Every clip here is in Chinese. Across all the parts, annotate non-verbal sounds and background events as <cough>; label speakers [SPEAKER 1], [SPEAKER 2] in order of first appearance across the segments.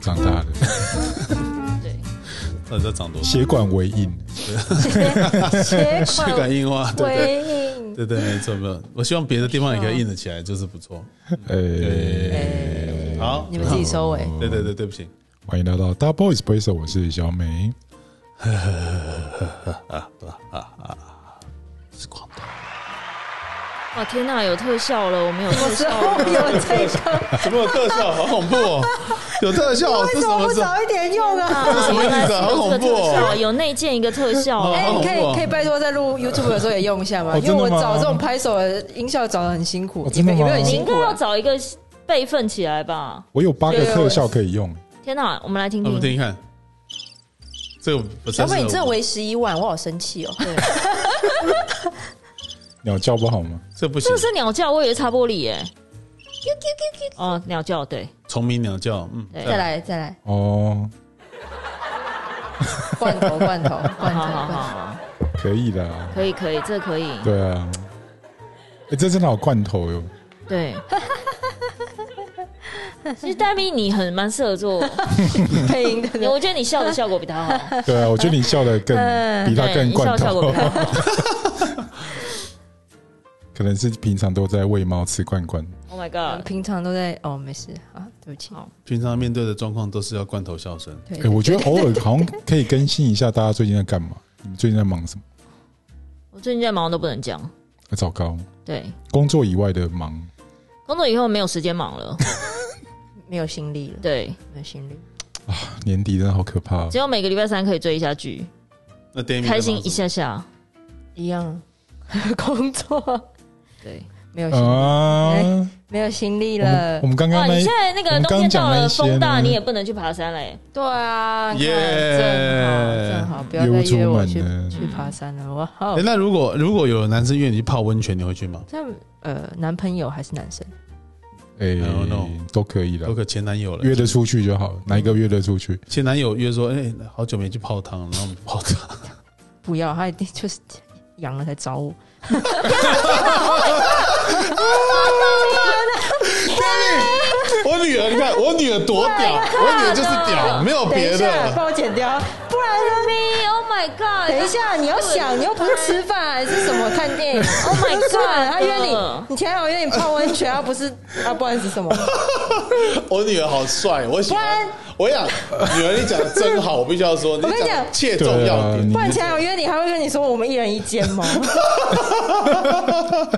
[SPEAKER 1] 长大的，
[SPEAKER 2] 对，
[SPEAKER 3] 到底在长多少？
[SPEAKER 1] <laughs> 血管为硬，
[SPEAKER 2] 血
[SPEAKER 3] 血管硬化， <laughs> 对不对
[SPEAKER 2] 回应，
[SPEAKER 3] 对对，没错没错。我希望别的地方也可以硬得起来，就是不错。
[SPEAKER 1] 哎，
[SPEAKER 2] 哎
[SPEAKER 3] 好，
[SPEAKER 2] 你们自己收尾。
[SPEAKER 3] 对对对，对不起，
[SPEAKER 1] 欢迎来到 Double Espresso，我是小美。
[SPEAKER 3] 是广东。
[SPEAKER 2] 哇，哦天哪，有特效了，我们有特
[SPEAKER 4] 之
[SPEAKER 2] 效
[SPEAKER 4] 后 <laughs>
[SPEAKER 2] 了，
[SPEAKER 4] 有这个，
[SPEAKER 3] 怎么有特效？好恐怖哦！有特效，这
[SPEAKER 4] 为
[SPEAKER 3] 什
[SPEAKER 4] 什么
[SPEAKER 3] 么
[SPEAKER 4] 不
[SPEAKER 3] 是？
[SPEAKER 4] 早一点用啊？
[SPEAKER 2] 这
[SPEAKER 3] 什么意思啊好恐怖哦
[SPEAKER 2] 有内建一个特效
[SPEAKER 3] 哦
[SPEAKER 4] 哎，
[SPEAKER 3] 好
[SPEAKER 4] 你
[SPEAKER 3] 恐
[SPEAKER 4] 可
[SPEAKER 3] 怖哦
[SPEAKER 4] 以可以拜托在录 YouTube 的时候也用一下吗？
[SPEAKER 1] 哦
[SPEAKER 4] 因为我
[SPEAKER 1] 真的吗
[SPEAKER 4] 找这种拍手的音效找的很辛苦
[SPEAKER 1] 哦，
[SPEAKER 4] 也
[SPEAKER 1] 真的
[SPEAKER 4] 没有也没有
[SPEAKER 1] 吗
[SPEAKER 4] 很
[SPEAKER 2] 你
[SPEAKER 4] 辛
[SPEAKER 2] 应
[SPEAKER 4] 苦
[SPEAKER 2] 该要
[SPEAKER 4] 啊。
[SPEAKER 2] 找一个备份起来吧？
[SPEAKER 1] 我有八个特效可以用，
[SPEAKER 2] 天哪，我们来听
[SPEAKER 3] 我们
[SPEAKER 2] 听。
[SPEAKER 3] 听听看，这个不
[SPEAKER 4] 小
[SPEAKER 3] 是
[SPEAKER 4] 美，你真的为时已晚，我好生气哦！
[SPEAKER 1] 鸟叫不好吗？
[SPEAKER 3] 这不行
[SPEAKER 2] 这个，是鸟叫，我以为擦玻璃耶。哦，鸟叫，对，
[SPEAKER 3] 虫鸣鸟叫，嗯，
[SPEAKER 2] 对
[SPEAKER 4] 再来再来，
[SPEAKER 1] 哦，
[SPEAKER 4] 罐头罐头
[SPEAKER 2] 好
[SPEAKER 4] 罐头
[SPEAKER 2] 好好
[SPEAKER 4] 罐头，
[SPEAKER 2] 好，
[SPEAKER 1] 可以的啊，
[SPEAKER 2] 可以可以，这可以，
[SPEAKER 1] 对啊，哎，这真的好罐头哟。
[SPEAKER 2] 对。其实戴咪你很蛮适合做，
[SPEAKER 4] 配音的。
[SPEAKER 2] 我觉得你笑的效果比他好，
[SPEAKER 1] 对啊，我觉得你笑的更 <laughs> 比他
[SPEAKER 2] 嗯对，
[SPEAKER 1] 更
[SPEAKER 2] 你笑
[SPEAKER 1] 罐
[SPEAKER 2] 的效果
[SPEAKER 1] 头
[SPEAKER 2] 比，他好。
[SPEAKER 1] <laughs> 可能是平常都在喂猫吃罐罐。
[SPEAKER 2] Oh my
[SPEAKER 4] 我们
[SPEAKER 2] god！
[SPEAKER 4] 平常都在哦，没事啊，对不起。
[SPEAKER 2] 好
[SPEAKER 3] 平常面对的状况都是要罐头笑声。
[SPEAKER 4] 对
[SPEAKER 1] 哎，我觉得偶尔好像可以更新一下大家最近在干嘛，你们最近在忙什么？
[SPEAKER 2] 我最近在忙都不能讲，
[SPEAKER 1] 啊糟糕，
[SPEAKER 2] 对，
[SPEAKER 1] 工作以外的忙，
[SPEAKER 2] 工作以后没有时间忙了，
[SPEAKER 4] 没有心力了，
[SPEAKER 2] 对，
[SPEAKER 4] 没有心力。
[SPEAKER 1] 年底真的好可怕哦
[SPEAKER 2] 只。有每个礼拜三可以追一下剧，
[SPEAKER 3] 那 d a m i
[SPEAKER 2] 开心一，下下，
[SPEAKER 4] 一样 <laughs> 工作
[SPEAKER 2] 对。
[SPEAKER 4] 没有心、
[SPEAKER 1] 啊，
[SPEAKER 4] 哎没有心力
[SPEAKER 1] 我们
[SPEAKER 4] 了
[SPEAKER 1] 我。们刚刚
[SPEAKER 2] 哇，
[SPEAKER 1] 那
[SPEAKER 2] 你
[SPEAKER 1] 一
[SPEAKER 2] 现在那
[SPEAKER 1] 我
[SPEAKER 2] 个
[SPEAKER 1] 们
[SPEAKER 2] 冬天
[SPEAKER 1] 刚讲
[SPEAKER 2] 到
[SPEAKER 1] 那
[SPEAKER 2] 了，
[SPEAKER 1] 些
[SPEAKER 2] 风大
[SPEAKER 1] 呢
[SPEAKER 2] 你也不能去爬山嘞。
[SPEAKER 4] 对啊，你看
[SPEAKER 3] Yeah
[SPEAKER 4] 正好正好，不要
[SPEAKER 1] 约
[SPEAKER 4] 再
[SPEAKER 1] 不出
[SPEAKER 4] 约我
[SPEAKER 1] 门
[SPEAKER 4] 去
[SPEAKER 1] 呢
[SPEAKER 4] 去爬山了。哦我好
[SPEAKER 3] 哎，那如果如果有男生约你去泡温泉，你会去吗？
[SPEAKER 4] 这呃，男朋友还是男生，
[SPEAKER 1] 哎
[SPEAKER 3] No, no
[SPEAKER 1] 都可以
[SPEAKER 3] 有
[SPEAKER 1] 了，
[SPEAKER 3] 个前男友了，
[SPEAKER 1] 约得出去就
[SPEAKER 3] 嗯
[SPEAKER 1] 好，哪一个约得出去？
[SPEAKER 3] 前男友约说，哎，好久没去泡汤，然后我们泡汤。
[SPEAKER 4] 不要，他一定就是阳了才找我。
[SPEAKER 3] 我女儿，你看我女儿多屌，我女儿就是屌，没有
[SPEAKER 4] 等
[SPEAKER 3] 哦别
[SPEAKER 4] 一下，
[SPEAKER 3] 的。
[SPEAKER 4] 帮我剪掉，不然呢？
[SPEAKER 2] <laughs> Oh my god！
[SPEAKER 4] 等一下，你要想，你又不是吃饭，是什么看电影？Oh
[SPEAKER 2] my god
[SPEAKER 4] 他约你，你前男友约你泡温泉，他不是啊，不然是什么？
[SPEAKER 3] 我女儿好帅，我喜欢。我想，女儿你讲的真好，我必须要说，你
[SPEAKER 4] 跟你讲
[SPEAKER 3] 讲切中哎要
[SPEAKER 1] 对啊
[SPEAKER 3] 点
[SPEAKER 1] 你。
[SPEAKER 4] 不然前男友约你，还会跟你说我们一人一间吗？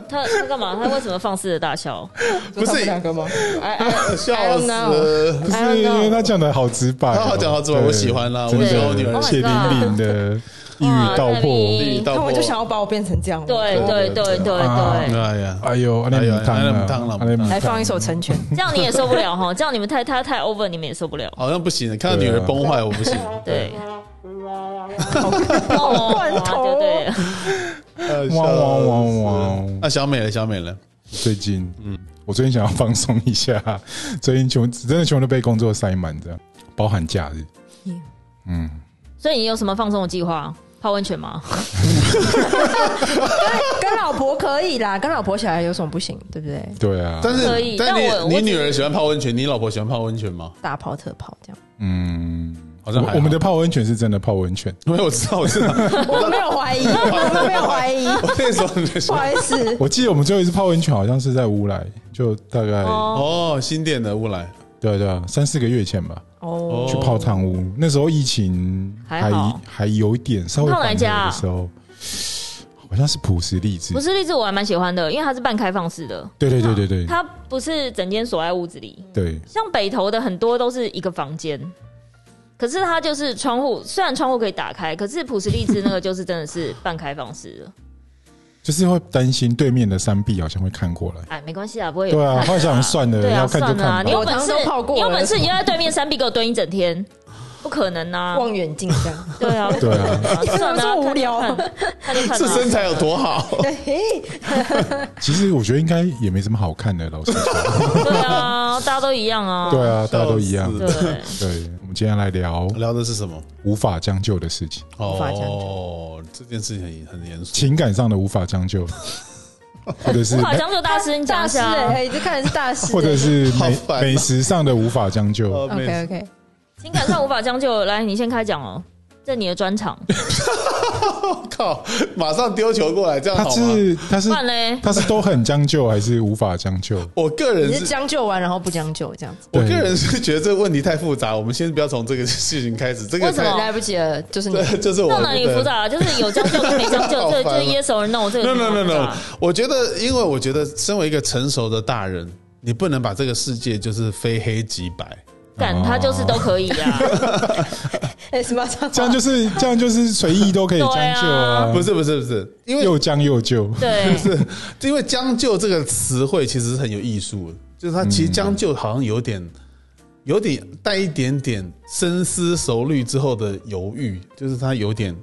[SPEAKER 2] 他他干嘛？他为什么放肆的大笑？
[SPEAKER 3] 不
[SPEAKER 4] 他们
[SPEAKER 3] 是
[SPEAKER 4] 两个吗？哎哎，I
[SPEAKER 3] 笑
[SPEAKER 4] don't
[SPEAKER 3] 死
[SPEAKER 4] know
[SPEAKER 3] 了
[SPEAKER 1] 不是
[SPEAKER 4] I don't，know
[SPEAKER 1] 因为他讲的好直白哦，
[SPEAKER 3] 他好讲好直白
[SPEAKER 1] 对
[SPEAKER 3] 我喜欢啦
[SPEAKER 1] 真的
[SPEAKER 3] 我喜欢我女儿
[SPEAKER 1] 血淋淋的，一语道
[SPEAKER 2] 哇
[SPEAKER 1] 破。
[SPEAKER 3] 地道
[SPEAKER 4] 他
[SPEAKER 3] 破
[SPEAKER 4] 们就想要把我变成这样。
[SPEAKER 2] 对对对对对，
[SPEAKER 3] 哎呀，
[SPEAKER 1] 哎呦，阿
[SPEAKER 3] 哎
[SPEAKER 1] 姆
[SPEAKER 3] 呦
[SPEAKER 1] 汤
[SPEAKER 3] 那
[SPEAKER 1] 啊
[SPEAKER 3] 母汤啦，
[SPEAKER 1] 那母
[SPEAKER 4] 来
[SPEAKER 1] 汤
[SPEAKER 4] 放一首《成全》，
[SPEAKER 2] 这样你也受不了哈，这样你们太太太 over，你们也受不了。
[SPEAKER 3] 好像不行，看到女儿崩坏，我不行。
[SPEAKER 2] 对，啊
[SPEAKER 4] <laughs>
[SPEAKER 2] 哦，
[SPEAKER 4] 罐头
[SPEAKER 2] 就对了，
[SPEAKER 3] 呃
[SPEAKER 1] 哇哇哇哇！
[SPEAKER 3] 那小美了，小美了，
[SPEAKER 1] 最近，嗯，我最近想要放松一下， <laughs> 最近全真的全部都被工作塞满，这样包含假日。嗯，
[SPEAKER 2] 所以你有什么放松的计划？泡温泉吗？
[SPEAKER 4] <laughs> 跟老婆可以啦，跟老婆小孩有什么不行？对不对？
[SPEAKER 1] 对啊，
[SPEAKER 3] 但
[SPEAKER 2] 可
[SPEAKER 3] 是
[SPEAKER 2] 以
[SPEAKER 3] 但
[SPEAKER 2] 但我
[SPEAKER 3] 你
[SPEAKER 2] 我
[SPEAKER 3] 你女儿喜欢泡温泉，你老婆喜欢泡温泉吗？
[SPEAKER 4] 大炮特炮这样，
[SPEAKER 1] 嗯，
[SPEAKER 3] 好像还
[SPEAKER 1] 我
[SPEAKER 3] 好
[SPEAKER 1] 我们的泡温泉是真的泡温泉，
[SPEAKER 3] 因为我知道，我知道，
[SPEAKER 4] 我们没有怀疑，我们没有怀疑，
[SPEAKER 3] 我那时候你
[SPEAKER 4] 不
[SPEAKER 3] 说
[SPEAKER 4] 好意思，
[SPEAKER 1] 我记得我们最后一次泡温泉好像是在乌来，就大概、
[SPEAKER 2] 哦，
[SPEAKER 3] 哦，新店的乌来，
[SPEAKER 1] 对啊对啊，三四个月前吧，
[SPEAKER 4] 哦，
[SPEAKER 3] 哦
[SPEAKER 1] 去泡汤屋。那时候疫情
[SPEAKER 2] 还
[SPEAKER 1] 还
[SPEAKER 2] 好
[SPEAKER 1] 还有一点稍微
[SPEAKER 2] 泡哪
[SPEAKER 1] 缓和
[SPEAKER 2] 家啊
[SPEAKER 1] 的时候，好像是朴实荔枝
[SPEAKER 2] 不。是荔枝，我还蛮喜欢的，因为它是半开放式的，
[SPEAKER 1] 对对对对对
[SPEAKER 2] 它不是整间锁在屋子里。
[SPEAKER 1] 对，
[SPEAKER 2] 像北投的很多都是一个房间，可是它就是窗户，虽然窗户可以打开，可是普什利兹那个就是真的是半开放式的。
[SPEAKER 1] 就是会担心对面的山壁好像会看过来。
[SPEAKER 2] 哎，没关系啊，不会有
[SPEAKER 1] 对
[SPEAKER 2] 人
[SPEAKER 1] 啊，
[SPEAKER 2] 看
[SPEAKER 1] 后来想算了，
[SPEAKER 2] 对啊，
[SPEAKER 1] 要看就
[SPEAKER 2] 算了啊，
[SPEAKER 1] 看
[SPEAKER 2] 你
[SPEAKER 1] 吧。
[SPEAKER 2] 有本事
[SPEAKER 4] 我堂都泡过了
[SPEAKER 2] 你有本事你就在对面山壁给我蹲一整天，不可能啊！
[SPEAKER 4] 望远镜这样，
[SPEAKER 2] 对啊，
[SPEAKER 1] 对啊，
[SPEAKER 2] 算了啊，
[SPEAKER 4] 这么无聊
[SPEAKER 2] 看就看，看就看
[SPEAKER 3] 这
[SPEAKER 2] 啊
[SPEAKER 3] 身材有多好？
[SPEAKER 4] <laughs> 嘿，
[SPEAKER 1] 其实我觉得应该也没什么好看的，老实说。
[SPEAKER 2] 对啊，大家都一样啊，
[SPEAKER 1] 对啊，大家都一样。
[SPEAKER 3] 笑死
[SPEAKER 2] 对，
[SPEAKER 1] 对，我们今天来聊
[SPEAKER 3] 聊的是什么？
[SPEAKER 1] 无法将就的事情，
[SPEAKER 4] 无法将就
[SPEAKER 3] 哦，这件事情很很严肃。
[SPEAKER 1] 情感上的无法将就，或者是
[SPEAKER 2] 无法将就大师，你讲
[SPEAKER 4] 大
[SPEAKER 2] 一
[SPEAKER 4] 师欸
[SPEAKER 2] 下啊，
[SPEAKER 4] 哎，这看来是大师，
[SPEAKER 1] 或者是
[SPEAKER 3] 好
[SPEAKER 1] 美
[SPEAKER 3] 烦啊
[SPEAKER 1] 美食上的无法将就。
[SPEAKER 3] 哦
[SPEAKER 4] OK OK，
[SPEAKER 2] 情感上无法将就，来，你先开讲哦，这你的专场，
[SPEAKER 3] 我靠，马上丢球过来，这样
[SPEAKER 1] 他
[SPEAKER 3] 好吗？
[SPEAKER 1] 是他是
[SPEAKER 2] 不然嘞，
[SPEAKER 1] 他是都很将就，还是无法将就？
[SPEAKER 3] 我个
[SPEAKER 4] 你
[SPEAKER 3] 人
[SPEAKER 4] 是
[SPEAKER 3] 是，
[SPEAKER 4] 将就完然后不将就这样子，
[SPEAKER 3] 我
[SPEAKER 1] 对
[SPEAKER 3] 个人是觉得这个问题太复杂，我们先不要从这个事情开始。这个
[SPEAKER 2] 为什
[SPEAKER 3] 太
[SPEAKER 2] 么
[SPEAKER 4] 哎来不及了，就是
[SPEAKER 3] <laughs>
[SPEAKER 4] 你
[SPEAKER 3] 对，就是我
[SPEAKER 2] 到哪里
[SPEAKER 3] 对
[SPEAKER 2] 复杂？就是有将就跟没将就，
[SPEAKER 3] <laughs> 好
[SPEAKER 2] 这
[SPEAKER 3] 烦
[SPEAKER 2] 就
[SPEAKER 3] 哦
[SPEAKER 2] 是 yes or no 这个
[SPEAKER 3] No
[SPEAKER 2] 没
[SPEAKER 3] no no
[SPEAKER 2] 有复
[SPEAKER 3] no，
[SPEAKER 2] 杂
[SPEAKER 3] 我觉得，因为我觉得，身为一个成熟的大人，你不能把这个世界就是非黑即白。
[SPEAKER 2] 干他就是都可以啊，
[SPEAKER 3] 哦
[SPEAKER 4] 哎什么这
[SPEAKER 1] 这样就是这样就是随意都可以将就啊，
[SPEAKER 3] 不是不是不是，因为
[SPEAKER 1] 又将又就。
[SPEAKER 2] <laughs>
[SPEAKER 3] <laughs>
[SPEAKER 2] 对，
[SPEAKER 3] 因为“将就”这个词汇其实是很有艺术的，就是它其实“将就”好像有点、有点带一点点深思熟虑之后的犹豫，就是它有点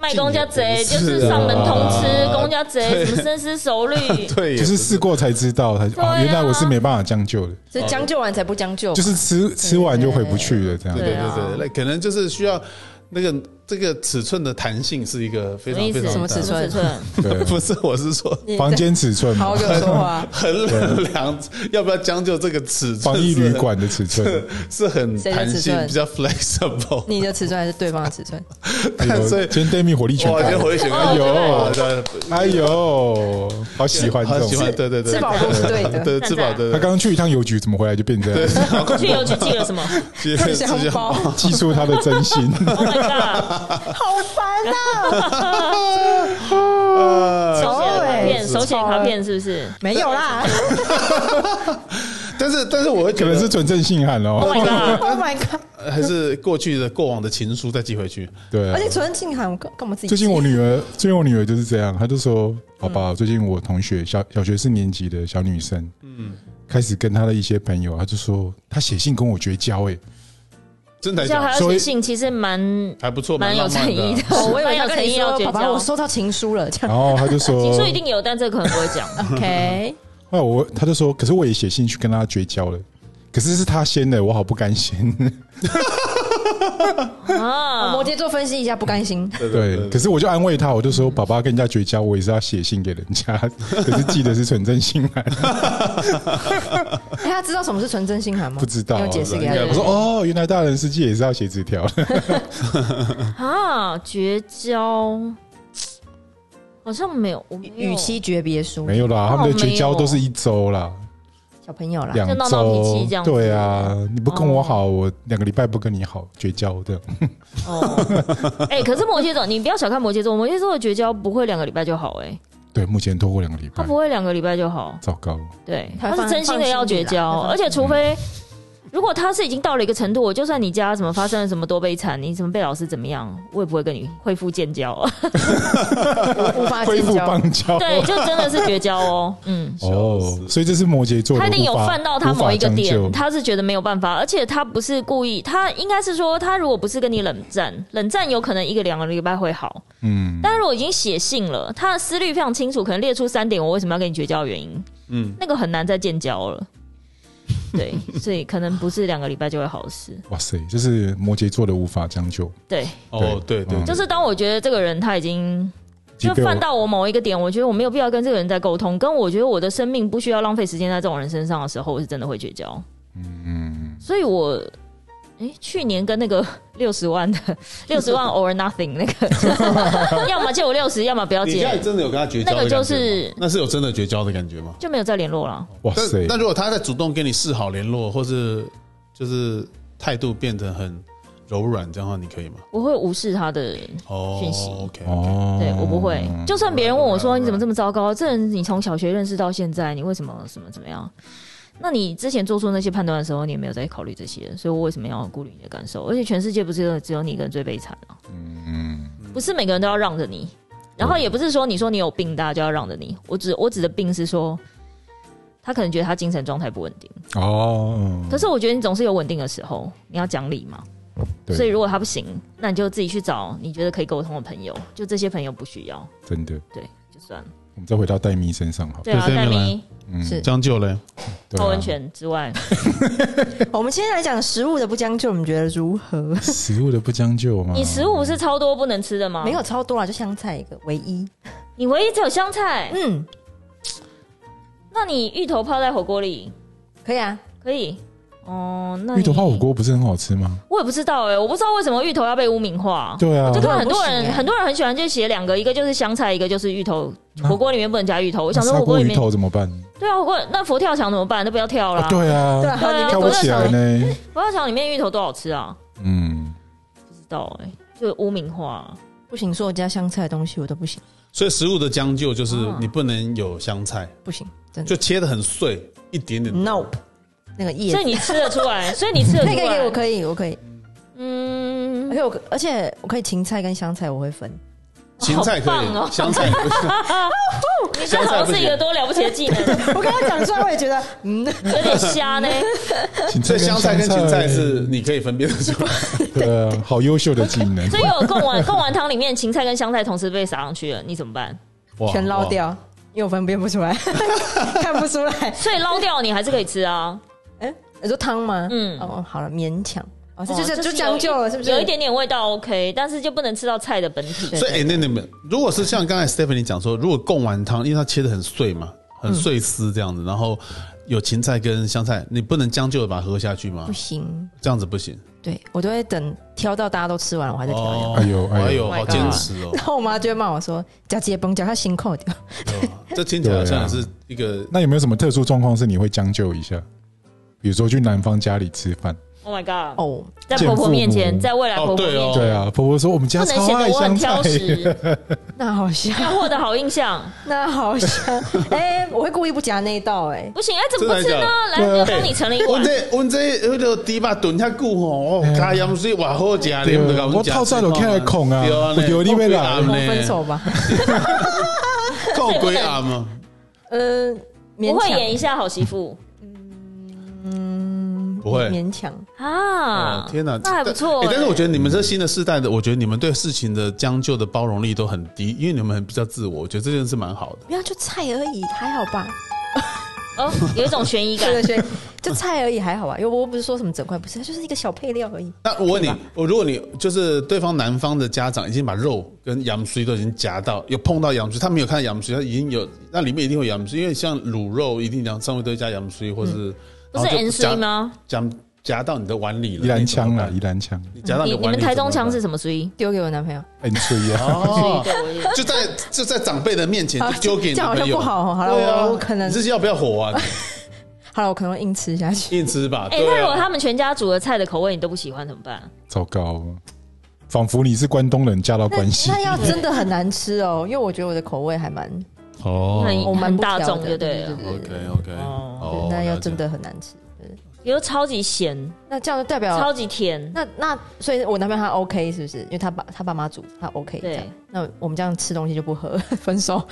[SPEAKER 2] 卖公家贼
[SPEAKER 3] 这
[SPEAKER 2] 就
[SPEAKER 3] 也不是啊
[SPEAKER 2] 是上门通吃，公家
[SPEAKER 3] 啊对
[SPEAKER 2] 贼什么深思熟虑，
[SPEAKER 3] <laughs> 对，
[SPEAKER 1] 就是试过才知道，他就
[SPEAKER 2] 对
[SPEAKER 1] 哦，
[SPEAKER 2] 啊
[SPEAKER 1] 原来我是没办法将就的，
[SPEAKER 4] 是将就完才不将就吧，
[SPEAKER 1] 就是吃吃完就回不去了这样
[SPEAKER 3] 对。对
[SPEAKER 2] 对啊
[SPEAKER 3] 对对，那可能就是需要那个这个尺寸的弹性是一个非
[SPEAKER 2] 什
[SPEAKER 3] 常
[SPEAKER 2] 么意
[SPEAKER 3] 非
[SPEAKER 2] 思？
[SPEAKER 3] 常
[SPEAKER 4] 什么尺寸
[SPEAKER 2] 尺寸？
[SPEAKER 3] 啊
[SPEAKER 1] 对，
[SPEAKER 3] 不是，我是说
[SPEAKER 4] 你
[SPEAKER 1] 房间尺寸
[SPEAKER 4] 好
[SPEAKER 1] 嘛
[SPEAKER 4] 好，跟我说话，
[SPEAKER 3] 衡量 <laughs> 要不要将就这个尺寸，
[SPEAKER 1] 防疫旅馆的尺寸，
[SPEAKER 3] 是很
[SPEAKER 4] 谁的
[SPEAKER 3] 弹
[SPEAKER 4] 尺
[SPEAKER 3] 性，
[SPEAKER 4] 寸
[SPEAKER 3] 比较 flexible。
[SPEAKER 4] 你的尺寸还是对方的尺寸？
[SPEAKER 1] 哎
[SPEAKER 3] 但
[SPEAKER 1] 呦
[SPEAKER 3] 所以
[SPEAKER 1] 今天 Demi 火力全
[SPEAKER 3] 哇，今
[SPEAKER 1] 开
[SPEAKER 3] 天，回去选
[SPEAKER 2] 哎
[SPEAKER 3] 个
[SPEAKER 2] 呦
[SPEAKER 3] 哇对
[SPEAKER 1] 哎呦，好喜欢这
[SPEAKER 3] 好喜
[SPEAKER 1] 种。
[SPEAKER 3] 欢，对对对，
[SPEAKER 4] 吃饱不是对的，
[SPEAKER 3] 对，吃饱对
[SPEAKER 1] 他
[SPEAKER 2] <laughs>
[SPEAKER 1] 刚刚去一趟邮局，怎么回来就变成这样？
[SPEAKER 2] 去邮局寄了
[SPEAKER 3] <laughs>
[SPEAKER 2] 什么
[SPEAKER 3] 对，吃
[SPEAKER 4] 香 <laughs> 包，
[SPEAKER 1] 寄出他的真
[SPEAKER 3] <laughs>
[SPEAKER 1] 心。
[SPEAKER 2] ？Oh my god！
[SPEAKER 4] 好烦啊！
[SPEAKER 3] 呃哎
[SPEAKER 4] 哦
[SPEAKER 2] 手写的卡片，手写的卡片是不是？
[SPEAKER 4] 没有啦
[SPEAKER 3] 但是但是我会
[SPEAKER 1] 可
[SPEAKER 3] 觉得呃
[SPEAKER 1] 能是纯正性汉
[SPEAKER 2] Oh
[SPEAKER 1] 哦。
[SPEAKER 2] my
[SPEAKER 3] 哎
[SPEAKER 2] <laughs> god！
[SPEAKER 4] ，Oh my god！
[SPEAKER 3] 还是过去的过往的情书再寄回去，
[SPEAKER 1] 对啊
[SPEAKER 4] 而，且昨天静涵，我干干嘛自己？
[SPEAKER 1] 最近我女儿，最近我女儿就是这样，她就说：“好吧，最近我同学小小学四年级的小女生，嗯，开始跟她的一些朋友，她就说她写信跟我绝交、欸，
[SPEAKER 3] 真的
[SPEAKER 2] 叫
[SPEAKER 3] 假
[SPEAKER 2] 还
[SPEAKER 3] 的
[SPEAKER 2] 要写信，其实蛮
[SPEAKER 3] 还不错，
[SPEAKER 2] 蛮有
[SPEAKER 3] 浪漫
[SPEAKER 2] 诚意
[SPEAKER 3] 的。。
[SPEAKER 2] 的 <laughs>
[SPEAKER 3] 啊
[SPEAKER 4] 哦，我以为
[SPEAKER 2] 蛮
[SPEAKER 4] 他
[SPEAKER 2] 有
[SPEAKER 4] 跟
[SPEAKER 2] 诚
[SPEAKER 4] 你
[SPEAKER 2] 意要
[SPEAKER 4] 说，
[SPEAKER 2] 绝
[SPEAKER 4] 爸爸，
[SPEAKER 2] 交
[SPEAKER 4] 我。收到情书了，这样
[SPEAKER 1] 然后她就说
[SPEAKER 2] 情书一定有，但这个可能不会
[SPEAKER 4] <laughs>
[SPEAKER 2] 讲。
[SPEAKER 1] <laughs>
[SPEAKER 4] OK？
[SPEAKER 1] 后来我他就说，可是我也写信去跟他绝交了，可是是他先的，我好不甘心。
[SPEAKER 4] 哦
[SPEAKER 2] 啊
[SPEAKER 4] 摩羯座分析一下，不
[SPEAKER 1] <laughs>
[SPEAKER 4] 甘心，
[SPEAKER 3] 对
[SPEAKER 1] 对，可是我就安慰他，我就说，爸爸跟人家绝交，我也是要写信给人家， <laughs> 可是寄的是纯正信函，
[SPEAKER 4] 哎，他知道什么是纯真心寒吗？
[SPEAKER 1] 不知道啊
[SPEAKER 4] 你有解释给他
[SPEAKER 3] 应该
[SPEAKER 4] 听
[SPEAKER 3] 不
[SPEAKER 1] 我说哦，原来大人世界也是要写纸条 <laughs> 的，
[SPEAKER 2] 啊，绝交好像没有，我没有
[SPEAKER 4] 与其诀别书，
[SPEAKER 1] 啊没有啦，他们的绝交都是一周啦，
[SPEAKER 4] 小朋友啦，
[SPEAKER 1] 两
[SPEAKER 2] 就闹闹
[SPEAKER 1] 周
[SPEAKER 2] 脾气这样，子
[SPEAKER 1] 对啊，你不跟我好，我两个礼拜不跟你好，绝交的，
[SPEAKER 2] 哦。哎，可是摩羯座，你不要小看摩羯座，摩羯座的绝交不会两个礼拜就好，哎，
[SPEAKER 1] 对，目前拖过两个礼
[SPEAKER 2] 他
[SPEAKER 1] 拜
[SPEAKER 2] 不，会两个礼拜就好。
[SPEAKER 1] 糟糕，
[SPEAKER 2] 对，
[SPEAKER 4] 他
[SPEAKER 2] 他
[SPEAKER 4] 放
[SPEAKER 2] 是真心的要绝交，
[SPEAKER 4] 放
[SPEAKER 2] 而
[SPEAKER 4] 心
[SPEAKER 2] 且除非如果他是已经到了一个程度，我就算你家什么发生了什么多悲惨，你什么被老师怎么样，我也不会跟你恢复建交。
[SPEAKER 4] 无法
[SPEAKER 1] 恢
[SPEAKER 4] 建
[SPEAKER 1] 复
[SPEAKER 4] 交。
[SPEAKER 1] 邦交，
[SPEAKER 2] 对，就真的是绝交哦。嗯，
[SPEAKER 1] 哦，所以这是摩羯座的无法，
[SPEAKER 2] 他一定有犯到他某一个
[SPEAKER 1] 无法将就
[SPEAKER 2] 点，他是觉得没有办法，而且他不是故意，他应该是说，他如果不是跟你冷战，冷战有可能一个两个礼拜会好，
[SPEAKER 1] 嗯。
[SPEAKER 2] 但是如果已经写信了，他的思虑非常清楚，可能列出三点我为什么要跟你绝交的原因，
[SPEAKER 3] 嗯，
[SPEAKER 2] 那个很难再建交了。对，所以可能不是两个礼拜就会好的事。
[SPEAKER 1] 哇塞，这是摩羯座的无法将就，
[SPEAKER 2] 对，
[SPEAKER 3] 哦，对对，
[SPEAKER 2] 就是当我觉得这个人他已经
[SPEAKER 1] 已经
[SPEAKER 2] 就
[SPEAKER 1] 被我
[SPEAKER 2] 犯到我某一个点，我觉得我没有必要跟这个人再沟通，跟我觉得我的生命不需要浪费时间在这种人身上的时候，我是真的会绝交。嗯，所以我诶，去年跟那个六十万的 <laughs> 六十万 or nothing 那个， <laughs> 就是要么借我六十，要么不要
[SPEAKER 3] 你家里
[SPEAKER 2] 借，
[SPEAKER 3] 真的有跟他绝交的
[SPEAKER 2] 那个就
[SPEAKER 3] 感觉吗
[SPEAKER 2] 是
[SPEAKER 3] 那是有真的绝交的感觉吗？
[SPEAKER 2] 就没有再联络了。
[SPEAKER 1] 哇
[SPEAKER 3] 但
[SPEAKER 1] 塞，
[SPEAKER 3] 那如果他在主动跟你示好联络，或是就是态度变得很柔软，这样的话你可以吗？
[SPEAKER 2] 我会无视他的，
[SPEAKER 3] 哦
[SPEAKER 2] 讯息
[SPEAKER 3] ，OK，
[SPEAKER 1] 哦
[SPEAKER 2] 对我不会。就算别人问我说你怎么这么糟糕，这人你从小学认识到现在，你为什么什么怎么样？那你之前做出那些判断的时候，你也没有在考虑这些，所以我为什么要顾虑你的感受？而且全世界不是只有你一个人最悲惨啊，
[SPEAKER 1] 嗯，
[SPEAKER 2] 不是每个人都要让着你，然后也不是说你说你有病，大家就要让着你。我指我指的病是说，他可能觉得他精神状态不稳定，
[SPEAKER 1] 嗯哦，
[SPEAKER 2] 可是我觉得你总是有稳定的时候，你要讲理嘛。
[SPEAKER 1] 对
[SPEAKER 2] 所以如果他不行，那你就自己去找你觉得可以沟通的朋友，就这些朋友不需要，
[SPEAKER 1] 真的，
[SPEAKER 2] 对，就算了。
[SPEAKER 1] 我们再回到戴咪身上好了，
[SPEAKER 2] 对啊，
[SPEAKER 3] 对
[SPEAKER 2] 戴
[SPEAKER 3] 戴咪
[SPEAKER 2] 咪、
[SPEAKER 1] 嗯
[SPEAKER 4] 是
[SPEAKER 3] 将就嘞，
[SPEAKER 1] 对啊嗯
[SPEAKER 2] 泡温泉之外，
[SPEAKER 4] 我们先来讲食物的不将就，你们觉得如何？
[SPEAKER 1] 食物的不将就吗？
[SPEAKER 2] 你食物是超多不能吃的吗？
[SPEAKER 4] 没，有超多啦，就香菜一个，唯一。
[SPEAKER 2] 你唯一只有香菜。
[SPEAKER 4] 嗯，
[SPEAKER 2] 那你芋头泡在火锅里
[SPEAKER 4] 可以啊，
[SPEAKER 2] 可以？哦，那
[SPEAKER 1] 芋头
[SPEAKER 2] 你
[SPEAKER 1] 泡火锅不是很好吃吗？
[SPEAKER 2] 我也不知道哎、我不知道为什么芋头要被污名化。
[SPEAKER 1] 对啊
[SPEAKER 2] 就，看很
[SPEAKER 4] 不
[SPEAKER 2] 多
[SPEAKER 4] 行
[SPEAKER 2] 人，
[SPEAKER 4] 欸
[SPEAKER 2] 很多人很喜欢就写两个，一个就是香菜，一个就是芋头。火锅里面不能加芋头，我想
[SPEAKER 1] 啊那
[SPEAKER 2] 说
[SPEAKER 1] 砂
[SPEAKER 2] 火锅
[SPEAKER 1] 锅
[SPEAKER 2] 里
[SPEAKER 1] 鱼
[SPEAKER 2] 面
[SPEAKER 1] 头怎么办？
[SPEAKER 2] 对啊，火锅那佛跳墙怎么办？那不要跳啦。
[SPEAKER 1] 啊对
[SPEAKER 4] 对啊，
[SPEAKER 1] 啊，
[SPEAKER 4] 好你
[SPEAKER 2] 对啊
[SPEAKER 4] 们
[SPEAKER 1] 跳不起来呢。
[SPEAKER 2] 佛跳墙里面芋头多好吃啊？
[SPEAKER 1] 嗯，
[SPEAKER 2] 不知道哎、就污名化、
[SPEAKER 4] 不行，所有加香菜的东西我都不行，
[SPEAKER 3] 所以食物的将就就是
[SPEAKER 2] 哦
[SPEAKER 3] 你不能有香菜，
[SPEAKER 4] 不行，真的
[SPEAKER 3] 就切的很碎，一点点。
[SPEAKER 4] nope，那个叶
[SPEAKER 2] 所以你吃得出来，所以你吃得出
[SPEAKER 4] <laughs>
[SPEAKER 2] 来。
[SPEAKER 4] 那个叶我可以，我可以，而
[SPEAKER 2] 嗯，
[SPEAKER 4] 且我而且我可以芹菜跟香菜我会
[SPEAKER 2] <laughs>
[SPEAKER 4] 分，
[SPEAKER 3] 芹菜可
[SPEAKER 2] 好棒哦
[SPEAKER 3] 以，香菜不行
[SPEAKER 2] 你这好像是一个多了不起的技能，
[SPEAKER 4] <laughs> 我刚刚讲出来我也觉得，嗯，
[SPEAKER 2] 有点瞎呢。
[SPEAKER 1] 芹菜
[SPEAKER 3] 所以香菜
[SPEAKER 1] 菜
[SPEAKER 3] 跟芹菜是你可以分辨得出来。
[SPEAKER 1] 对啊，好优秀的技
[SPEAKER 3] <laughs>
[SPEAKER 1] 能
[SPEAKER 2] 所以我贡丸贡丸汤里面芹菜跟香菜同时被撒上去了，你怎么办？
[SPEAKER 3] 哇
[SPEAKER 4] 全捞。掉，因为我分辨不出 <laughs> 来，看不出来。
[SPEAKER 2] 所以捞掉你还是可以吃啊。
[SPEAKER 4] <laughs> 哎，你说汤吗？
[SPEAKER 2] 嗯
[SPEAKER 4] 嗯，哦，好了，勉强。哦，这
[SPEAKER 2] 哦
[SPEAKER 4] 就是
[SPEAKER 2] 是
[SPEAKER 4] 就将就了，
[SPEAKER 2] 有
[SPEAKER 4] 是不是？
[SPEAKER 2] 有一点点味道 OK，但是就不能吃到菜的本体。
[SPEAKER 3] 哇所以哎，那你们如果是像刚才 Stephanie 讲说，如果贡丸汤，因为它切的很碎嘛，很碎丝这样子，然后有芹菜跟香菜，你不能将就的把它喝下去吗
[SPEAKER 4] 不？行，
[SPEAKER 3] 这样子不行。
[SPEAKER 4] 对我都会等挑到大家都吃完，我还在挑一下。
[SPEAKER 3] 哦
[SPEAKER 1] 哎呦哎呦
[SPEAKER 3] 哎呦，
[SPEAKER 2] Oh my
[SPEAKER 3] 好
[SPEAKER 2] God
[SPEAKER 3] 坚持哦。
[SPEAKER 4] <laughs> 然后我妈就会骂我说：“加节崩，加他心扣掉。 <laughs>
[SPEAKER 3] 对吧这听起来好像也是一个
[SPEAKER 1] 那有没有什么特殊状况是你会将就一下？比如说去男方家里吃饭，
[SPEAKER 2] Oh my ” god！
[SPEAKER 4] 哦，
[SPEAKER 2] 在婆婆面前，
[SPEAKER 1] 见父母
[SPEAKER 2] 在未来婆婆面
[SPEAKER 3] 哦对
[SPEAKER 2] 前
[SPEAKER 3] 哦，
[SPEAKER 1] 对啊，婆婆说我们
[SPEAKER 2] 不
[SPEAKER 1] 家
[SPEAKER 2] 能显
[SPEAKER 1] 超
[SPEAKER 2] 得
[SPEAKER 1] 爱
[SPEAKER 2] 我很
[SPEAKER 1] 香菜
[SPEAKER 2] 挑，食，
[SPEAKER 4] 那好 <laughs>
[SPEAKER 2] 要
[SPEAKER 4] 香，
[SPEAKER 2] 获得好印象。
[SPEAKER 4] 那好香。 <laughs> 哎、我会故意不夹那一道、哎，
[SPEAKER 2] 不行，哎，怎么不吃呢？来，
[SPEAKER 1] 真的假的
[SPEAKER 2] 又帮你盛了一
[SPEAKER 3] 阮
[SPEAKER 2] 碗。
[SPEAKER 3] 这阮这迄个猪肉炖遐久吼，哦，加盐水偌好食，你毋甲
[SPEAKER 1] 我
[SPEAKER 3] 泡
[SPEAKER 1] 泡菜都起来控啊我有你要来
[SPEAKER 4] 我们分手吧。
[SPEAKER 2] <laughs>
[SPEAKER 3] 控几暗啊？
[SPEAKER 4] 呃，
[SPEAKER 2] 我
[SPEAKER 4] 勉
[SPEAKER 2] 会
[SPEAKER 4] 强，
[SPEAKER 2] 演一下好媳妇
[SPEAKER 3] <laughs> 不会哦
[SPEAKER 4] 勉强。
[SPEAKER 2] 啊！
[SPEAKER 3] 天哪，
[SPEAKER 2] 那还不
[SPEAKER 3] 但
[SPEAKER 2] 错哎。
[SPEAKER 3] 诶但是我觉得你们这新的世代的，我觉得你们对事情的将就的包容力都很低，因为你们很比较自我，我觉得这件事蛮好的。
[SPEAKER 4] 不啊要就菜而已，还好吧？
[SPEAKER 2] 得哦，有一种悬疑
[SPEAKER 4] <laughs>
[SPEAKER 2] 感
[SPEAKER 4] 对。对对，就菜而已，还好吧？因为我又不是说什么整块，不是，它就是一个小配料而已。
[SPEAKER 3] 那我问你，我如果你就是对方男方的家长已经把肉跟洋水都已经夹到，有碰到洋水，他没有看到洋水，他已经有那里面一定会有洋水，因为像卤肉一定讲上面都会加洋水，或是
[SPEAKER 2] 嗯不
[SPEAKER 3] 然
[SPEAKER 2] 是
[SPEAKER 3] 后就
[SPEAKER 2] N
[SPEAKER 3] 夹
[SPEAKER 2] C 吗？
[SPEAKER 3] 夹夹到你的碗里
[SPEAKER 1] <laughs>
[SPEAKER 3] 了，
[SPEAKER 1] 宜兰腔
[SPEAKER 3] 了
[SPEAKER 1] 啦，，宜兰腔，
[SPEAKER 3] 你夹到
[SPEAKER 2] 你
[SPEAKER 3] 的
[SPEAKER 2] 你
[SPEAKER 3] 碗
[SPEAKER 2] 们
[SPEAKER 3] 里。
[SPEAKER 2] 台中腔是什么 C？
[SPEAKER 4] 丢给我男朋友，
[SPEAKER 1] 很脆啊。
[SPEAKER 3] 哦，
[SPEAKER 2] 对，我也
[SPEAKER 3] 就在就在长辈的面前
[SPEAKER 4] 好
[SPEAKER 3] 就丢给你
[SPEAKER 4] 这
[SPEAKER 3] 的
[SPEAKER 4] 样好
[SPEAKER 3] 朋友，
[SPEAKER 4] 像不好哦好了
[SPEAKER 3] 对啊
[SPEAKER 4] 我我可能
[SPEAKER 3] 你这是要不要火
[SPEAKER 4] <laughs>
[SPEAKER 3] 啊？
[SPEAKER 4] 好了，我可能会硬吃
[SPEAKER 3] <laughs>
[SPEAKER 4] 下去。
[SPEAKER 3] 硬吃吧。
[SPEAKER 2] 哎，
[SPEAKER 3] 对啊
[SPEAKER 2] 那如果他们全家煮的菜的口味你都不喜欢怎么办？
[SPEAKER 1] <laughs> 糟糕，仿佛你是关东人嫁到
[SPEAKER 4] 那
[SPEAKER 1] 关西。
[SPEAKER 4] 那要真的很难吃哦，因为我觉得我的口味还
[SPEAKER 2] <laughs>
[SPEAKER 4] 蛮
[SPEAKER 3] 哦
[SPEAKER 2] 那
[SPEAKER 4] 我蛮
[SPEAKER 2] 很
[SPEAKER 4] 不挑
[SPEAKER 2] 大众
[SPEAKER 4] 的
[SPEAKER 2] 就对了
[SPEAKER 4] 对对
[SPEAKER 3] OK OK，
[SPEAKER 4] 对
[SPEAKER 3] 哦
[SPEAKER 4] 那要真
[SPEAKER 3] 的
[SPEAKER 4] 的很难吃。对
[SPEAKER 2] 比如超级咸，
[SPEAKER 4] 那这样就代表
[SPEAKER 2] 超级甜，
[SPEAKER 4] 那那所以，我男朋友他 OK 是不是？因为他爸他爸妈煮，他 OK 这
[SPEAKER 2] 对
[SPEAKER 4] 样。那我们这样吃东西就不合， <laughs> 分手。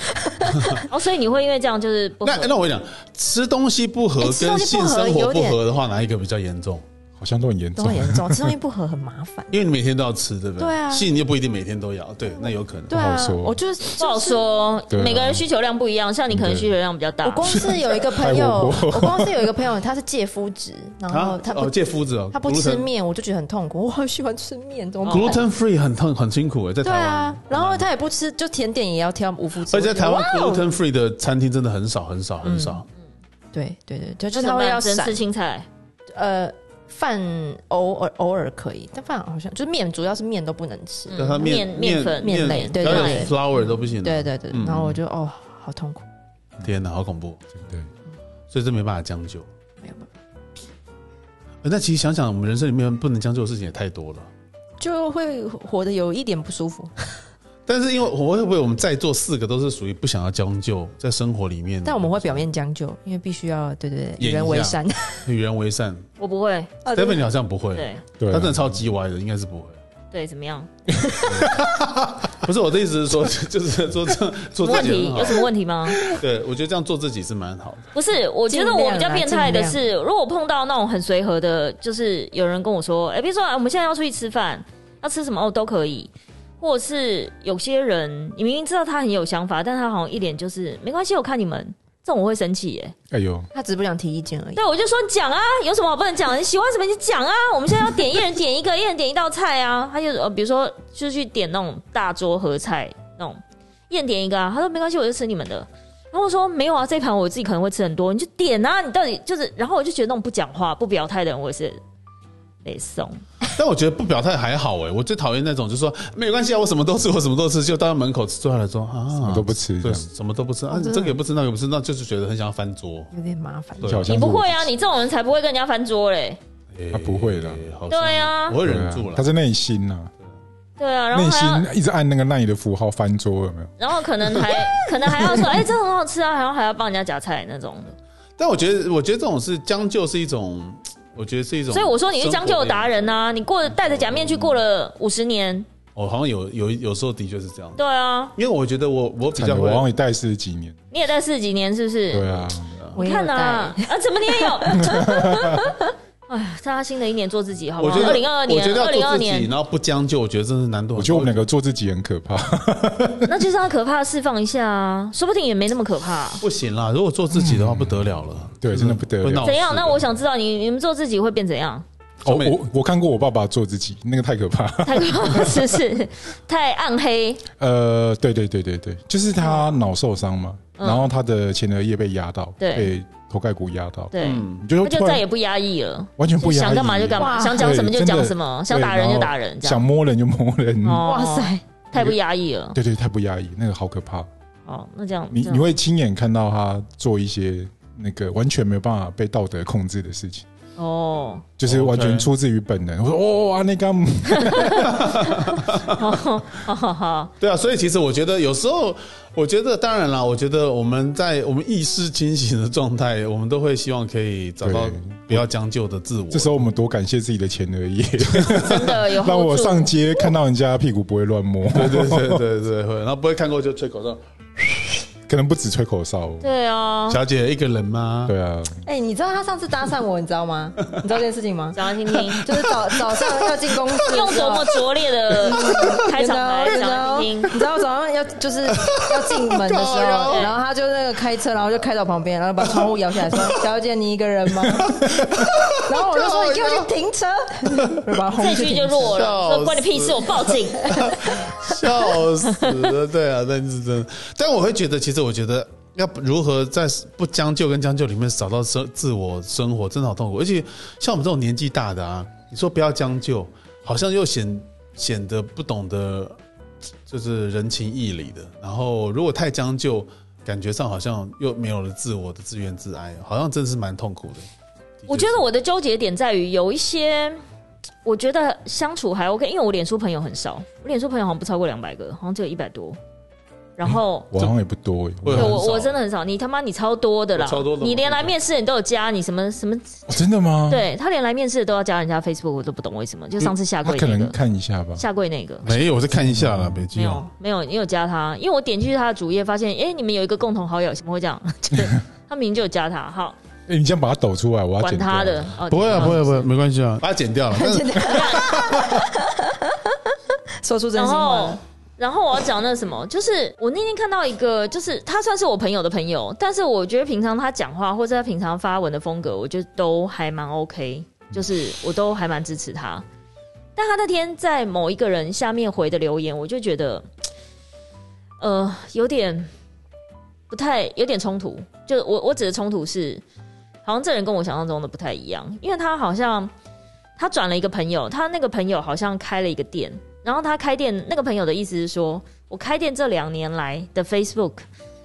[SPEAKER 2] 哦，所以你会因为这样就是不合
[SPEAKER 3] 那那我跟你讲，吃东西不合
[SPEAKER 4] 哎
[SPEAKER 3] 跟
[SPEAKER 4] 吃东西不
[SPEAKER 3] 性
[SPEAKER 4] 合
[SPEAKER 3] 生活
[SPEAKER 4] 有
[SPEAKER 3] 不
[SPEAKER 4] 点
[SPEAKER 3] 合的话，哪一个比较严重？
[SPEAKER 1] 好像都很严
[SPEAKER 4] 都
[SPEAKER 1] 重
[SPEAKER 4] 很。严
[SPEAKER 3] <laughs>
[SPEAKER 4] 重，吃东西不合很麻烦。
[SPEAKER 3] 因为你每天都要吃，对不对？
[SPEAKER 4] 对啊
[SPEAKER 3] 性又不一定每天都要，对，那有可能。
[SPEAKER 4] 对啊
[SPEAKER 1] 好说，
[SPEAKER 4] 我就是
[SPEAKER 2] 不好。说
[SPEAKER 1] 对，啊
[SPEAKER 2] 每个人需求量不一样，像你可能
[SPEAKER 1] 对
[SPEAKER 2] 需求量比较大
[SPEAKER 4] 我。公司有一个朋
[SPEAKER 1] 害
[SPEAKER 3] <laughs>
[SPEAKER 4] 友
[SPEAKER 1] 我，
[SPEAKER 4] 我公司有一个朋友，他是戒麸质，然后
[SPEAKER 3] 啊
[SPEAKER 4] 他，不
[SPEAKER 3] 哦，借夫子哦，
[SPEAKER 4] 他不吃面，我就觉得很痛苦。我很喜欢吃面，怎么办
[SPEAKER 3] gluten free 很痛很辛苦哎，在
[SPEAKER 4] 对
[SPEAKER 3] 台湾
[SPEAKER 4] 啊。，然后他也不吃，就甜点也要挑无麸质。
[SPEAKER 3] 而且在台湾
[SPEAKER 4] 我就觉得哇哦
[SPEAKER 3] gluten free 的餐厅真的很少很少很少，
[SPEAKER 4] 对对对，就就
[SPEAKER 2] 那
[SPEAKER 4] 是
[SPEAKER 2] 怎
[SPEAKER 4] 他
[SPEAKER 2] 么
[SPEAKER 4] 会
[SPEAKER 2] 办
[SPEAKER 4] 要
[SPEAKER 2] 只能
[SPEAKER 4] 闪
[SPEAKER 2] 吃青菜？
[SPEAKER 4] 呃，饭偶尔偶尔可以，但饭好像就是面，主要是面都不能吃。
[SPEAKER 3] 但它面
[SPEAKER 2] 面面粉
[SPEAKER 4] 嗯面类对
[SPEAKER 3] 还有
[SPEAKER 4] 对对
[SPEAKER 3] flour 都不行。
[SPEAKER 4] 对，对对，
[SPEAKER 3] 嗯
[SPEAKER 4] 然后我就哦，好痛苦，
[SPEAKER 3] 天哪，好恐怖！
[SPEAKER 1] 对，
[SPEAKER 3] 所以这没办法将就。
[SPEAKER 4] 没有办法，
[SPEAKER 3] 呃那其实想想，我们人生里面不能将就的事情也太多了。
[SPEAKER 4] 就会活得有一点不舒
[SPEAKER 3] 嗯
[SPEAKER 4] 服。
[SPEAKER 3] 但是因为我会不会我们在座四个都是属于不想要将就，在生活里面，
[SPEAKER 4] 但我们会表面将就，因为必须要对对对，
[SPEAKER 3] 演一
[SPEAKER 4] 与人为善。
[SPEAKER 3] 与人为善。
[SPEAKER 2] 我不会，
[SPEAKER 4] 啊
[SPEAKER 3] d a v i d 你好像不会，
[SPEAKER 2] 对
[SPEAKER 1] 对
[SPEAKER 3] 他
[SPEAKER 1] 啊，
[SPEAKER 3] 真的超级歪的，应该是不会。
[SPEAKER 2] 对，怎么样？
[SPEAKER 3] 不是我的意思是说， <laughs> 就是做这做
[SPEAKER 2] 问
[SPEAKER 3] 自
[SPEAKER 2] 题
[SPEAKER 3] 己
[SPEAKER 2] 有
[SPEAKER 3] 很
[SPEAKER 2] 什
[SPEAKER 3] 好。
[SPEAKER 2] 么问题吗？
[SPEAKER 3] 对，我觉得这样做自己是蛮好的。
[SPEAKER 2] 不是，我觉得我比较变态的
[SPEAKER 4] 尽
[SPEAKER 2] 是，如果碰到那种很随和的，就是有人跟我说，哎、比如说、啊我们现在要出去吃饭，要吃什么哦都可以，或者是有些人你明明知道他很有想法，但他好像一脸就是没关系，我看你们。这种我会生气耶、
[SPEAKER 1] 哎呦，
[SPEAKER 4] <laughs> 他只是不想提意见而已。
[SPEAKER 2] 对我就说讲啊，有什么好不能讲的？你喜欢什么你就讲啊。 <laughs> 我们现在要点，一人点一个，一人点一道菜啊。他就呃，比如说就是去点那种大桌合菜那种，一人点一个啊。他说没关系，我就吃你们的。然后说没有啊，这盘我自己可能会吃很多，你就点啊，你到底就是，然后我就觉得那种不讲话、不表态的人，我也是得送。
[SPEAKER 3] 但我觉得不表态还好哎、我最讨厌那种就是说没有关系啊，我什么都吃，我什么都吃，就到门口坐下来说啊，什
[SPEAKER 1] 么都不吃
[SPEAKER 3] 对，
[SPEAKER 1] 这样
[SPEAKER 3] 什么都不吃啊，
[SPEAKER 4] 哦真的
[SPEAKER 3] 这个也不吃，那个也不吃，那就是觉得很想要翻桌。
[SPEAKER 4] 有点麻烦。
[SPEAKER 3] 对
[SPEAKER 1] 小
[SPEAKER 2] 你
[SPEAKER 1] 香
[SPEAKER 2] 不会啊，你这种人才不会跟人家翻桌嘞。
[SPEAKER 1] 他不会的
[SPEAKER 3] 哎好像
[SPEAKER 2] 对啊
[SPEAKER 3] 我会忍住了
[SPEAKER 1] 他。是内心呐，
[SPEAKER 2] 对啊，然后
[SPEAKER 1] 内
[SPEAKER 2] 还要，
[SPEAKER 1] 心一直按那个赖的符号翻桌有没有？
[SPEAKER 2] 然后可能还可能还要说，哎、这很好吃啊，然后还要帮人家夹菜那种的。
[SPEAKER 3] 但我觉得，我觉得这种是将就是一种，我觉得是一种。
[SPEAKER 2] 所以我说你是将就达
[SPEAKER 3] 人，
[SPEAKER 2] 人呐、你过戴着假面具过
[SPEAKER 3] 嗯
[SPEAKER 2] 了五十年，
[SPEAKER 3] 我哦好像有有有时候的确是这样，
[SPEAKER 2] 对啊，
[SPEAKER 3] 因为我觉得我我比
[SPEAKER 1] 惨
[SPEAKER 3] 较
[SPEAKER 1] 了我
[SPEAKER 3] 会
[SPEAKER 1] 忘了带四十几年。
[SPEAKER 2] 你也戴四十几年是不是？
[SPEAKER 1] 对啊，
[SPEAKER 4] 我也有
[SPEAKER 2] 看呐、啊
[SPEAKER 4] 带，，
[SPEAKER 2] 怎么你
[SPEAKER 3] <laughs>
[SPEAKER 2] 也有？ <laughs> 哎呀，在他新的一年做自己好不
[SPEAKER 3] 我
[SPEAKER 2] 好
[SPEAKER 3] 觉？得
[SPEAKER 2] 二零二二
[SPEAKER 3] 我觉
[SPEAKER 2] 年，
[SPEAKER 3] 得
[SPEAKER 2] 二零
[SPEAKER 3] 要
[SPEAKER 2] 二
[SPEAKER 3] 做自己，
[SPEAKER 2] 年
[SPEAKER 3] 然，后不将就，我觉得真是难度很高。
[SPEAKER 1] 我觉得我们两个做自己很可怕。
[SPEAKER 2] 那就是让他可怕的释放一下啊，说不定也没那么可怕、
[SPEAKER 3] 不行啦，如果做自己的话不得了了，
[SPEAKER 1] <laughs> 嗯对真的不得了
[SPEAKER 3] 会闹事
[SPEAKER 2] 怎样？
[SPEAKER 3] 的
[SPEAKER 2] 那我想知道你你们做自己会变
[SPEAKER 3] <laughs>
[SPEAKER 2] 怎样？
[SPEAKER 1] 哦，
[SPEAKER 3] 小美
[SPEAKER 1] 我我看过我爸爸做自己，那个太可怕。 <laughs>
[SPEAKER 2] 太可怕是不是？太暗黑，
[SPEAKER 1] 呃，对对对对对，就是他脑受伤嘛，然后他的前额叶被压到，
[SPEAKER 2] 嗯对
[SPEAKER 1] 被头盖骨压到，
[SPEAKER 2] 对，
[SPEAKER 3] 嗯
[SPEAKER 1] 你就
[SPEAKER 2] 他就
[SPEAKER 1] 突
[SPEAKER 2] 再
[SPEAKER 1] 然
[SPEAKER 2] 也不压抑了，
[SPEAKER 1] 完全不压抑
[SPEAKER 2] 想干嘛就干嘛，
[SPEAKER 4] 哇
[SPEAKER 2] 想讲什么就
[SPEAKER 1] 对真
[SPEAKER 2] 讲
[SPEAKER 1] 的
[SPEAKER 2] 什么，想
[SPEAKER 1] 对
[SPEAKER 2] 打人就
[SPEAKER 1] 然后
[SPEAKER 2] 打人，这
[SPEAKER 1] 想
[SPEAKER 2] 样。
[SPEAKER 1] 摸人就摸人。
[SPEAKER 2] 哦
[SPEAKER 4] 哇 <laughs> 塞，
[SPEAKER 2] 太不压抑了。
[SPEAKER 1] 对对，太不压抑，那个好可怕。
[SPEAKER 2] 哦，那这样
[SPEAKER 1] 你
[SPEAKER 2] 这
[SPEAKER 1] 你
[SPEAKER 2] 样
[SPEAKER 1] 会亲眼看到他做一些那个完全没有办法被道德控制的事情，
[SPEAKER 2] 哦，
[SPEAKER 1] 就是完全
[SPEAKER 3] OK
[SPEAKER 1] 出自于本能。我说哦啊，那个
[SPEAKER 2] 好
[SPEAKER 3] <laughs>
[SPEAKER 2] 好好，
[SPEAKER 3] 对啊，所以其实我觉得有时候，我觉得当然啦，我觉得我们在我们意识清醒的状态，我们都会希望可以找到
[SPEAKER 1] 对
[SPEAKER 3] 不要将就的自我。
[SPEAKER 1] 这时候我们多感谢自己的前额叶，
[SPEAKER 2] 真的有
[SPEAKER 1] <laughs> 让
[SPEAKER 2] hold
[SPEAKER 1] 我
[SPEAKER 2] 住
[SPEAKER 1] 上街看到人家屁股不会乱摸，
[SPEAKER 3] 对对对对对，会，然后不会看过就吹口哨，
[SPEAKER 1] 可能不止吹口哨哦。
[SPEAKER 2] 对啊，
[SPEAKER 3] 小姐一个人吗？
[SPEAKER 1] 对啊，
[SPEAKER 4] 哎、你知道他上次搭讪我，你知道吗？你知道这件事情吗？
[SPEAKER 2] 讲来
[SPEAKER 3] <laughs>
[SPEAKER 2] 听听，
[SPEAKER 4] 就是早早上要进公司的时候，
[SPEAKER 2] <laughs> 用多么拙
[SPEAKER 3] <laughs>
[SPEAKER 2] 劣的开场白
[SPEAKER 3] 哦
[SPEAKER 2] 讲来听
[SPEAKER 4] 你
[SPEAKER 2] 听。
[SPEAKER 4] 知道早上要就是要进门的
[SPEAKER 1] <laughs>
[SPEAKER 4] 时
[SPEAKER 3] 靠
[SPEAKER 4] 候，
[SPEAKER 2] 腰
[SPEAKER 4] 然后他就那个开车，然后就开到旁边，然后把窗户摇下来
[SPEAKER 1] <laughs>
[SPEAKER 4] 说：“小姐，你一个人吗？” <laughs> 然后我就说：“你给我去停车！”我就把他轰
[SPEAKER 2] 这
[SPEAKER 4] 去
[SPEAKER 2] 句
[SPEAKER 4] 停
[SPEAKER 2] 就
[SPEAKER 4] 车
[SPEAKER 3] 笑
[SPEAKER 2] 弱了，
[SPEAKER 3] 死
[SPEAKER 2] 说关你屁事，我
[SPEAKER 3] <laughs>
[SPEAKER 2] 报警。
[SPEAKER 3] 笑死了，对啊，但是真的，但我会觉得，其实我觉得要如何在不将就跟将就里面找到生自我生活，真的好痛苦。而且像我们这种年纪大的啊，你说不要将就，好像又显显得不懂得就是人情义理的。然后如果太将就，感觉上好像又没有了自我的自怨自哀，好像真的是蛮痛苦的。
[SPEAKER 2] 我觉得我的纠结点在于有一些，我觉得相处还 OK，因为我脸书朋友很少，我脸书朋友好像不超过两百个，好像只有一百多。然后
[SPEAKER 1] 我好像也不多耶，欸
[SPEAKER 3] 嗯我也
[SPEAKER 2] 对
[SPEAKER 3] 很
[SPEAKER 2] 我
[SPEAKER 3] 少
[SPEAKER 2] 我真的很少，你他妈你超多的啦，
[SPEAKER 3] 我超多的
[SPEAKER 2] 你连来面试你都有加，你什么什么，
[SPEAKER 1] 哦真的吗？，
[SPEAKER 2] 对他连来面试的都要加人家 Facebook，我都不懂为什么，就上次下
[SPEAKER 1] 他
[SPEAKER 2] 跪
[SPEAKER 1] 可
[SPEAKER 2] 那
[SPEAKER 1] 能
[SPEAKER 2] 个，
[SPEAKER 1] 看一下吧。
[SPEAKER 2] 下跪那个。
[SPEAKER 3] 没有，我再看一下啦，北京啊
[SPEAKER 2] 没有没有，你有加他，因为我点进去他的主页，发现哎、诶你们有一个共同好友，怎么会这样？ <laughs> 就是他明明就有加他，好，
[SPEAKER 1] 哎，你这样把它抖出来，我要
[SPEAKER 2] 管
[SPEAKER 1] 剪掉
[SPEAKER 2] 他的。，哦
[SPEAKER 3] 不会啊，
[SPEAKER 2] 剪
[SPEAKER 3] 不会，
[SPEAKER 2] 掉
[SPEAKER 3] 不会，没关系啊，把它剪掉
[SPEAKER 2] <laughs>
[SPEAKER 3] 了。但是
[SPEAKER 4] <laughs> 说出真
[SPEAKER 2] 然
[SPEAKER 4] 心
[SPEAKER 2] 后
[SPEAKER 4] 话。，
[SPEAKER 2] 然后我要讲那什么，就是我那天看到一个，就是他算是我朋友的朋友，但是我觉得平常他讲话或者他平常发文的风格，我觉得都还蛮 OK，就是我都还蛮支持他。但他那天在某一个人下面回的留言，我就觉得，呃，有点不太，有点冲突。就我我指的冲突是，好像这人跟我想象中的不太一样，因为他好像他转了一个朋友，他那个朋友好像开了一个店，然后他开店，那个朋友的意思是说，我开店这两年来的 Facebook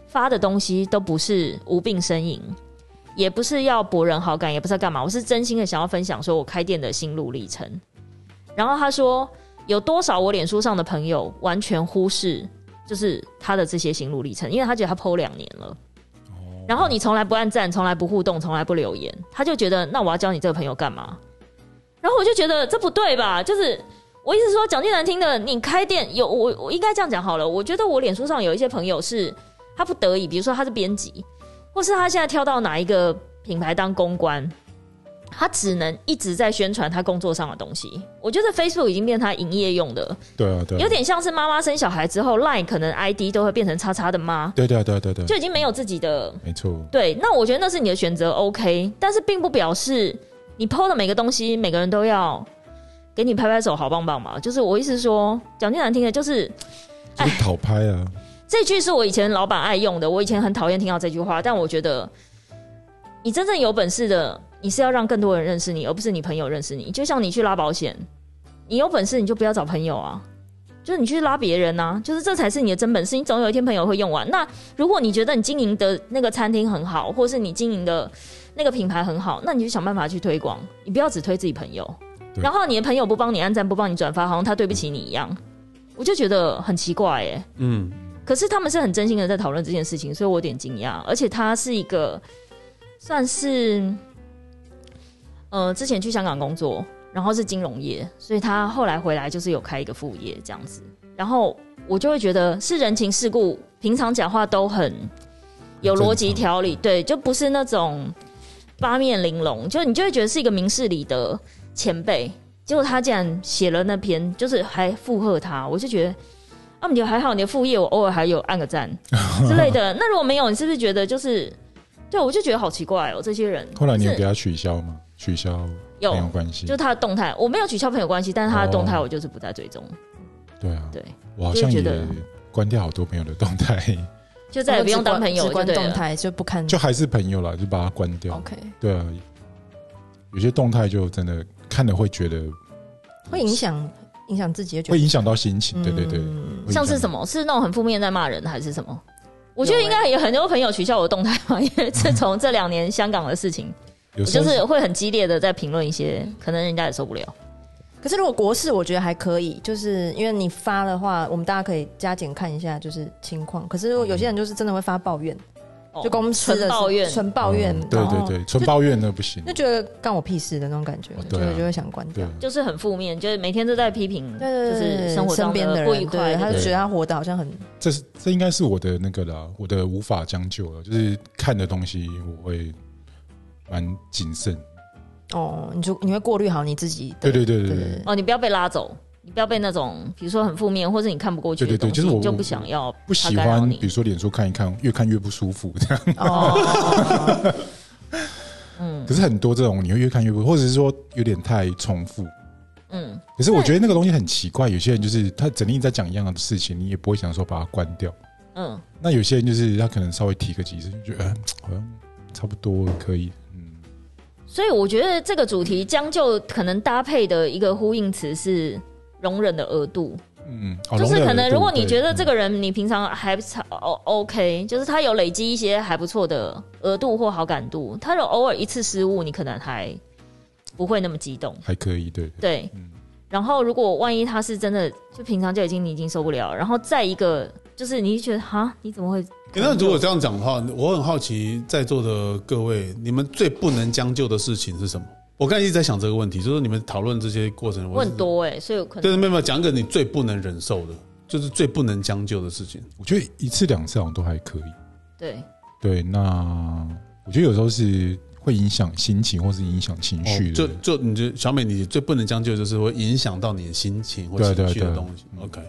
[SPEAKER 2] 发的东西都不是无病呻吟，也不是要博人好感，也不是要干嘛，我是真心的想要分享说我开店的心路历程。然后他说，有多少我脸书上的朋友完全忽视，就是他的这些心路历程，因为他觉得他 PO 两年了。然后你从来不按赞，从来不互动，从来不留言，他就觉得那我要交你这个朋友干嘛？然后我就觉得这不对吧？就是我意思说，讲句难听的，你开店有我我应该这样讲好了。我觉得我脸书上有一些朋友是他不得已，比如说他是编辑，或是他现在跳到哪一个品牌当公关，他只能一直在宣传他工作上的东西。我觉得 Facebook 已经变他营业用的，
[SPEAKER 1] 对啊，对啊，
[SPEAKER 2] 有点像是妈妈生小孩之后，Line 可能 ID 都会变成叉叉的妈，
[SPEAKER 1] 对，对啊，对啊，对啊对啊
[SPEAKER 2] 就，已经没有自己的
[SPEAKER 1] 没错。
[SPEAKER 2] 对，那我觉得那是你的选择，OK，但是并不表示你 PO 的每个东西，每个人都要给你拍拍手，好棒棒嘛。就是我意思是说，讲句难听的，就是
[SPEAKER 1] 就是讨拍啊，
[SPEAKER 2] 这句是我以前老板爱用的，我以前很讨厌听到这句话，但我觉得你真正有本事的，你是要让更多人认识你，而不是你朋友认识你。就像你去拉保险，你有本事你就不要找朋友啊，就是你去拉别人啊，就是这才是你的真本事。你总有一天朋友会用完。那如果你觉得你经营的那个餐厅很好，或是你经营的那个品牌很好，那你就想办法去推广，你不要只推自己朋友。
[SPEAKER 1] 对
[SPEAKER 2] 然后你的朋友不帮你按赞，不帮你转发，好像他对不起你一样，我就觉得很奇怪欸耶、
[SPEAKER 3] 嗯，
[SPEAKER 2] 可是他们是很真心的在讨论这件事情，所以我有点惊讶。而且他是一个算是，呃，之前去香港工作，然后是金融业，所以他后来回来就是有开一个副业这样子。然后我就会觉得是人情世故，平常讲话都很有逻辑
[SPEAKER 1] 正常
[SPEAKER 2] 条理，对，就不是那种八面玲珑，就你就会觉得是一个明事理的前辈。结果他竟然写了那篇，就是还附和他，我就觉得。啊，你还好，你的副业我偶尔还有按
[SPEAKER 1] <laughs>
[SPEAKER 2] 个赞之类的。那如果没有，你是不是觉得就是，对我就觉得好奇怪哦，这些人。
[SPEAKER 1] 后来你有
[SPEAKER 2] 就是
[SPEAKER 1] 给他取消吗？取消
[SPEAKER 2] 有
[SPEAKER 1] 没有关系
[SPEAKER 2] 就，他的动态，我没有取消朋友关系，但是他的动态
[SPEAKER 1] 哦
[SPEAKER 2] 我就是不再追踪，
[SPEAKER 1] 对啊，
[SPEAKER 2] 对，
[SPEAKER 1] 我好像
[SPEAKER 2] 就觉
[SPEAKER 1] 也
[SPEAKER 2] 得
[SPEAKER 1] 关掉好多朋友的动态， <laughs>
[SPEAKER 2] 就
[SPEAKER 4] 哦
[SPEAKER 2] 再也不用当朋友
[SPEAKER 4] 只
[SPEAKER 2] 就
[SPEAKER 4] 关
[SPEAKER 2] 对
[SPEAKER 4] 动
[SPEAKER 2] 了。
[SPEAKER 4] 态就不看
[SPEAKER 1] 就还是朋友啦，就把它关掉。
[SPEAKER 4] OK，
[SPEAKER 1] 对啊，有些动态就真的看了会觉得
[SPEAKER 4] 会影响影响自己的决
[SPEAKER 1] 会
[SPEAKER 4] 定。
[SPEAKER 1] 影响到心情，对对对，
[SPEAKER 4] 嗯
[SPEAKER 1] 会
[SPEAKER 2] 像
[SPEAKER 1] 影
[SPEAKER 2] 是
[SPEAKER 1] 响
[SPEAKER 2] 什么？是那种很负面在骂人的还是什么？我觉得
[SPEAKER 4] 有
[SPEAKER 2] 应
[SPEAKER 4] 欸
[SPEAKER 2] 该有很多朋友取消我的动态吧，因为自从这两年香港的事情，
[SPEAKER 1] 有
[SPEAKER 2] 我
[SPEAKER 1] 时
[SPEAKER 2] 就
[SPEAKER 1] 候
[SPEAKER 2] 是会很激烈的在评论一些，可能人家也受不了。
[SPEAKER 4] 可是如果国事，我觉得还可以，就是因为你发的话，我们大家可以加减看一下，就是情况。可是如果有些人就是真的会发抱怨，
[SPEAKER 2] 哦
[SPEAKER 4] 就公司的
[SPEAKER 2] 纯抱怨，哦
[SPEAKER 4] 纯抱怨
[SPEAKER 1] 嗯，对对
[SPEAKER 4] 然后
[SPEAKER 1] 对，纯抱怨那不行
[SPEAKER 4] 就，觉得干我屁事的那种感觉
[SPEAKER 1] 哦，
[SPEAKER 4] 就
[SPEAKER 1] 对啊
[SPEAKER 4] 会就会想关
[SPEAKER 1] 对
[SPEAKER 4] 掉。，
[SPEAKER 2] 就是很负面，就是每天都在批评，
[SPEAKER 4] 对对
[SPEAKER 2] 就
[SPEAKER 4] 对对
[SPEAKER 2] 是生活
[SPEAKER 4] 身
[SPEAKER 2] 上
[SPEAKER 4] 边
[SPEAKER 2] 的
[SPEAKER 4] 人
[SPEAKER 2] 不愉快
[SPEAKER 4] 对
[SPEAKER 2] 的
[SPEAKER 4] 他就
[SPEAKER 1] 对
[SPEAKER 4] 觉得他活得好像很
[SPEAKER 1] 这是这应该是我的那个啦，我的无法将就了，就是看的东西我会蛮谨慎，
[SPEAKER 4] 哦，你就你会过滤好你自己
[SPEAKER 1] 对
[SPEAKER 4] 的。
[SPEAKER 1] 对对
[SPEAKER 4] 对
[SPEAKER 1] 对
[SPEAKER 4] 对
[SPEAKER 1] 对，
[SPEAKER 4] 对
[SPEAKER 2] 哦，你不要被拉走，你不要被那种比如说很负面或者你看不过去的
[SPEAKER 1] 对对对
[SPEAKER 2] 东西，
[SPEAKER 1] 就是我
[SPEAKER 2] 你就不想要
[SPEAKER 1] 不
[SPEAKER 2] 它
[SPEAKER 1] 喜
[SPEAKER 2] 干扰
[SPEAKER 1] 欢，
[SPEAKER 2] 你
[SPEAKER 1] 比如说脸书看一看，越看越不舒服这样。
[SPEAKER 4] 哦，
[SPEAKER 2] 嗯
[SPEAKER 1] 可是很多这种你会越看越不，或者是说有点太重复。
[SPEAKER 2] 嗯，
[SPEAKER 1] 可是我觉得那个东西很奇怪，有些人就是他整天在讲一样的事情，你也不会想说把它关掉。
[SPEAKER 2] 嗯，
[SPEAKER 1] 那有些人就是他可能稍微提个几次，就觉得、呃、好像差不多了可以。嗯，
[SPEAKER 2] 所以我觉得这个主题将就可能搭配的一个呼应词是容忍的额度，
[SPEAKER 1] 嗯，哦
[SPEAKER 2] 就是可能如果你觉得
[SPEAKER 1] 容忍对嗯
[SPEAKER 2] 这，个人你平常还差 O 哦 OK，就是他有累积一些还不错的额度或好感度，他有偶尔一次失误，你可能还不会那么激动
[SPEAKER 1] 嗯。还可以，对对
[SPEAKER 2] 对，
[SPEAKER 1] 嗯
[SPEAKER 2] 然后如果万一他是真的，就平常就已经你已经受不了，然后再一个就是你就觉得哈，你怎么会？
[SPEAKER 3] 诶那如果这样讲的话，我很好奇在座的各位，你们最不能将就的事情是什么？我刚才一直在想这个问题，就是你们讨论这些过程，
[SPEAKER 2] 我很。多哎、所以我可
[SPEAKER 3] 对，
[SPEAKER 2] 能
[SPEAKER 3] 没有没有讲一个你最不能忍受的，哦就是最不能将就的事情。
[SPEAKER 1] 我觉得一次两次好像都还可以。
[SPEAKER 2] 对
[SPEAKER 1] 对，那我觉得有时候是会影响心情或是影响情绪的。
[SPEAKER 3] 哦就就你觉得小美，你最不能将就就是会影响到你的心情或
[SPEAKER 1] 对啊
[SPEAKER 3] 情绪
[SPEAKER 1] 对啊对
[SPEAKER 3] 的
[SPEAKER 1] 啊
[SPEAKER 3] 东西。OK，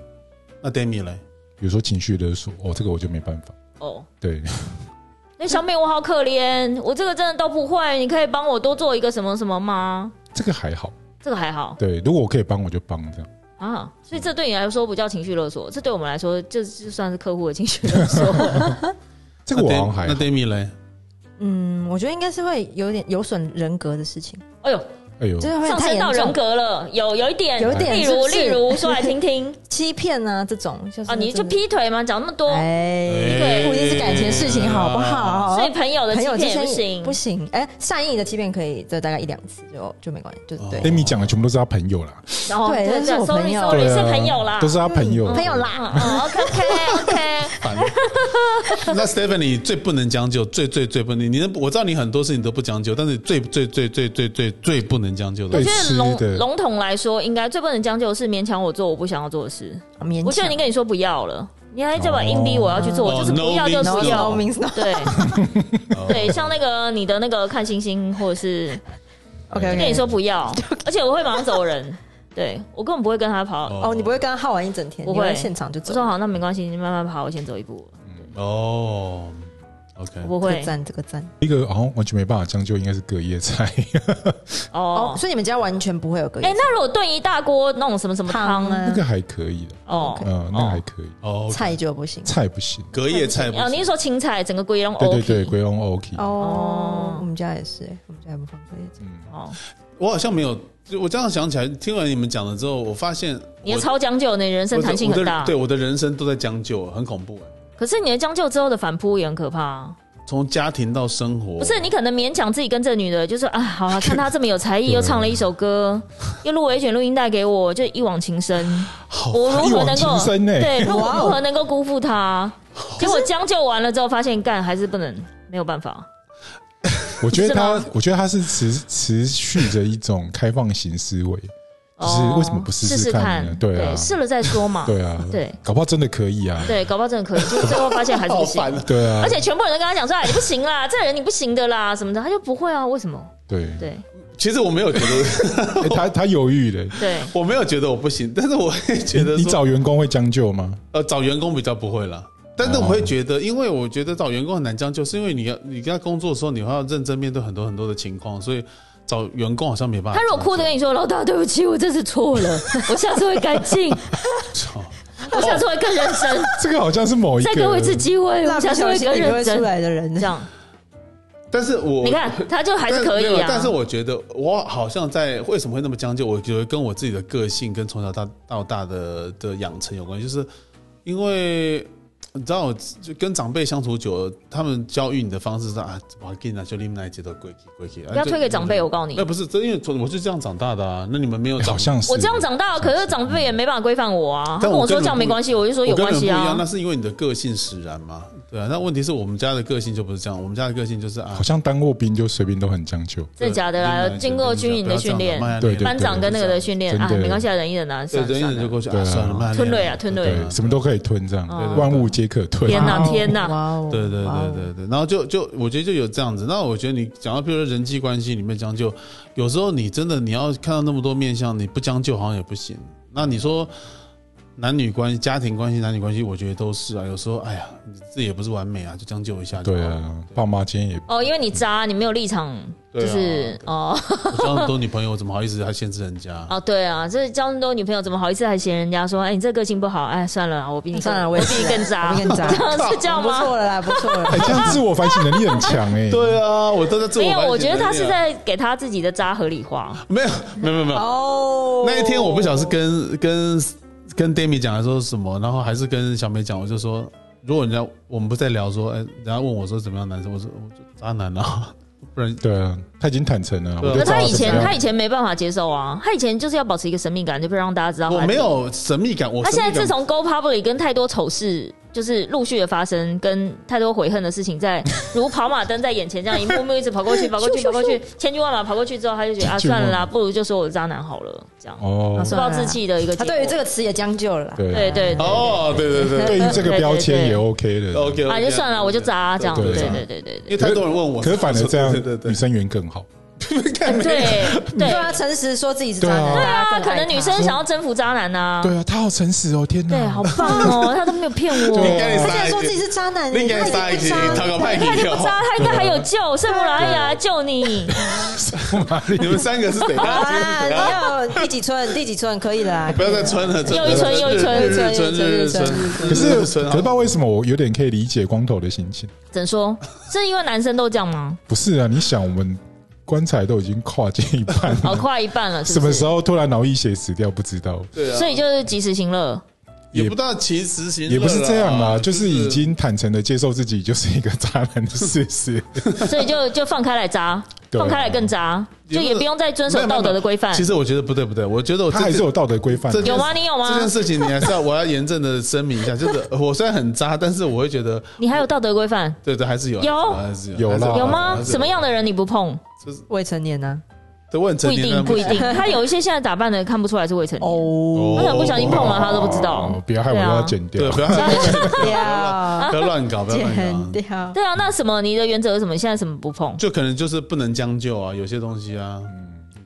[SPEAKER 3] 那 Demi 嘞？
[SPEAKER 1] 比如说情绪勒索，哦，这个我就没办法。
[SPEAKER 2] 哦。
[SPEAKER 1] 对， <laughs>
[SPEAKER 2] 那小美，我好可怜，我这个真的都不会，你可以帮我多做一个什么什么吗？
[SPEAKER 1] 这个还好。
[SPEAKER 2] 这个还好
[SPEAKER 1] 对，如果我可以帮，我就帮这样。
[SPEAKER 2] 啊，所以这对你来说不叫情绪勒索，这对我们来说这就算是客户的情绪勒
[SPEAKER 4] <laughs>
[SPEAKER 2] 索。
[SPEAKER 1] 这个我
[SPEAKER 3] 那 Demi-
[SPEAKER 1] 好像还
[SPEAKER 3] 那
[SPEAKER 1] 好。
[SPEAKER 3] Demi 嘞？
[SPEAKER 4] 嗯，我觉得应该是会有点有损人格的事情，
[SPEAKER 2] 哎呦，
[SPEAKER 1] 哎呦
[SPEAKER 4] 就，是会
[SPEAKER 2] 上
[SPEAKER 4] 太
[SPEAKER 2] 升
[SPEAKER 4] 严
[SPEAKER 2] 到
[SPEAKER 4] 重
[SPEAKER 2] 人格了，有有一点，
[SPEAKER 4] 有点
[SPEAKER 2] 例
[SPEAKER 4] 是
[SPEAKER 2] 如
[SPEAKER 4] 不是
[SPEAKER 2] 例如说来听听
[SPEAKER 4] 欺骗啊这种，就是
[SPEAKER 2] 啊，你就哦
[SPEAKER 4] 真的
[SPEAKER 2] 劈腿吗？讲那么多，
[SPEAKER 4] 哎，
[SPEAKER 3] 哎
[SPEAKER 4] 对，不一定是感情的事情，好不好？
[SPEAKER 2] 所以朋友的
[SPEAKER 4] 朋
[SPEAKER 2] 欺
[SPEAKER 4] 友之
[SPEAKER 2] 骗
[SPEAKER 4] 间
[SPEAKER 2] 也不行，
[SPEAKER 4] 不行。哎，善意的欺骗可以，这大概一两次就就没关系，就
[SPEAKER 3] 哦
[SPEAKER 4] 对。
[SPEAKER 1] Amy 讲的全部都是他朋友啦，
[SPEAKER 2] 然后
[SPEAKER 4] 对但是我
[SPEAKER 2] s o r r
[SPEAKER 4] 朋
[SPEAKER 2] y
[SPEAKER 4] 友
[SPEAKER 2] sorry
[SPEAKER 1] 对
[SPEAKER 2] 哦是
[SPEAKER 1] 啊
[SPEAKER 2] 朋友啦，
[SPEAKER 1] 都是他朋友，
[SPEAKER 4] 朋友啦
[SPEAKER 2] 嗯嗯，OK
[SPEAKER 1] <laughs>
[SPEAKER 2] OK OK，
[SPEAKER 3] 烦那 Stephanie 最不能将就，最最最不能，你的我知道你很多事情都不将就，但是最最最最最最最不能将就的
[SPEAKER 2] 我
[SPEAKER 1] 对
[SPEAKER 2] 觉得笼
[SPEAKER 1] 吃的
[SPEAKER 2] 笼统来说，应该最不能将就的是勉强我做我不想要做的事。
[SPEAKER 4] 勉强。
[SPEAKER 2] 我就已经跟你说不要了，你还叫我硬逼我要去做，
[SPEAKER 3] 哦
[SPEAKER 2] 我就是不要就
[SPEAKER 3] no
[SPEAKER 2] 不
[SPEAKER 3] means
[SPEAKER 2] 要。
[SPEAKER 4] no means no
[SPEAKER 2] 对对，像那个你的那个看星星，或者是
[SPEAKER 4] OK，
[SPEAKER 2] 就跟你说不要，而且我会马上走人。对我根本不会跟他跑，
[SPEAKER 4] 哦，你不会跟他耗完一整天，
[SPEAKER 2] 不
[SPEAKER 4] 你
[SPEAKER 2] 会
[SPEAKER 4] 会现场就
[SPEAKER 2] 我
[SPEAKER 4] 走
[SPEAKER 2] 说。好，那没关系，你慢慢跑，我先走一步。
[SPEAKER 3] 哦。 OK，
[SPEAKER 2] 我不
[SPEAKER 4] 这
[SPEAKER 2] 会
[SPEAKER 4] 个赞这个赞
[SPEAKER 1] 一个好像完全没办法将就，应该是隔夜菜。 <laughs>
[SPEAKER 2] 哦
[SPEAKER 4] 哦，。所以你们家完全不会有隔夜
[SPEAKER 2] 哎，那如果炖一大锅那种什么什么汤
[SPEAKER 4] 汤
[SPEAKER 2] 呢？
[SPEAKER 1] 那
[SPEAKER 4] 啊
[SPEAKER 1] 个还可以的，
[SPEAKER 2] 哦
[SPEAKER 1] 嗯、那个还可以，
[SPEAKER 3] 哦，
[SPEAKER 4] 菜就不行
[SPEAKER 1] 菜不行。
[SPEAKER 3] 隔夜菜不
[SPEAKER 2] 哦，你是说青菜整个龟龙
[SPEAKER 1] 对
[SPEAKER 2] OK？
[SPEAKER 1] 对对，鬼龙 OK，、
[SPEAKER 2] 哦
[SPEAKER 4] 哦。我们家也是，哎我们家也不放隔夜菜。
[SPEAKER 2] 哦，
[SPEAKER 3] 我好像没有，就我这样想起来，听完你们讲了之后，我发现
[SPEAKER 2] 你
[SPEAKER 3] 我
[SPEAKER 2] 的超将就，你的人生弹性很
[SPEAKER 3] 我的
[SPEAKER 2] 大
[SPEAKER 3] 对，。我的人生都在将就，很恐怖哎。
[SPEAKER 2] 可是你的将就之后的反扑也很可怕啊。
[SPEAKER 3] 从家庭到生活，
[SPEAKER 2] 不是你可能勉强自己跟这女的，就是啊，好啊，看她这么有才艺，
[SPEAKER 1] 对
[SPEAKER 2] 又唱了一首歌，又入围选录音带给我，就一往情深。
[SPEAKER 3] 好
[SPEAKER 2] 我如
[SPEAKER 1] 一
[SPEAKER 2] 何
[SPEAKER 1] 往
[SPEAKER 2] 能够
[SPEAKER 1] 情深呢
[SPEAKER 2] 对，如
[SPEAKER 4] 哇
[SPEAKER 2] 何
[SPEAKER 4] 哦
[SPEAKER 2] 如何能够辜负她？结果将就完了之后，发现干还是不能，没有办法。
[SPEAKER 1] 我觉得
[SPEAKER 2] 是
[SPEAKER 1] 他，我觉得他是持持续着一种开放型思维，就是为什么不试
[SPEAKER 2] 哦试
[SPEAKER 1] 试看
[SPEAKER 2] 看
[SPEAKER 1] 呢？对啊，
[SPEAKER 2] 试了再说嘛。
[SPEAKER 1] <laughs> 对啊，
[SPEAKER 2] 对
[SPEAKER 1] 搞不好真的可以啊，
[SPEAKER 2] 对，搞不好真的可以，就是最后发现还是
[SPEAKER 3] 好
[SPEAKER 1] <laughs>
[SPEAKER 2] 不行。
[SPEAKER 3] 烦啊！
[SPEAKER 1] 对啊，
[SPEAKER 2] 而且全部人都跟他讲说：“哎，你不行啦，这人你不行的啦，什么的。”他就不会啊，为什么？
[SPEAKER 1] 对，
[SPEAKER 2] 对
[SPEAKER 3] 其实我没有觉得， <laughs>
[SPEAKER 1] 诶他他犹豫了，
[SPEAKER 2] 对，
[SPEAKER 1] <laughs>
[SPEAKER 3] 我没有觉得我不行，但是我会觉得
[SPEAKER 1] 你你
[SPEAKER 3] 说
[SPEAKER 1] 找员工会将就吗？
[SPEAKER 3] 呃找员工比较不会啦。但是我会觉得，因为我觉得找员工很难将就，是因为你要你跟他工作的时候，你要认真面对很多很多的情况，所以找员工好像没办法
[SPEAKER 2] 他
[SPEAKER 3] 将就。
[SPEAKER 2] 如果哭着跟你说：“老大，对不起，我这次
[SPEAKER 1] <laughs>
[SPEAKER 2] 错了，我下次会改进，
[SPEAKER 3] 操
[SPEAKER 2] 我下次会更认真，
[SPEAKER 1] 这个好像是某一
[SPEAKER 2] 再
[SPEAKER 1] 个
[SPEAKER 2] 给我一次机会，
[SPEAKER 4] 蜡
[SPEAKER 2] 我
[SPEAKER 4] 笔
[SPEAKER 2] 下次
[SPEAKER 4] 小
[SPEAKER 2] 会
[SPEAKER 4] 新
[SPEAKER 2] 更
[SPEAKER 4] 里
[SPEAKER 2] 认
[SPEAKER 4] 会出
[SPEAKER 2] 真。”
[SPEAKER 4] 来的人
[SPEAKER 2] 这，样，
[SPEAKER 3] 但是我
[SPEAKER 2] 你看，他就还是
[SPEAKER 3] 但
[SPEAKER 2] 可
[SPEAKER 3] 没
[SPEAKER 2] 以
[SPEAKER 3] 有
[SPEAKER 2] 啊。
[SPEAKER 3] 但是我觉得我好像在为什么会那么将就？我觉得跟我自己的个性跟从小到到大的的养成有关系，就是因为你知道，就跟长辈相处久了，他们教育你的方式是啊，我给你拿就另外一节都归去归去，
[SPEAKER 2] 不要推给长辈，我告诉
[SPEAKER 3] 你
[SPEAKER 2] 你
[SPEAKER 3] 那，不是，这因为从我是这样长大的啊。那你们没有
[SPEAKER 1] 诶
[SPEAKER 3] 长
[SPEAKER 1] 好像是
[SPEAKER 2] 我这样长大，可是长辈也没办法规范我啊。他
[SPEAKER 3] 但
[SPEAKER 2] 跟
[SPEAKER 3] 我
[SPEAKER 2] 我说
[SPEAKER 3] 根本
[SPEAKER 2] 这样没
[SPEAKER 3] 不
[SPEAKER 2] 关系，我就说有
[SPEAKER 3] 我跟
[SPEAKER 2] 关
[SPEAKER 3] 你们不一
[SPEAKER 2] 系
[SPEAKER 3] 样，
[SPEAKER 2] 啊
[SPEAKER 3] 那。是因为你的个性使然嘛。对啊，那问题是我们家的个性就不是这样，我们家的个性就是啊
[SPEAKER 1] 好，像当过兵就随便都很将就，
[SPEAKER 2] 真的假的啦？
[SPEAKER 3] 对
[SPEAKER 2] 经过军营的训练，
[SPEAKER 1] 对对
[SPEAKER 2] 班长跟那个的训练啊，
[SPEAKER 1] 真的
[SPEAKER 2] 没关系啊，忍一忍啊，
[SPEAKER 3] 对，
[SPEAKER 2] 算了
[SPEAKER 3] 人一
[SPEAKER 2] 算
[SPEAKER 3] 人就
[SPEAKER 2] 了。
[SPEAKER 3] 过去，
[SPEAKER 1] 对
[SPEAKER 3] 啊，
[SPEAKER 1] 啊
[SPEAKER 3] 算了，慢
[SPEAKER 2] 吞
[SPEAKER 3] 点
[SPEAKER 2] 瑞啊吞瑞
[SPEAKER 1] 对，什么都可以吞这样，
[SPEAKER 2] 哦
[SPEAKER 1] 万物皆可吞。
[SPEAKER 2] 天哪
[SPEAKER 4] 哇哦
[SPEAKER 2] 天哪
[SPEAKER 4] 哇哦，
[SPEAKER 3] 对对
[SPEAKER 4] 哇哦
[SPEAKER 3] 对对对，然后就就我觉得就有这样子。那我觉得你讲到，比如说人际关系里面将就，有时候你真的你要看到那么多面相，你不将就好像也不行。那你说男女关系、家庭关系、男女关系，我觉得都是啊。有时候哎呀，你自己也不是完美啊，就将就一下就好
[SPEAKER 1] 对
[SPEAKER 3] 了。
[SPEAKER 1] 啊，爸妈今天也
[SPEAKER 2] 哦，因为你渣，你没有立场，就
[SPEAKER 3] 对啊
[SPEAKER 2] 是哦 <laughs>
[SPEAKER 3] 我交那么多女朋友，我怎么好意思还限制人家？
[SPEAKER 2] 哦，对啊，这交那么多女朋友，怎么好意思还嫌人家说，哎，你这个性不好，哎，算了啊，我比你更
[SPEAKER 4] 算了，我
[SPEAKER 2] 我
[SPEAKER 4] 也
[SPEAKER 2] 比
[SPEAKER 4] 是啊
[SPEAKER 2] 你更
[SPEAKER 4] 哦我
[SPEAKER 2] 渣，，
[SPEAKER 4] 比你更渣
[SPEAKER 2] 是 <laughs> 这样
[SPEAKER 4] <laughs> 不
[SPEAKER 2] 吗？
[SPEAKER 4] 错了啦，不错了
[SPEAKER 1] 哎，。这样自我反省能力很强哎。
[SPEAKER 3] <laughs> 对啊，我都在自我
[SPEAKER 2] <laughs> 没有，
[SPEAKER 3] 反省
[SPEAKER 2] 我觉得他是
[SPEAKER 3] 能力啊
[SPEAKER 2] 在给他自己的渣合理化。
[SPEAKER 3] 没有没有没有 <laughs> 没有，
[SPEAKER 4] 哦，
[SPEAKER 3] 那一天我不晓得是跟跟跟 Demi 讲还是说什么，然后还是跟小梅讲，我就说，如果人家我们不在聊说，哎，人家问我说怎么样男生，我说我就渣男啊，不然
[SPEAKER 1] 对啊，他已经坦诚了。
[SPEAKER 3] 对啊
[SPEAKER 1] 我就
[SPEAKER 2] 可
[SPEAKER 1] 知道
[SPEAKER 2] 他以
[SPEAKER 1] 怎么
[SPEAKER 2] 前
[SPEAKER 1] 样
[SPEAKER 2] 他以前没办法接受啊，他以前就是要保持一个神秘感，就不让大家知道。
[SPEAKER 3] 我没。有神秘感，我
[SPEAKER 2] 他现在
[SPEAKER 3] 神秘感
[SPEAKER 2] 自从 Go Public 跟太多丑事就是陆续的发生，跟太多悔恨的事情在如跑马灯在眼前这样一幕幕一直跑过去，跑过去，跑过去，千军万马跑过去之后，他就觉得啊，
[SPEAKER 1] 千军万
[SPEAKER 2] 算
[SPEAKER 1] 马
[SPEAKER 2] 了啦，不如就说我是渣男好了，这样
[SPEAKER 1] 哦
[SPEAKER 4] 啊，
[SPEAKER 2] 自暴自弃的一个结
[SPEAKER 4] 他
[SPEAKER 2] 果。
[SPEAKER 4] 哦对于这个词也将就了啦。
[SPEAKER 1] 对啊
[SPEAKER 2] 对对对
[SPEAKER 3] 哦，对对
[SPEAKER 1] <laughs>
[SPEAKER 3] 对
[SPEAKER 1] 对于这个标签
[SPEAKER 2] 对对对
[SPEAKER 1] 也 OK 的。
[SPEAKER 3] ，OK，
[SPEAKER 2] 啊，就算了，我就渣啊这样。对
[SPEAKER 1] 对
[SPEAKER 2] 对
[SPEAKER 1] 对
[SPEAKER 2] 对对对
[SPEAKER 3] 因为
[SPEAKER 2] 对
[SPEAKER 3] 太多人问我，
[SPEAKER 1] 可是反而这样
[SPEAKER 3] 对对，对
[SPEAKER 1] 女，生缘更好。
[SPEAKER 2] 嗯
[SPEAKER 3] 看没
[SPEAKER 2] 对对
[SPEAKER 4] 对啊，诚实说自己是渣
[SPEAKER 1] 对啊
[SPEAKER 4] 男，
[SPEAKER 1] 对
[SPEAKER 2] 啊
[SPEAKER 4] 大家，更
[SPEAKER 2] 可
[SPEAKER 4] 爱
[SPEAKER 2] 能
[SPEAKER 4] 他
[SPEAKER 2] 女生想要征服渣男呐。
[SPEAKER 1] 对啊，他好诚实哦，天哪！
[SPEAKER 2] 对，好棒哦，他都没有骗我。
[SPEAKER 1] 对啊
[SPEAKER 3] 你
[SPEAKER 4] 他
[SPEAKER 3] 撒一
[SPEAKER 4] 竟然说
[SPEAKER 3] 句
[SPEAKER 4] 自己是渣男，
[SPEAKER 3] 你应该
[SPEAKER 4] 他
[SPEAKER 3] 撒
[SPEAKER 4] 已
[SPEAKER 3] 一
[SPEAKER 4] 经
[SPEAKER 3] 句
[SPEAKER 4] 不渣
[SPEAKER 3] 讨个派
[SPEAKER 2] 他一定不渣，他应该还有救，圣母玛利亚啊救你。
[SPEAKER 3] 你们三个是谁？
[SPEAKER 4] 好啦，你要第几寸？第几寸可以啦。
[SPEAKER 3] 不要再穿了，
[SPEAKER 2] 又一村又一村
[SPEAKER 3] 日日村日日村，
[SPEAKER 1] 可是可是
[SPEAKER 3] 村
[SPEAKER 1] 不知道为什么，我有点可以理解光头的心情。
[SPEAKER 2] 怎说？是因为男生都这样吗？
[SPEAKER 1] 不是啊，你想，我们棺材都已经跨进一半
[SPEAKER 2] <laughs> 哦，
[SPEAKER 1] 了，
[SPEAKER 2] 快一半了，是
[SPEAKER 1] 什
[SPEAKER 2] 不
[SPEAKER 1] 么
[SPEAKER 2] 是
[SPEAKER 1] 时候突然脑溢血死掉不知道，
[SPEAKER 3] 对啊
[SPEAKER 2] 所以就是及时行乐。
[SPEAKER 3] 也不到其实行，
[SPEAKER 1] 也不是这样啦，就是已经坦诚的接受自己就是一个渣男的事
[SPEAKER 3] <laughs>
[SPEAKER 1] 实。
[SPEAKER 2] 所以就就放开来渣，
[SPEAKER 1] 对啊
[SPEAKER 2] 放开来更渣，就也不用再遵守道德的规范
[SPEAKER 3] 其。实我觉得不对不对，我觉得我
[SPEAKER 1] 他还是有道德规范的，啊
[SPEAKER 3] 这
[SPEAKER 2] 有吗？你有
[SPEAKER 3] 这件
[SPEAKER 2] 吗？
[SPEAKER 3] 事情，你还是要我要严正的声明一
[SPEAKER 1] <laughs>
[SPEAKER 3] 下，就是呃我虽然很渣，但是我会觉得，
[SPEAKER 2] 你还有道德规范？
[SPEAKER 3] 对对，还是有
[SPEAKER 2] 有
[SPEAKER 3] 还是
[SPEAKER 1] 有啦
[SPEAKER 2] 有吗？
[SPEAKER 3] 哦还是
[SPEAKER 2] 什么样的人你不碰？
[SPEAKER 4] 未成年呢？
[SPEAKER 3] 对，我很
[SPEAKER 2] 不
[SPEAKER 3] 成
[SPEAKER 2] 一
[SPEAKER 3] 年
[SPEAKER 2] 定，
[SPEAKER 3] 但
[SPEAKER 2] 不一定。 <laughs> 他有一些现在打扮的看不出来是未成年，
[SPEAKER 4] 哦，
[SPEAKER 2] 他想不小心碰了他都不知道啊
[SPEAKER 1] 哦。不要害我都要剪
[SPEAKER 3] 对，
[SPEAKER 1] 掉。
[SPEAKER 2] <laughs>
[SPEAKER 3] 不要不
[SPEAKER 4] 掉
[SPEAKER 3] 要乱搞，不要乱
[SPEAKER 4] 剪
[SPEAKER 3] 搞，
[SPEAKER 4] 掉。
[SPEAKER 2] <laughs> 对啊，那什么你的原则是什么？现在什么不碰？
[SPEAKER 3] 就可能就是不能将就啊，有些东西啊，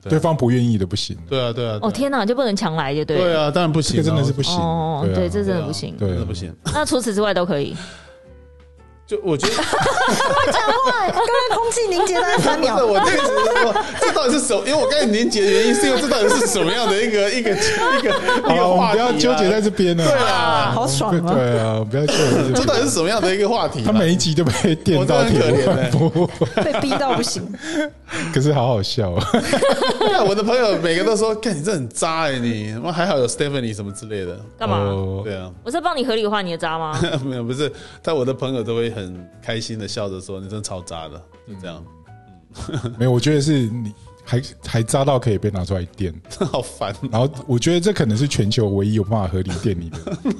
[SPEAKER 1] 对方不愿意的不行，
[SPEAKER 3] 对啊，对啊，
[SPEAKER 2] 嗯哦天哪，就不能强来就对
[SPEAKER 3] 对
[SPEAKER 2] 了。
[SPEAKER 3] 啊，当然不
[SPEAKER 1] 这
[SPEAKER 3] 行，
[SPEAKER 1] 个真的是不行
[SPEAKER 2] 哦，。对，
[SPEAKER 1] 对
[SPEAKER 2] 这
[SPEAKER 1] 啊，
[SPEAKER 2] 真的不行。
[SPEAKER 1] 对啊
[SPEAKER 3] 真的不行。
[SPEAKER 2] 那除此之外都可以。
[SPEAKER 3] 就我觉得，
[SPEAKER 4] 哇，刚刚空气凝结大概三
[SPEAKER 3] 不是 <laughs>
[SPEAKER 4] 秒，
[SPEAKER 3] 我那个只是说，这到底是什么？因为我刚才凝结的原因，是因为这到底是什么样的一个一个一个
[SPEAKER 1] 好了，
[SPEAKER 3] 一个
[SPEAKER 1] 哦我们
[SPEAKER 3] 话
[SPEAKER 1] 不
[SPEAKER 3] 题啊？
[SPEAKER 1] 要纠结在这边了。对
[SPEAKER 4] 啊，好爽啊！
[SPEAKER 1] 对啊，不要纠结在
[SPEAKER 3] 这
[SPEAKER 1] 这
[SPEAKER 3] 到底
[SPEAKER 1] 边。
[SPEAKER 3] 是什么样的一个话题啊？
[SPEAKER 1] 他每一集都被电到
[SPEAKER 3] 我真
[SPEAKER 1] 铁
[SPEAKER 3] 的很可怜
[SPEAKER 1] 腕，
[SPEAKER 3] 欸
[SPEAKER 1] 不，
[SPEAKER 4] 被逼到不行，
[SPEAKER 1] 可是好好笑哦。
[SPEAKER 3] 看啊我的朋友每个都说，看你这很渣哎、你我还好有 Stephanie 什么之类的。
[SPEAKER 2] 干嘛？
[SPEAKER 1] 哦
[SPEAKER 3] 对啊，
[SPEAKER 2] 我在帮你合理化你的渣吗？
[SPEAKER 3] 没有不是，但我的朋友都会很开心的笑着说，你真的超渣的，就这样， <laughs>
[SPEAKER 1] 没有，我觉得是你还还渣到可以被拿出来电，
[SPEAKER 3] 好烦。
[SPEAKER 1] 然后我觉得这可能是全球唯一有办法合理电
[SPEAKER 3] <laughs>
[SPEAKER 1] 你的。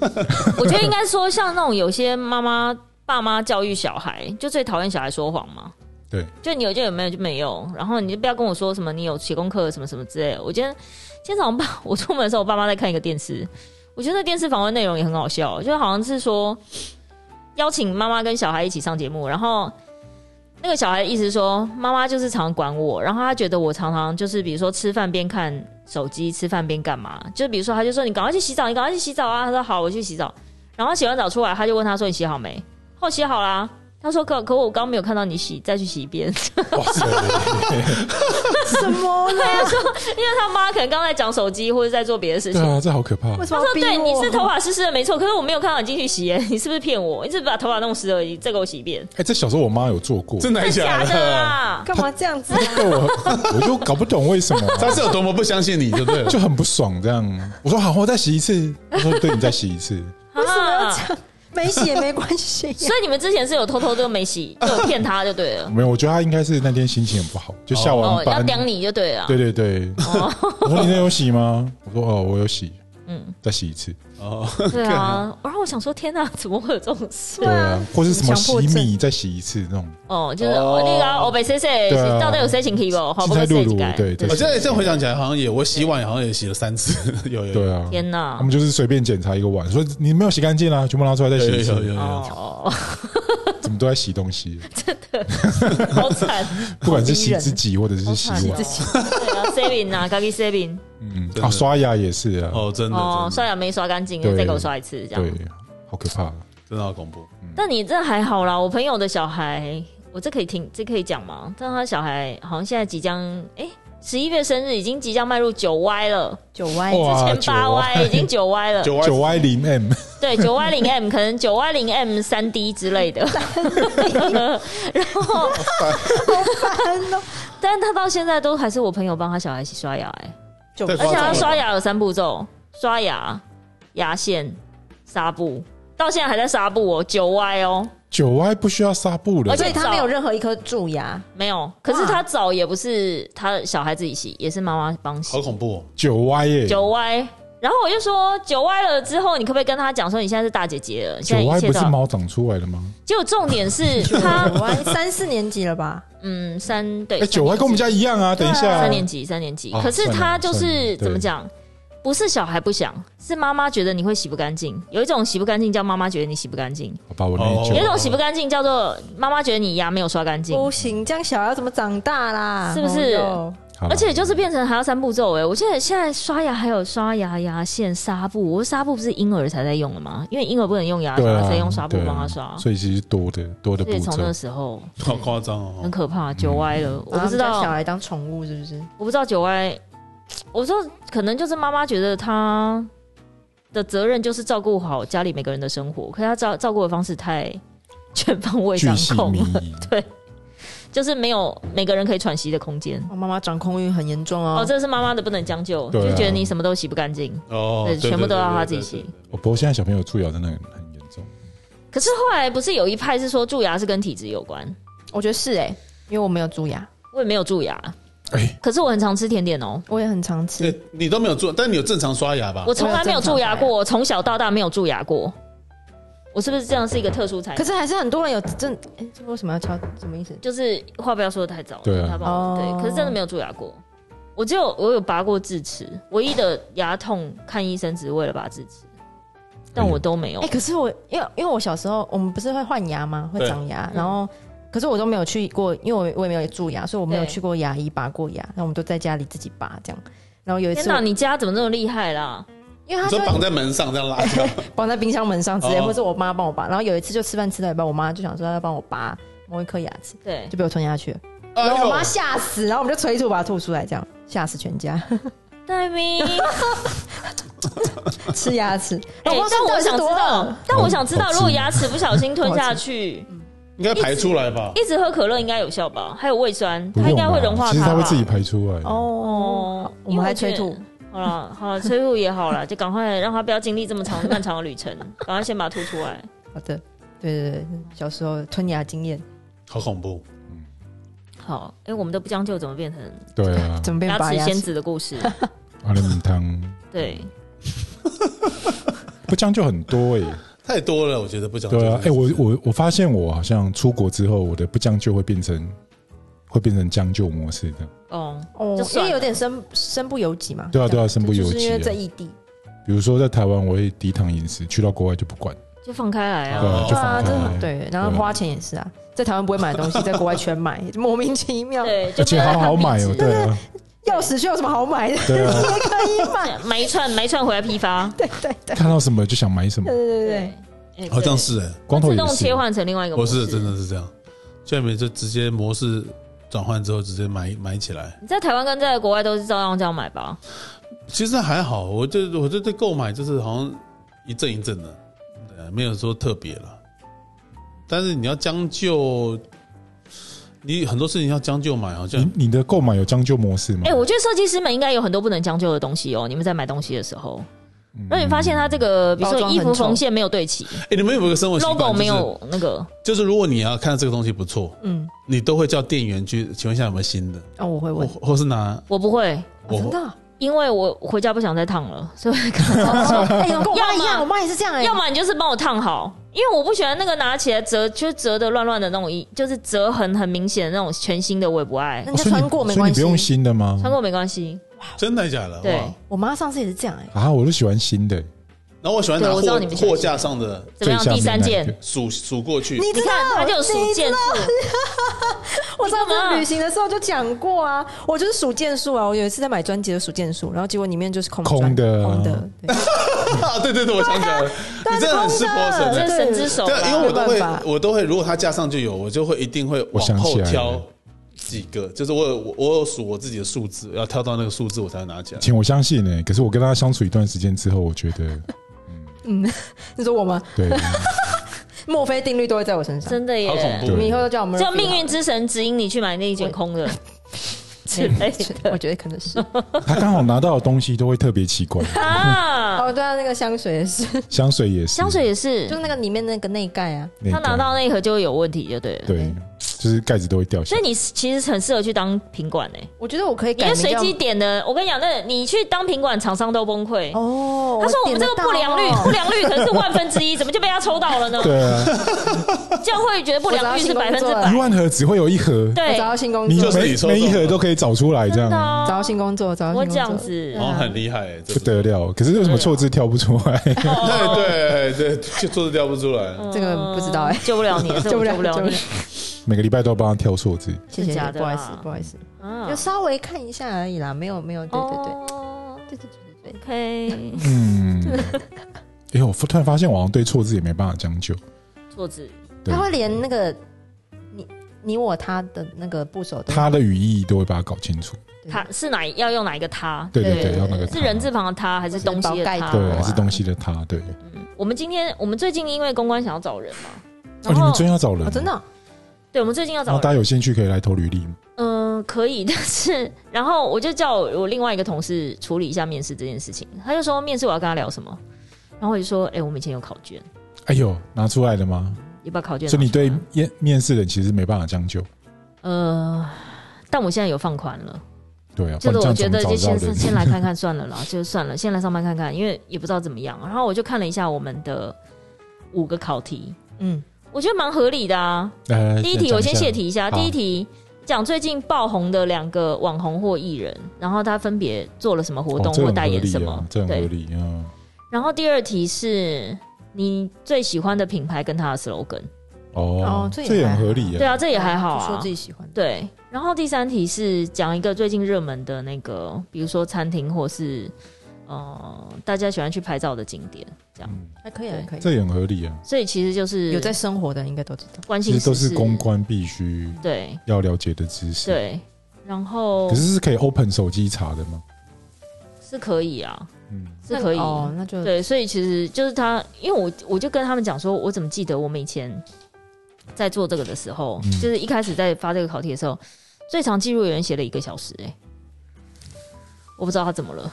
[SPEAKER 2] <laughs> 我觉得应该说，像那种有些妈妈、爸妈教育小孩，就最讨厌小孩说谎嘛。
[SPEAKER 1] 对，
[SPEAKER 2] 就你有就有，没有就没有。然后你就不要跟我说什么你有写功课什么什么之类的。我今天今天早上爸我出门的时候，我爸妈在看一个电视， <laughs> 我觉得那电视访问内容也很好笑，就好像是说邀请妈妈跟小孩一起上节目，然后。那个小孩的意思是说，妈妈就是常管我，然后他觉得我常常就是，比如说吃饭边看手机，吃饭边干嘛？就比如说，他就说你赶快去洗澡，你赶快去洗澡啊！他说好，我去洗澡。然后洗完澡出来，他就问他说你洗好没？后洗好啦。他说可可我刚没有看到你洗，再去洗一遍。 <laughs>
[SPEAKER 1] 哇塞，
[SPEAKER 4] 什么啦？
[SPEAKER 2] 因为他妈可能刚才讲手机或者在做别的事
[SPEAKER 1] 对
[SPEAKER 2] 情。
[SPEAKER 1] 啊，这好可怕
[SPEAKER 4] 为。什
[SPEAKER 2] 他
[SPEAKER 4] 么
[SPEAKER 2] 说
[SPEAKER 4] 要：“逼
[SPEAKER 2] 对，你
[SPEAKER 4] 我
[SPEAKER 2] 是头发湿湿的，没错。可是我没有看到你进去洗 <laughs> 耶，你是不是骗我？你只是把头发弄湿而已，再给我洗
[SPEAKER 1] <laughs>
[SPEAKER 2] 一遍，
[SPEAKER 1] 哎，这小时候我妈有做过，
[SPEAKER 3] 真的还
[SPEAKER 2] 真假的
[SPEAKER 3] 的？
[SPEAKER 2] 啦？
[SPEAKER 4] 干嘛这样子？
[SPEAKER 1] 对我我就搞不懂为什么
[SPEAKER 3] <laughs>
[SPEAKER 1] 啊
[SPEAKER 3] 他是有多么不相信你，对不对了？
[SPEAKER 1] 就很不爽这样。我说好，我再洗一次。他说对，你再洗一次。
[SPEAKER 4] <laughs> 为什么要这
[SPEAKER 2] 啊
[SPEAKER 4] 样？没洗也没关系，
[SPEAKER 2] 所以你们之前是有偷偷就没洗，
[SPEAKER 1] <laughs>
[SPEAKER 2] 就有骗他就对了。
[SPEAKER 1] 没有，我觉得他应该是那天心情很不好，就下
[SPEAKER 2] 哦
[SPEAKER 1] 完，
[SPEAKER 2] 要
[SPEAKER 1] 班。
[SPEAKER 2] 刁你就对了。哦
[SPEAKER 1] 对对对， <laughs>
[SPEAKER 2] <laughs>
[SPEAKER 1] 我说你那有洗吗？我说哦，我有洗，
[SPEAKER 2] 嗯，
[SPEAKER 1] 再洗一次。
[SPEAKER 3] 哦，
[SPEAKER 2] 对啊。然后我想说，天哪，怎么会有这种事？
[SPEAKER 1] 对啊，或是什么
[SPEAKER 4] 强
[SPEAKER 1] 洗
[SPEAKER 4] 迫症
[SPEAKER 1] 米再洗一次那种。
[SPEAKER 2] 哦，就是
[SPEAKER 3] 哦
[SPEAKER 2] 那个啊欧北 C C
[SPEAKER 1] 对啊
[SPEAKER 2] 到底有谁请 k e y b o 好不
[SPEAKER 1] 青菜
[SPEAKER 2] 过
[SPEAKER 1] 露
[SPEAKER 2] 谁
[SPEAKER 1] 露
[SPEAKER 2] 改？
[SPEAKER 1] 对对
[SPEAKER 3] 我现在现在回想起来，好像也我洗碗好像也洗了三次， <laughs> 有有有
[SPEAKER 1] 对啊，
[SPEAKER 2] 天
[SPEAKER 1] 他
[SPEAKER 2] 哪！
[SPEAKER 1] 们就是随便检查一个碗，说你没有洗干净啊，全部拿出来再
[SPEAKER 3] 有
[SPEAKER 1] 洗一
[SPEAKER 3] 有有有
[SPEAKER 1] 次。
[SPEAKER 3] 有，
[SPEAKER 2] 哦，
[SPEAKER 1] 怎么都在洗东西，
[SPEAKER 2] 好惨。哦
[SPEAKER 1] 不管是洗自己或者是洗
[SPEAKER 4] 你
[SPEAKER 1] 碗
[SPEAKER 4] 自，己
[SPEAKER 2] 对啊，saving 啊，咖喱 saving。
[SPEAKER 1] 嗯，
[SPEAKER 3] 真的
[SPEAKER 1] 啊，刷牙也是啊，
[SPEAKER 3] 哦，真的
[SPEAKER 2] 哦，
[SPEAKER 3] 真
[SPEAKER 2] 刷
[SPEAKER 3] 的
[SPEAKER 2] 牙没刷干净，
[SPEAKER 1] 对
[SPEAKER 2] 再给我刷一次这
[SPEAKER 1] 对
[SPEAKER 2] 样。，
[SPEAKER 1] 好可怕。啊
[SPEAKER 3] 真的好恐怖。
[SPEAKER 2] 但你这还好啦，我朋友的小孩，我这可以听，这可以讲吗？但他小孩好像现在即将，哎、1十一月生日已经即将迈入九 Y 了，
[SPEAKER 4] 九歪
[SPEAKER 1] 哇
[SPEAKER 2] 之前八
[SPEAKER 1] 九
[SPEAKER 2] Y 已经九 Y 了，
[SPEAKER 3] 九
[SPEAKER 1] 九 Y 零
[SPEAKER 2] <laughs>
[SPEAKER 1] M，
[SPEAKER 2] 对，九 Y 零 M 可能九 Y 零 M 三 D 之类的，然后，但他到现在都还是我朋友帮他小孩洗刷牙、哎，
[SPEAKER 4] 九
[SPEAKER 3] 对
[SPEAKER 4] 歪
[SPEAKER 2] 而且他
[SPEAKER 3] 了
[SPEAKER 2] 刷牙有三步骤：刷牙、牙线、纱布。到现在还在纱布哦，九 Y 哦，
[SPEAKER 1] 九 Y 不需要纱布了
[SPEAKER 2] 而，
[SPEAKER 4] 所
[SPEAKER 2] 且
[SPEAKER 4] 以他没有任何一颗蛀牙，
[SPEAKER 2] 没有，可是他澡也不是他小孩自己洗，也是妈妈帮
[SPEAKER 3] 好
[SPEAKER 2] 洗。
[SPEAKER 3] 恐怖哦，
[SPEAKER 1] 九 Y 耶，
[SPEAKER 2] 九 Y，然后我就说九 Y 了之后，你可不可以跟他讲说你现在是大姐姐了？
[SPEAKER 1] 九
[SPEAKER 2] 现在一
[SPEAKER 1] Y
[SPEAKER 2] 切
[SPEAKER 1] 不
[SPEAKER 2] 都
[SPEAKER 1] 是
[SPEAKER 2] 好。
[SPEAKER 1] 毛长出来的吗？
[SPEAKER 2] 结果重点是他
[SPEAKER 4] 九，歪三四年级了吧？
[SPEAKER 2] 嗯，三对，
[SPEAKER 1] 哎，九 Y 跟我们家一样啊。等一下，
[SPEAKER 2] 三年级，三年级。
[SPEAKER 1] 哦
[SPEAKER 2] 可是他就
[SPEAKER 1] 算了算
[SPEAKER 2] 是
[SPEAKER 1] 了
[SPEAKER 2] 怎么
[SPEAKER 1] 对
[SPEAKER 2] 讲？不是小孩不想，是妈妈觉得你会洗不干净。有一种洗不干净叫妈妈觉得你洗不干净，
[SPEAKER 1] 好吧，我内疚
[SPEAKER 2] 有一
[SPEAKER 1] 了。
[SPEAKER 2] 种洗不干净叫做妈妈觉得你牙没有刷干净。
[SPEAKER 4] 不行，这样小孩要怎么长大啦？
[SPEAKER 2] 是不是
[SPEAKER 4] 哦
[SPEAKER 1] 好啦
[SPEAKER 2] 而且就是变成还要三步骤哎、我记得现在刷牙还有刷牙牙线、纱布。我说纱布不是婴儿才在用的吗？因为婴儿不能用牙
[SPEAKER 1] 对
[SPEAKER 2] 刷，
[SPEAKER 1] 啊，
[SPEAKER 2] 谁用纱布
[SPEAKER 1] 对啊
[SPEAKER 2] 帮他刷？
[SPEAKER 1] 所以其实多的多的
[SPEAKER 2] 所
[SPEAKER 1] 步
[SPEAKER 2] 以从那
[SPEAKER 1] 骤
[SPEAKER 2] 个，时候
[SPEAKER 3] 好夸张
[SPEAKER 2] 很
[SPEAKER 3] 哦。
[SPEAKER 2] 可怕，九歪了。
[SPEAKER 1] 嗯
[SPEAKER 2] 我
[SPEAKER 4] 然
[SPEAKER 2] 不
[SPEAKER 4] 后
[SPEAKER 2] 知
[SPEAKER 4] 他们家小
[SPEAKER 2] 道，
[SPEAKER 4] 孩当宠物是不是？
[SPEAKER 2] 我不知道九歪。我说可能就是妈妈觉得她的责任就是照顾好家里每个人的生活，可是她照照顾的方式太全方位掌
[SPEAKER 1] 巨细
[SPEAKER 2] 控
[SPEAKER 1] 靡
[SPEAKER 2] 了，
[SPEAKER 1] 遗。
[SPEAKER 2] <laughs> 就是没有每个人可以喘息的空间。
[SPEAKER 4] 我哦妈妈掌控欲很严重
[SPEAKER 2] 哦，
[SPEAKER 4] 哦。
[SPEAKER 2] 这是妈妈的不能将就，
[SPEAKER 1] 对啊
[SPEAKER 2] 就觉得你什么都洗不干净。
[SPEAKER 3] 哦，
[SPEAKER 2] 对
[SPEAKER 3] 对
[SPEAKER 2] 全部都要他
[SPEAKER 3] 对对
[SPEAKER 2] 自己
[SPEAKER 3] 对对对
[SPEAKER 1] <laughs> 哦不过现在小朋友蛀牙真的很很严重，
[SPEAKER 2] 可是后来不是有一派是说蛀牙是跟体质有关，
[SPEAKER 4] 我觉得是哎、因为我没有蛀牙，
[SPEAKER 2] 我也没有蛀牙，
[SPEAKER 1] 哎，
[SPEAKER 2] 可是我很常吃甜点哦、
[SPEAKER 4] 我也很常吃。
[SPEAKER 3] 对哎你都没有做，但你有正常刷牙吧
[SPEAKER 2] 我？从来没有蛀
[SPEAKER 4] 我
[SPEAKER 2] 牙
[SPEAKER 4] 有正常
[SPEAKER 2] 过，我从小到大没有蛀牙过。我是不是这样是一个特殊才
[SPEAKER 4] 可
[SPEAKER 2] 能？
[SPEAKER 4] 是还是很多人有真哎、这为什么要敲？什么意思？
[SPEAKER 2] 就是话不要说的太早，
[SPEAKER 1] 对啊
[SPEAKER 2] 就是他帮我
[SPEAKER 4] 哦
[SPEAKER 2] 对，可是真的没有蛀牙过。我只有我有拔过智齿，唯一的牙痛看医生只是为了拔智齿，但我都没有
[SPEAKER 4] 哎、。可是我因为因为我小时候我们不是会换牙吗？会
[SPEAKER 3] 对
[SPEAKER 4] 长
[SPEAKER 2] 嗯
[SPEAKER 4] 牙，然后可是我都没有去过，因为我我也没有蛀牙，所以我没有
[SPEAKER 2] 对
[SPEAKER 4] 去过牙医拔过牙。那我们都在家里自己拔这样。然后有一
[SPEAKER 2] 天
[SPEAKER 4] 次
[SPEAKER 2] 哪，
[SPEAKER 4] 我，
[SPEAKER 2] 你家怎么这么厉害啦？
[SPEAKER 4] 因为
[SPEAKER 3] 你
[SPEAKER 4] 他
[SPEAKER 3] 说
[SPEAKER 4] 就
[SPEAKER 3] 绑在门上这样拉
[SPEAKER 2] <laughs>
[SPEAKER 3] 着，
[SPEAKER 4] 绑在冰箱门上之类，
[SPEAKER 3] 哦
[SPEAKER 4] 或是我妈帮我拔。然后有一次就吃饭吃到一半，我妈就想说要帮我拔某一颗牙齿，
[SPEAKER 2] 对，
[SPEAKER 4] 就被我吞下去了，
[SPEAKER 3] 哎
[SPEAKER 4] 然后
[SPEAKER 3] 呦，
[SPEAKER 4] 我妈吓死，然后我们就催吐把它吐出来，这样吓死全
[SPEAKER 1] <laughs>
[SPEAKER 4] 家
[SPEAKER 2] 戴明，
[SPEAKER 4] 吃牙齿。
[SPEAKER 2] 哎、
[SPEAKER 4] 然后
[SPEAKER 2] 但我
[SPEAKER 4] 妈说
[SPEAKER 2] 想知
[SPEAKER 4] 哦到底是多哦
[SPEAKER 2] 道
[SPEAKER 4] 饿，
[SPEAKER 2] 但我想知道，如果牙齿不小心吞
[SPEAKER 4] 好吃
[SPEAKER 2] 下去，
[SPEAKER 3] 应该排出来吧？
[SPEAKER 2] 一直喝可乐应该有效吧？还有胃酸，
[SPEAKER 1] 不
[SPEAKER 2] 它
[SPEAKER 1] 用
[SPEAKER 2] 应该
[SPEAKER 1] 啦
[SPEAKER 2] 会融化它吧。
[SPEAKER 1] 其实它会自己排出来。 <laughs> 哦，
[SPEAKER 4] 哦
[SPEAKER 2] 哦，
[SPEAKER 4] 我们还催
[SPEAKER 2] 因为我
[SPEAKER 4] 吐
[SPEAKER 2] 觉，得。好了，好了，催吐也好了，就赶快让他不要经历这么长漫长的旅程，赶快先把它吐出来。
[SPEAKER 4] 好的，对对对，小时候吞牙经验，
[SPEAKER 3] 好恐怖！
[SPEAKER 2] 好，哎、我们都不将就，怎么变成
[SPEAKER 1] 对
[SPEAKER 2] <laughs>
[SPEAKER 1] 啊，
[SPEAKER 4] 怎么变
[SPEAKER 2] 牙
[SPEAKER 4] 拔
[SPEAKER 2] 齿
[SPEAKER 4] 牙
[SPEAKER 2] 仙
[SPEAKER 4] 齿？
[SPEAKER 2] 子的
[SPEAKER 4] <laughs>
[SPEAKER 2] 故事？
[SPEAKER 1] 阿里米汤
[SPEAKER 2] 对，
[SPEAKER 1] 不将就很
[SPEAKER 2] <laughs>
[SPEAKER 1] 多哎、
[SPEAKER 3] 太多了，我觉得不讲究。
[SPEAKER 1] 对啊，哎、我我我发现我好像出国之后，我的不将就会变成会变成将就模式的。
[SPEAKER 2] 哦，
[SPEAKER 4] 哦
[SPEAKER 2] 就，
[SPEAKER 4] 因
[SPEAKER 2] 算了
[SPEAKER 4] 为有点身身不由己嘛。
[SPEAKER 1] 对啊
[SPEAKER 4] 这
[SPEAKER 1] 对
[SPEAKER 4] 样
[SPEAKER 1] 啊身不由己啊
[SPEAKER 4] 就是因为在异地，
[SPEAKER 1] 比如说在台湾，我会低糖饮食，去到国外就不管，
[SPEAKER 2] 就放开来
[SPEAKER 1] 对、
[SPEAKER 2] 啊。
[SPEAKER 1] 啊，就
[SPEAKER 4] 对啊，
[SPEAKER 1] 放开
[SPEAKER 4] 真
[SPEAKER 1] 来
[SPEAKER 4] 的。对。然后花钱也是啊，在台湾不会买
[SPEAKER 1] <laughs>
[SPEAKER 4] 的东西，在国外全买，莫名其妙。
[SPEAKER 2] 对，
[SPEAKER 1] 而
[SPEAKER 2] 就
[SPEAKER 1] 且好好买
[SPEAKER 2] <laughs>
[SPEAKER 1] 哦，对啊，
[SPEAKER 4] 钥匙却有什么好买的？
[SPEAKER 1] 对啊，
[SPEAKER 4] 可以买。
[SPEAKER 2] 买一串，买一串回来批发。
[SPEAKER 4] 对对对
[SPEAKER 1] 看到什么就想买
[SPEAKER 2] <laughs>
[SPEAKER 1] 什么
[SPEAKER 4] 对，对对
[SPEAKER 2] 对
[SPEAKER 4] 对，，
[SPEAKER 2] 哎
[SPEAKER 3] 好像
[SPEAKER 2] 对
[SPEAKER 3] 是哎，
[SPEAKER 1] 光头
[SPEAKER 2] 自
[SPEAKER 1] 也
[SPEAKER 2] 动
[SPEAKER 1] 是
[SPEAKER 2] 切，换成另外一个模
[SPEAKER 3] 我
[SPEAKER 2] 式，
[SPEAKER 3] 是真。的是这样，下面就直接模式转换之后直接买买起来。
[SPEAKER 2] 你在台湾跟在国外都是照样这样买吧？
[SPEAKER 3] 其实还好，我就我就对购买就是好像一阵一阵的，对啊，没有说特别了。但是你要将就，你很多事情要将就买，好像
[SPEAKER 1] 你你的购买有将就模式吗？
[SPEAKER 2] 哎、我觉得设计师们应该有很多不能将就的东西哦。你们在买东西的时候，
[SPEAKER 1] 嗯
[SPEAKER 2] 那你发现它这个，比如
[SPEAKER 4] 包
[SPEAKER 2] 说
[SPEAKER 4] 装
[SPEAKER 2] 衣服
[SPEAKER 4] 很丑
[SPEAKER 2] 缝线没有对齐
[SPEAKER 3] 哎、你们有没有一个生活习惯？
[SPEAKER 2] ，logo 没
[SPEAKER 3] 就是
[SPEAKER 2] 有那个，
[SPEAKER 3] 就是如果你要看到这个东西不错，
[SPEAKER 4] 嗯，
[SPEAKER 3] 你都会叫店员去请问一下有没有新的，
[SPEAKER 4] 哦，我会
[SPEAKER 3] 或
[SPEAKER 4] 问，
[SPEAKER 3] 或是拿
[SPEAKER 2] 我不会，
[SPEAKER 3] 我、
[SPEAKER 4] 真的啊，
[SPEAKER 2] 因为我回家不想再烫了，所以我
[SPEAKER 4] <laughs>
[SPEAKER 2] 可能
[SPEAKER 4] 哎，跟我妈一
[SPEAKER 2] 要嘛
[SPEAKER 4] 样，我妈也是这样哎，
[SPEAKER 2] 要么你就是帮我烫好，因为我不喜欢那个拿起来折就折的乱乱的那种衣，就是折痕很明显的那种全新的，我也不爱
[SPEAKER 4] 那。
[SPEAKER 1] 哦
[SPEAKER 4] 你就
[SPEAKER 1] 所以
[SPEAKER 4] 穿过没
[SPEAKER 1] 所以
[SPEAKER 4] 关
[SPEAKER 1] 你不
[SPEAKER 4] 系。
[SPEAKER 1] 用新的吗？
[SPEAKER 2] 穿过没关系，
[SPEAKER 3] 真的假的？
[SPEAKER 2] 对
[SPEAKER 3] 哇
[SPEAKER 4] 我妈上次也是这样哎，
[SPEAKER 1] 啊，我都喜欢新的、
[SPEAKER 3] 然后我喜欢拿
[SPEAKER 2] 对我知道
[SPEAKER 3] 货
[SPEAKER 2] 你们喜欢
[SPEAKER 3] 货架上的
[SPEAKER 2] 怎么样？
[SPEAKER 1] 最下面
[SPEAKER 2] 第三
[SPEAKER 1] 那一
[SPEAKER 2] 件
[SPEAKER 1] 个，
[SPEAKER 3] 数数过去， <laughs>
[SPEAKER 4] 你
[SPEAKER 2] 你
[SPEAKER 4] 知道
[SPEAKER 2] 看，它就有数
[SPEAKER 4] 你
[SPEAKER 2] 件数，
[SPEAKER 4] 我上次
[SPEAKER 2] 干嘛
[SPEAKER 4] 旅行的时候就讲过啊，我就是数件数啊。我有一次在买专辑的数件数，然后结果里面就是空
[SPEAKER 1] 空
[SPEAKER 4] 专
[SPEAKER 1] 的啊
[SPEAKER 4] 空的， <laughs> 对
[SPEAKER 3] 啊，对对对，我想起来了，你真的很是
[SPEAKER 4] 空
[SPEAKER 3] 波神
[SPEAKER 1] 欸
[SPEAKER 4] 的
[SPEAKER 3] 的
[SPEAKER 2] 这。是神之手
[SPEAKER 3] 对啊，因为我
[SPEAKER 2] 吧？
[SPEAKER 3] 都
[SPEAKER 4] 没
[SPEAKER 3] 会
[SPEAKER 4] 办，法
[SPEAKER 3] 我都会，如果它架上就有，我就会一定会
[SPEAKER 1] 我
[SPEAKER 3] 往
[SPEAKER 1] 想起
[SPEAKER 3] 后
[SPEAKER 1] 来了
[SPEAKER 3] 挑几个，就是我有我我有数我自己的数字，要挑到那个数字我才会拿起来。
[SPEAKER 1] 请我相信呢、欸可是我跟他相处一段时间之后，我觉
[SPEAKER 2] <laughs>
[SPEAKER 1] 得
[SPEAKER 4] 你说我吗？
[SPEAKER 1] 对，
[SPEAKER 4] 墨菲定律都会在我身上。
[SPEAKER 2] 啊真的
[SPEAKER 3] 好恐
[SPEAKER 2] 耶！
[SPEAKER 1] 对
[SPEAKER 4] 你
[SPEAKER 3] 怖！
[SPEAKER 4] 以后都叫我们
[SPEAKER 2] 叫命运之神指引你去买那一卷空
[SPEAKER 4] 啊
[SPEAKER 2] 的 <laughs> 之类
[SPEAKER 4] <laughs>
[SPEAKER 2] 的
[SPEAKER 4] 我觉得可能是。
[SPEAKER 1] 他刚好拿到的东西都会特别奇
[SPEAKER 2] <laughs>
[SPEAKER 1] 怪，
[SPEAKER 2] 啊。
[SPEAKER 4] 哦，对啊，那个香水也是，
[SPEAKER 1] 香水也是，
[SPEAKER 2] 香水也
[SPEAKER 4] <laughs> 就是
[SPEAKER 2] 是，
[SPEAKER 4] 那个里面那个内盖啊。
[SPEAKER 1] 那
[SPEAKER 2] 他
[SPEAKER 1] 个
[SPEAKER 2] 拿到那一盒就会有问题，就对了。
[SPEAKER 1] 对，就是盖子都会掉下
[SPEAKER 2] 所以
[SPEAKER 1] 来。
[SPEAKER 2] 你其实很适合去当品管诶、
[SPEAKER 4] 我觉得我可以
[SPEAKER 2] 因
[SPEAKER 4] 改
[SPEAKER 2] 为
[SPEAKER 4] 名
[SPEAKER 2] 随
[SPEAKER 4] 叫
[SPEAKER 2] 机点的，我跟你讲，那你去当品管，厂商都崩溃。
[SPEAKER 4] 哦。
[SPEAKER 2] 他说我们这个不
[SPEAKER 4] <laughs>
[SPEAKER 2] 良率，不
[SPEAKER 4] 率，
[SPEAKER 2] 良率可能是万分之一，怎么就被他抽到了呢？
[SPEAKER 1] 对啊，
[SPEAKER 2] 这样会觉得不良率是百分之
[SPEAKER 4] 我
[SPEAKER 2] 百
[SPEAKER 1] 一。万盒只会有一盒，
[SPEAKER 4] 我
[SPEAKER 2] 对
[SPEAKER 4] 找，到新工
[SPEAKER 1] 你
[SPEAKER 4] 作
[SPEAKER 3] 就，是
[SPEAKER 1] 每
[SPEAKER 3] 你抽中
[SPEAKER 1] 每一盒都可以找出来，这
[SPEAKER 2] 真
[SPEAKER 1] 样
[SPEAKER 2] 的
[SPEAKER 4] 找
[SPEAKER 2] 啊
[SPEAKER 4] 到新工作，找到
[SPEAKER 2] 我
[SPEAKER 4] 新工
[SPEAKER 2] 这
[SPEAKER 4] 作。
[SPEAKER 2] 样子
[SPEAKER 4] 对，
[SPEAKER 3] 好
[SPEAKER 4] 啊
[SPEAKER 3] 像很厉害欸，这
[SPEAKER 4] <laughs>
[SPEAKER 1] 不得了。可是为什么错字跳不出来？
[SPEAKER 2] <laughs> 哦
[SPEAKER 3] 对对对，就做的掉不出来。
[SPEAKER 4] 这个不知道欸
[SPEAKER 2] 嗯救不了你，这
[SPEAKER 4] 救不
[SPEAKER 2] 个我
[SPEAKER 4] 了
[SPEAKER 2] 救不了
[SPEAKER 4] 救不
[SPEAKER 2] 你
[SPEAKER 4] 了。
[SPEAKER 1] 每个礼拜都要帮他跳错字，
[SPEAKER 4] 谢
[SPEAKER 2] 是
[SPEAKER 4] 谢
[SPEAKER 2] 假，的
[SPEAKER 4] 不好意思
[SPEAKER 2] 啦，
[SPEAKER 4] 不好意思，
[SPEAKER 2] 啊
[SPEAKER 4] 就稍微看一下而已啦，没有没有，对对
[SPEAKER 2] 哦
[SPEAKER 4] 对。对对对对对，
[SPEAKER 2] 对对，OK，
[SPEAKER 4] <laughs>
[SPEAKER 2] <laughs>
[SPEAKER 1] 嗯。哎、我突然发现，我好像对错字也没办法将就。
[SPEAKER 2] 错字
[SPEAKER 1] 对
[SPEAKER 4] 他会连那个你你我他的那个部首都
[SPEAKER 1] 它的语义都会把它搞清楚。
[SPEAKER 4] 对
[SPEAKER 2] 他是哪要用哪一个他？
[SPEAKER 1] 对对
[SPEAKER 4] 对
[SPEAKER 1] 对，要那个
[SPEAKER 2] 是
[SPEAKER 1] 它
[SPEAKER 2] 人字旁的他还是东西的
[SPEAKER 4] 还是
[SPEAKER 2] 他
[SPEAKER 4] 包？
[SPEAKER 2] 嗯
[SPEAKER 1] 对，
[SPEAKER 4] 啊
[SPEAKER 1] 还是东西的它对。
[SPEAKER 2] 我们今天我们最近因为公关想要找人嘛，
[SPEAKER 1] 哦，
[SPEAKER 2] 然
[SPEAKER 1] 你
[SPEAKER 2] 后
[SPEAKER 1] 们最近要找人、
[SPEAKER 4] 哦，真的、？哦，
[SPEAKER 2] 对，我们最近要
[SPEAKER 1] 然
[SPEAKER 2] 找
[SPEAKER 1] 后大
[SPEAKER 2] 人，
[SPEAKER 1] 家有兴趣可以来投履历吗。
[SPEAKER 2] 嗯，可以， <laughs> 但是然后我就叫我另外一个同事处理一下面试这件事情，他就说面试我要跟他聊什么，然后我就说，哎，我们以前有考卷，
[SPEAKER 1] 哎呦，拿出来了吗？
[SPEAKER 2] 你把考卷拿出
[SPEAKER 1] 所以
[SPEAKER 2] 来，
[SPEAKER 1] 你对面面试人其实没办法将就。
[SPEAKER 2] 呃，但我现在有放宽了。
[SPEAKER 1] 对啊，不然这
[SPEAKER 2] 就是我
[SPEAKER 1] 样
[SPEAKER 2] 觉
[SPEAKER 1] 怎么
[SPEAKER 2] 得
[SPEAKER 1] 找
[SPEAKER 2] 就
[SPEAKER 1] 得到
[SPEAKER 2] 先先
[SPEAKER 1] 人？
[SPEAKER 2] 来看看算了啦， <laughs> 就算了，先来上班看看，因为也不知道怎么样。然后我就看了一下我们的五个考题，
[SPEAKER 4] 嗯，
[SPEAKER 2] 我觉得蛮合理的啊。
[SPEAKER 1] <laughs> 来
[SPEAKER 2] 第一题我先泄。题一下，
[SPEAKER 1] 好
[SPEAKER 2] 第一题讲最近爆红的两个网红或艺人，然后他分别做了什么活
[SPEAKER 1] 哦
[SPEAKER 2] 动
[SPEAKER 1] 这
[SPEAKER 2] 或
[SPEAKER 1] 很
[SPEAKER 2] 代
[SPEAKER 1] 合
[SPEAKER 2] 言
[SPEAKER 1] 理
[SPEAKER 2] 什么
[SPEAKER 1] 啊，。这很合
[SPEAKER 2] 对，
[SPEAKER 1] 理啊。
[SPEAKER 2] 然后第二题是你最喜欢的品牌跟它的 slogan，
[SPEAKER 1] 哦
[SPEAKER 4] 哦，
[SPEAKER 1] 这
[SPEAKER 4] 这也
[SPEAKER 1] 也很合
[SPEAKER 4] 还
[SPEAKER 1] 理
[SPEAKER 2] 对
[SPEAKER 1] 啊。
[SPEAKER 2] 啊，这也还好
[SPEAKER 4] 哦就说
[SPEAKER 2] 啊
[SPEAKER 4] 自。己喜欢的，
[SPEAKER 2] 对，然后第三题是讲一个最近热门的那个，比如说餐厅或是呃大家喜欢去拍照的景点，这样，
[SPEAKER 4] 还可以，还可以。
[SPEAKER 1] 嗯这也很合理啊。
[SPEAKER 2] 所以其实就是
[SPEAKER 4] 有在生活的应该都知道，
[SPEAKER 2] 关
[SPEAKER 1] 其
[SPEAKER 2] 心
[SPEAKER 1] 实都
[SPEAKER 2] 时
[SPEAKER 1] 是
[SPEAKER 2] 事
[SPEAKER 1] 公，关必须
[SPEAKER 2] 对
[SPEAKER 1] 要了解的知识。，
[SPEAKER 2] 对，然后
[SPEAKER 1] 可是是可以 open 手机查的吗？
[SPEAKER 2] 是可以啊，
[SPEAKER 1] 嗯，
[SPEAKER 2] 是可以
[SPEAKER 4] 那哦，那就
[SPEAKER 2] 对，所以其实就是他，因为我我就跟他们讲说，我怎么记得我们以前在做这个的时候，
[SPEAKER 1] 嗯
[SPEAKER 2] 就是一开始在发这个考题的时候，最长记录有人写了一个小时、欸，哎，我不知道他怎么了，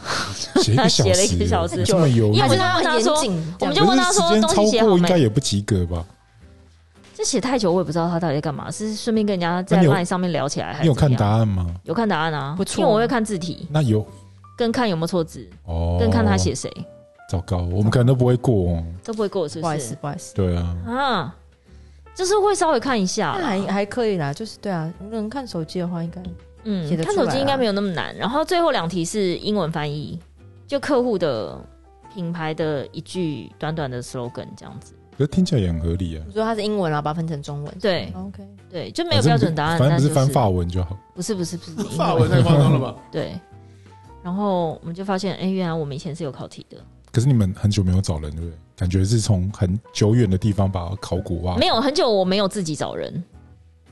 [SPEAKER 1] 写一个小
[SPEAKER 2] <laughs> 他写了一
[SPEAKER 1] 时，欸
[SPEAKER 2] 个小时
[SPEAKER 1] 这么犹豫
[SPEAKER 2] 因为，我就
[SPEAKER 4] 他
[SPEAKER 2] 问他
[SPEAKER 4] 很
[SPEAKER 2] 说
[SPEAKER 4] 严谨，
[SPEAKER 2] 我们
[SPEAKER 4] 这样
[SPEAKER 2] 就问
[SPEAKER 1] 可是
[SPEAKER 2] 他
[SPEAKER 1] 时
[SPEAKER 2] 说
[SPEAKER 1] 间
[SPEAKER 2] 东西
[SPEAKER 1] 超
[SPEAKER 2] 写好
[SPEAKER 1] 过应
[SPEAKER 2] 没
[SPEAKER 1] 该也不及格吧？
[SPEAKER 2] 这写太久，我也不知道他到底在干嘛，是顺便跟人家
[SPEAKER 1] 那
[SPEAKER 2] 在
[SPEAKER 1] 你有
[SPEAKER 2] line 上面聊起来，还
[SPEAKER 1] 你
[SPEAKER 2] 是
[SPEAKER 1] 有
[SPEAKER 2] 怎么
[SPEAKER 1] 看
[SPEAKER 2] 样
[SPEAKER 1] 答案吗？
[SPEAKER 2] 有看答案啊，
[SPEAKER 4] 不错
[SPEAKER 2] 因为我会看字体，
[SPEAKER 1] 那有
[SPEAKER 2] 跟看有没有错字，
[SPEAKER 1] 哦，
[SPEAKER 2] 跟看他写。谁
[SPEAKER 1] 糟糕，我们可能都不会过哦。
[SPEAKER 2] 都不会过，是
[SPEAKER 4] 不好
[SPEAKER 2] 不
[SPEAKER 4] 意
[SPEAKER 2] 是
[SPEAKER 4] 思，？不好意思，
[SPEAKER 1] 对啊，
[SPEAKER 2] 啊，就是会稍微看一下啦，
[SPEAKER 4] 那还还可以啦，就是对啊，能看手机的话，应该
[SPEAKER 2] 嗯
[SPEAKER 4] 写，得
[SPEAKER 2] 看
[SPEAKER 4] 出
[SPEAKER 2] 手
[SPEAKER 4] 来
[SPEAKER 1] 啊
[SPEAKER 2] 机应
[SPEAKER 4] 啦
[SPEAKER 2] 该没有那么难。然后最后两题是英文翻译，就客户的品牌的一句短短的 slogan 这样子。
[SPEAKER 1] 可是听起来也很合理啊
[SPEAKER 4] 你。说它是英文，然后把它分成中文，哦
[SPEAKER 2] 对
[SPEAKER 4] ，OK，
[SPEAKER 2] 对，就没
[SPEAKER 1] 反正
[SPEAKER 2] 有标
[SPEAKER 1] 不
[SPEAKER 2] 准答案，
[SPEAKER 1] 哦反正不
[SPEAKER 2] 但
[SPEAKER 1] 是
[SPEAKER 2] 就
[SPEAKER 1] 翻法文就好。
[SPEAKER 2] 不是不是不是英
[SPEAKER 3] 法文太夸张了吧？
[SPEAKER 2] 对。然后我们就发现，哎、原来我们以前是有考题的，
[SPEAKER 1] 可是你们很久没有找人，对不对？感觉是从很久远的地方把考古挖。
[SPEAKER 2] 没有很久我没有自己找人，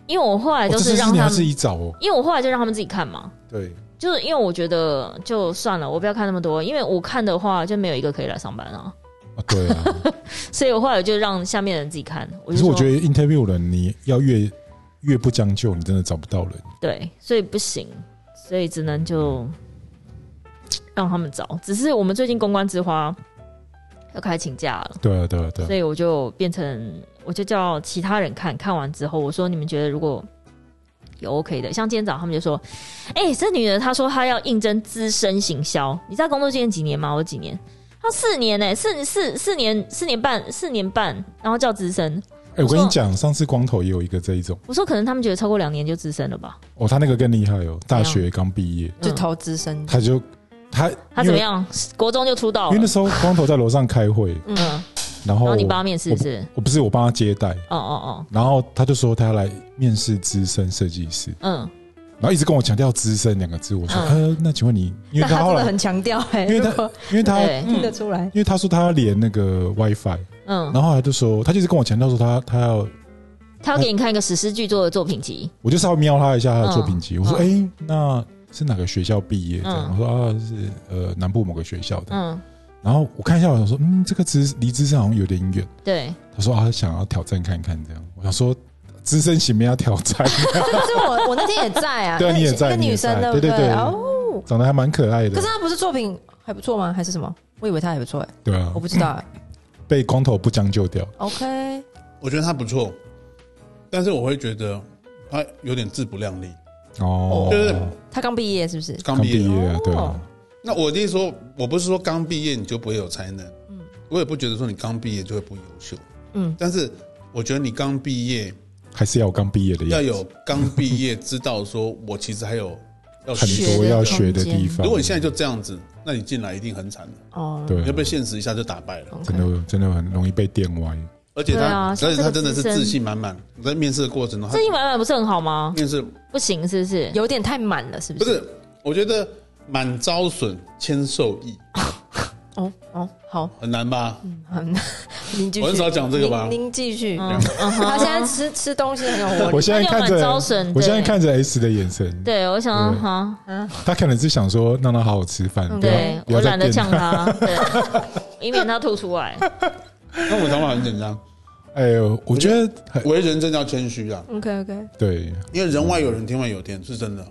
[SPEAKER 2] 因为我后来
[SPEAKER 1] 哦，
[SPEAKER 2] 都
[SPEAKER 1] 这件
[SPEAKER 2] 是
[SPEAKER 1] 事
[SPEAKER 2] 让
[SPEAKER 1] 你要
[SPEAKER 2] 他们，
[SPEAKER 1] 自己找哦。
[SPEAKER 2] 因为我后来就让他们自己看嘛，
[SPEAKER 1] 对，
[SPEAKER 2] 就是因为我觉得就算了，我不要看那么多，因为我看的话就没有一个可以来上班啊，
[SPEAKER 1] 啊对啊。
[SPEAKER 2] 所以我后来就让下面的人自己看。 <laughs> 我
[SPEAKER 1] 可
[SPEAKER 2] 就是
[SPEAKER 1] 我
[SPEAKER 2] 说
[SPEAKER 1] 觉得 interview 人，你要越越不将就，你真的找不到人。
[SPEAKER 2] 对，所以不行，所以只能就让他们找。只是我们最近公关之花要开始请假了，
[SPEAKER 1] 对啊，对啊，对啊
[SPEAKER 2] 所。以我就变成我就叫其他人看看完之后，我说你们觉得如果有 OK 的，像今天早上他们就说，哎、这女的她说她要应征资深行销，你知道工作经验几年吗？我几年？她说四年呢、四四四年四年半四年半，然后叫资深。
[SPEAKER 1] 哎，我跟
[SPEAKER 2] 我
[SPEAKER 1] 你
[SPEAKER 2] 说
[SPEAKER 1] 讲，上次光头也有一个这一种
[SPEAKER 2] 我说可能他们觉得超过两年就资深了吧？
[SPEAKER 1] 哦，他那个更厉害哦，大
[SPEAKER 2] 样
[SPEAKER 1] 学刚毕业，
[SPEAKER 4] 就
[SPEAKER 2] 嗯
[SPEAKER 4] 投资生，
[SPEAKER 1] 他就他
[SPEAKER 2] 她
[SPEAKER 1] 因
[SPEAKER 2] 怎
[SPEAKER 1] 为
[SPEAKER 2] 么样？国中就出道
[SPEAKER 1] 因为
[SPEAKER 2] 了
[SPEAKER 1] 那。时候光头在楼上开会，
[SPEAKER 2] 嗯，
[SPEAKER 1] 然后
[SPEAKER 2] 然后你帮他面试是不是？
[SPEAKER 1] 我不是哦我帮他接待，
[SPEAKER 2] 哦哦哦，
[SPEAKER 1] 然后他就说他要来面试资深设计师，
[SPEAKER 2] 嗯，
[SPEAKER 1] 然后一直跟我强调“资深”两个字。我说：“
[SPEAKER 2] 嗯
[SPEAKER 1] 呃，那请问你，因为
[SPEAKER 4] 但
[SPEAKER 1] 他
[SPEAKER 4] 他
[SPEAKER 1] 后
[SPEAKER 4] 真的
[SPEAKER 1] 来，
[SPEAKER 4] 很强调哎，
[SPEAKER 1] 因为
[SPEAKER 4] 如
[SPEAKER 1] 他嗯
[SPEAKER 4] 果
[SPEAKER 1] 因为他，因
[SPEAKER 2] 对，
[SPEAKER 4] 听得出来，
[SPEAKER 1] 为他说他要连那个 WiFi，
[SPEAKER 2] 嗯，
[SPEAKER 1] 然后他就说，他就是跟我强调说他他要，
[SPEAKER 2] 他要给你看一个史诗巨作的作品集，
[SPEAKER 1] 我就稍微瞄他一下他的作品集。
[SPEAKER 2] 嗯
[SPEAKER 1] 我说：
[SPEAKER 2] 嗯
[SPEAKER 1] 哎，那是哪个学校毕业的？
[SPEAKER 2] 嗯
[SPEAKER 1] 我说啊，是呃南部某个学校的。
[SPEAKER 2] 嗯，
[SPEAKER 1] 然后我看一下，我想说，嗯，这个资离资深好像有点远。
[SPEAKER 2] 对，
[SPEAKER 1] 他说啊，想要挑战看看这样。我想说，资深行不行要挑战？
[SPEAKER 4] <laughs>
[SPEAKER 1] <laughs>
[SPEAKER 4] 可是我我那天也在啊，
[SPEAKER 1] 对啊
[SPEAKER 4] 那
[SPEAKER 1] 你也在
[SPEAKER 4] 那
[SPEAKER 1] 你也
[SPEAKER 4] 女生
[SPEAKER 1] 在
[SPEAKER 4] 不
[SPEAKER 1] 对对对
[SPEAKER 4] 哦，
[SPEAKER 1] 长得还蛮可爱
[SPEAKER 4] 可
[SPEAKER 1] 的
[SPEAKER 4] 是，她不是作品还不错吗？还是什么？我以为她还不错哎，
[SPEAKER 1] 对啊
[SPEAKER 4] 我，
[SPEAKER 2] 哦
[SPEAKER 4] 不知
[SPEAKER 1] <laughs>
[SPEAKER 4] 道哎
[SPEAKER 1] 被光头不将就掉。
[SPEAKER 4] ，OK，
[SPEAKER 3] 我觉得他不错，但是我会觉得他有点自不量力，
[SPEAKER 1] 哦，
[SPEAKER 3] 就是
[SPEAKER 4] 她刚毕业是不是？
[SPEAKER 3] 刚
[SPEAKER 1] 刚
[SPEAKER 3] 毕
[SPEAKER 1] 毕
[SPEAKER 3] 业。
[SPEAKER 1] 业，对啊
[SPEAKER 4] 哦。
[SPEAKER 3] 那我的意思说，我不是说刚毕业你就不会有才能，我也不觉得说你刚毕业就会不优秀，
[SPEAKER 4] 嗯
[SPEAKER 3] 但是我觉得你刚毕业
[SPEAKER 1] 还是要有刚毕业的
[SPEAKER 3] 要
[SPEAKER 1] 样子，
[SPEAKER 3] 有刚毕业知道说我其实还有要
[SPEAKER 1] 很
[SPEAKER 3] 学。
[SPEAKER 1] 多要学的地方。
[SPEAKER 3] 如果你现在就这样子，那你进来一定很惨的，
[SPEAKER 4] 哦，
[SPEAKER 1] 对
[SPEAKER 3] 你要被
[SPEAKER 1] 啊，
[SPEAKER 3] 现实一下就打败了。
[SPEAKER 1] 真的真的很容易被电歪。
[SPEAKER 3] 而且
[SPEAKER 2] 哦对
[SPEAKER 3] 他，
[SPEAKER 2] 啊
[SPEAKER 3] 而
[SPEAKER 2] 像
[SPEAKER 3] 且
[SPEAKER 2] 这
[SPEAKER 3] 他
[SPEAKER 2] 个
[SPEAKER 3] 真的是
[SPEAKER 2] 资深
[SPEAKER 3] 自信满满。我在面试的过程中，他
[SPEAKER 2] 这一满满不是很好吗？
[SPEAKER 3] 面试
[SPEAKER 1] 嗯
[SPEAKER 2] 不行，是不是？
[SPEAKER 4] 有点太满了，是不
[SPEAKER 3] 不
[SPEAKER 4] 是？
[SPEAKER 3] 是，我觉得满招损，谦受益，
[SPEAKER 4] 哦哦，好，
[SPEAKER 3] 很难吧？
[SPEAKER 4] 嗯， <laughs> 您继续，
[SPEAKER 3] 我很少讲这个吧
[SPEAKER 4] 您您继续，
[SPEAKER 2] 嗯，嗯哼
[SPEAKER 4] 他现在吃吃东西很有活
[SPEAKER 1] 我
[SPEAKER 4] 力，
[SPEAKER 1] 现在看
[SPEAKER 2] 哦他就蛮招神
[SPEAKER 1] 着，
[SPEAKER 2] 对
[SPEAKER 1] 我现在看着 S 的眼神，
[SPEAKER 2] 对我想
[SPEAKER 1] 对
[SPEAKER 2] 哈，
[SPEAKER 1] 他可能是想说让他好好吃饭，不要
[SPEAKER 2] 对
[SPEAKER 1] 不
[SPEAKER 2] 我
[SPEAKER 1] 要再
[SPEAKER 2] 懒得
[SPEAKER 1] 电
[SPEAKER 2] 呛。他，对，
[SPEAKER 1] <laughs>
[SPEAKER 2] 以免他吐出来。
[SPEAKER 3] 那我想法很简单，
[SPEAKER 1] 哎呦，我觉得很
[SPEAKER 3] 为人真的要谦虚啊，
[SPEAKER 4] OK OK，
[SPEAKER 1] 对。
[SPEAKER 3] 因为人外有人，天外有天，是真的，哦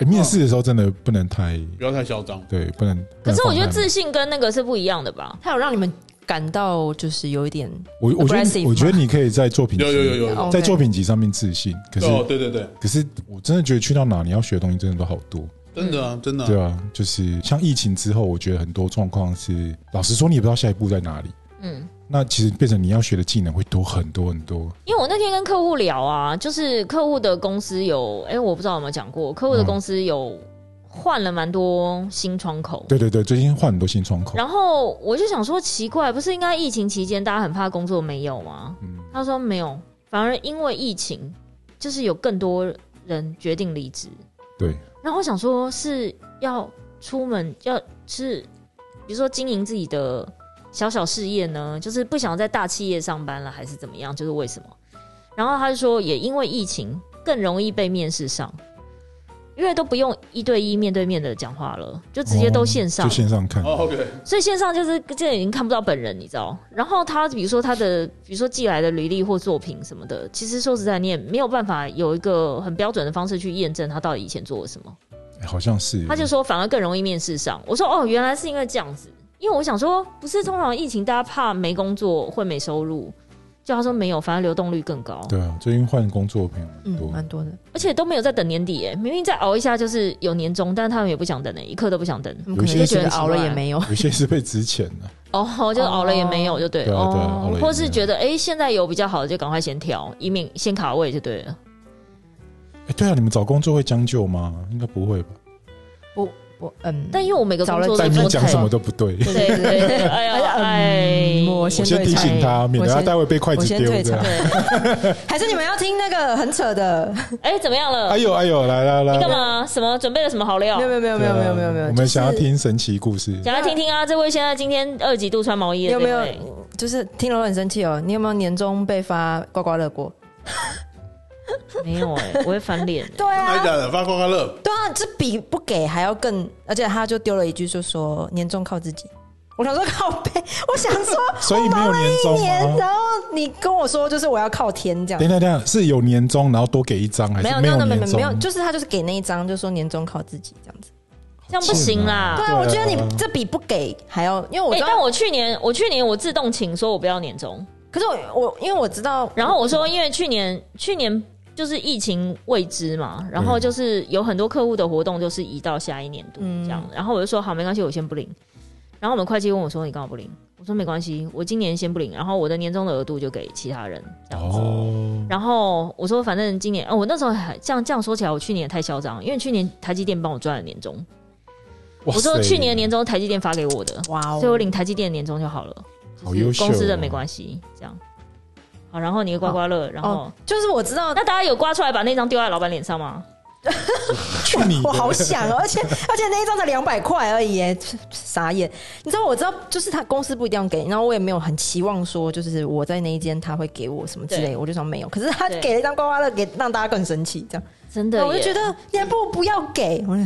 [SPEAKER 1] 哎面试的时候真的不能太
[SPEAKER 3] 不要太嚣张。
[SPEAKER 1] 对，不能。
[SPEAKER 2] 可是
[SPEAKER 1] 不能放
[SPEAKER 2] 我觉得
[SPEAKER 1] 慢
[SPEAKER 2] 自信跟那个是不一样的吧？
[SPEAKER 4] 他有让你们感到就是有一点
[SPEAKER 1] 我我觉得
[SPEAKER 4] aggressive
[SPEAKER 1] 你我觉得
[SPEAKER 4] 吗
[SPEAKER 1] 你可以在作品集
[SPEAKER 3] 有有有有有，
[SPEAKER 4] 哦
[SPEAKER 1] 在
[SPEAKER 4] OK
[SPEAKER 1] 作品集上面自信，可是
[SPEAKER 3] 哦，对对对，
[SPEAKER 1] 可是我真的觉得去到哪你要学的东西真的都好多。
[SPEAKER 3] 真的啊，真的啊
[SPEAKER 1] 对。啊，就是像疫情之后，我觉得很多状况是，老实说，你也不知道下一步在哪里。
[SPEAKER 2] 嗯，
[SPEAKER 1] 那其实变成你要学的技能会多很多很多。
[SPEAKER 2] 因为我那天跟客户聊啊，就是客户的公司有，哎，我不知道有没有讲过，客户的
[SPEAKER 1] 嗯
[SPEAKER 2] 公司有换了蛮多新窗口，
[SPEAKER 1] 对对对，最近换很多新窗口。
[SPEAKER 2] 然后我就想说，奇怪，不是应该疫情期间大家很怕工作没有吗？
[SPEAKER 1] 嗯
[SPEAKER 2] 他说没有，反而因为疫情，就是有更多人决定离职。
[SPEAKER 1] 对，
[SPEAKER 2] 然后我想说，是要出门要是比如说经营自己的小小事业呢，就是不想在大企业上班了，还是怎么样？就是为什么？然后他就说，也因为疫情更容易被面试上，因为都不用一对一面对面的讲话了，就直接都线上，
[SPEAKER 1] 就线上看，
[SPEAKER 3] 哦，OK，
[SPEAKER 2] 所以线上就是这已经看不到本人，你知道？然后他比如说他的，比如说寄来的履历或作品什么的，其实说实在，你也没有办法有一个很标准的方式去验证他到底以前做了什么。
[SPEAKER 1] 哎好像是。
[SPEAKER 2] 他就说反而更容易面试上。我说哦，原来是因为这样子，因为我想说，不是通常疫情大家怕没工作会没收入，就他说没有，反而流动率更高，
[SPEAKER 1] 对啊，最近换工作的朋友蛮
[SPEAKER 4] 嗯，
[SPEAKER 1] 多，
[SPEAKER 4] 蛮多的，
[SPEAKER 2] 而且都没有在等年底耶，明明再熬一下就是有年终，但他们也不想等诶，一刻都不想等。
[SPEAKER 4] 他们可能就觉得熬了也没有，
[SPEAKER 1] 有些是被值钱的，
[SPEAKER 2] 哦，就熬了也没有，就对
[SPEAKER 1] 对啊对啊熬了也没
[SPEAKER 2] 哦
[SPEAKER 1] 有，
[SPEAKER 2] 或是觉得哎、诶现在有比较好的就赶快先挑，以免先卡位就对了。
[SPEAKER 1] 哎，对啊，你们找工作会将就吗？应该不会吧？
[SPEAKER 4] 不不嗯，
[SPEAKER 2] 但因为我每个工
[SPEAKER 1] 但
[SPEAKER 4] 找
[SPEAKER 2] 作都
[SPEAKER 4] 了
[SPEAKER 1] 你
[SPEAKER 2] 做
[SPEAKER 1] 讲什
[SPEAKER 2] 太
[SPEAKER 1] 么。都不对。
[SPEAKER 2] 对
[SPEAKER 1] <laughs>
[SPEAKER 2] 对对，
[SPEAKER 4] <laughs>
[SPEAKER 2] 哎呀，哎，
[SPEAKER 4] 我
[SPEAKER 1] 我
[SPEAKER 4] 先
[SPEAKER 1] 先
[SPEAKER 4] 对
[SPEAKER 1] 提
[SPEAKER 4] 餐
[SPEAKER 1] 醒他，免得他待会被筷
[SPEAKER 4] 我
[SPEAKER 1] 子
[SPEAKER 4] 先
[SPEAKER 1] 丢
[SPEAKER 4] 退
[SPEAKER 1] 这
[SPEAKER 4] 场
[SPEAKER 1] 样。，
[SPEAKER 4] 还是你们要听那个很扯的？
[SPEAKER 2] 哎，怎么样了
[SPEAKER 1] 哎？呦哎呦，来来来，
[SPEAKER 2] 干嘛？什么准备了什么好料？
[SPEAKER 4] 没有没有没有没
[SPEAKER 1] 对
[SPEAKER 4] 有
[SPEAKER 1] 啊
[SPEAKER 4] 没有没有没有，
[SPEAKER 1] 我们想要
[SPEAKER 4] 就是
[SPEAKER 1] 听神奇故事。
[SPEAKER 2] 想来听听啊，这位现在今天二级度穿毛衣的
[SPEAKER 4] 有没
[SPEAKER 2] 这位
[SPEAKER 4] 有？就是听了会很生气哦。你有没有年终被发刮刮乐过？
[SPEAKER 2] 没有哎、我会翻脸、
[SPEAKER 1] <laughs>
[SPEAKER 4] 对
[SPEAKER 3] 太
[SPEAKER 4] 啊，
[SPEAKER 3] 假的，发刮刮乐，
[SPEAKER 4] 对啊，这比不给还要更，而且他就丢了一句，就说年终靠自己。我想说靠背，我想
[SPEAKER 1] <laughs>
[SPEAKER 4] 说
[SPEAKER 1] 所以没有年
[SPEAKER 4] 一
[SPEAKER 1] 终
[SPEAKER 4] 年，
[SPEAKER 1] 吗？
[SPEAKER 4] 然后你跟我说就是我要靠天这
[SPEAKER 1] 等一
[SPEAKER 4] 样。
[SPEAKER 1] 下，等一下，是有年终，然后多给一张，还
[SPEAKER 4] 没
[SPEAKER 1] 是
[SPEAKER 4] 有，
[SPEAKER 1] 没
[SPEAKER 4] 没有，没
[SPEAKER 1] 年
[SPEAKER 4] 有，
[SPEAKER 1] 终？
[SPEAKER 4] 没有，就是他就是给那一张，就说年终靠自己这样子。
[SPEAKER 2] 这样不行啦。
[SPEAKER 4] 对
[SPEAKER 1] 对啊
[SPEAKER 4] 啊，我觉得你这比不给还要，因为我
[SPEAKER 2] 哎、
[SPEAKER 4] 知
[SPEAKER 2] 但
[SPEAKER 4] 道，
[SPEAKER 2] 我去年我去年我自动请说我不要年终，
[SPEAKER 4] 可是我我因为我知道，
[SPEAKER 2] 然后我说因为去年去年就是疫情未知嘛，然后就是有很多客户的活动就是移到下一年度
[SPEAKER 1] 嗯
[SPEAKER 2] 这样，然后我就说好没关系，我先不领。然后我们会计问我说你干嘛不领？我说没关系，我今年先不领，然后我的年终的额度就给其他人这样子。
[SPEAKER 1] 哦，
[SPEAKER 2] 然后我说，反正今年，哦，我那时候还这样这样说起来，我去年也太嚣张了，因为去年台积电帮我赚了年终，
[SPEAKER 1] 哇
[SPEAKER 2] 我说
[SPEAKER 1] 塞
[SPEAKER 2] 去年年终台积电发给我的，
[SPEAKER 4] 哇哦
[SPEAKER 2] 所以我领台积电年终就好了，
[SPEAKER 1] 好优
[SPEAKER 2] 就是
[SPEAKER 1] 秀哦
[SPEAKER 2] 公司的没关系，这样。好，然后你刮刮乐，然后
[SPEAKER 4] 哦，就是我知道
[SPEAKER 2] <laughs> 那大家有刮出来把那张丢在老板脸上吗？
[SPEAKER 1] 去你的
[SPEAKER 4] 我好想哦，而且而且那一张才两百块而已耶，傻眼。你知道我知道，就是他公司不一定要给，然后我也没有很期望说，就是我在那一间他会给我什么之类
[SPEAKER 2] 对
[SPEAKER 4] 的，我就想没有。可是他
[SPEAKER 2] 对
[SPEAKER 4] 给了一张刮刮乐给，让大家更生气，这样，
[SPEAKER 2] 真的
[SPEAKER 4] 然
[SPEAKER 2] 耶，
[SPEAKER 4] 后我就觉得你还不如不要给。我就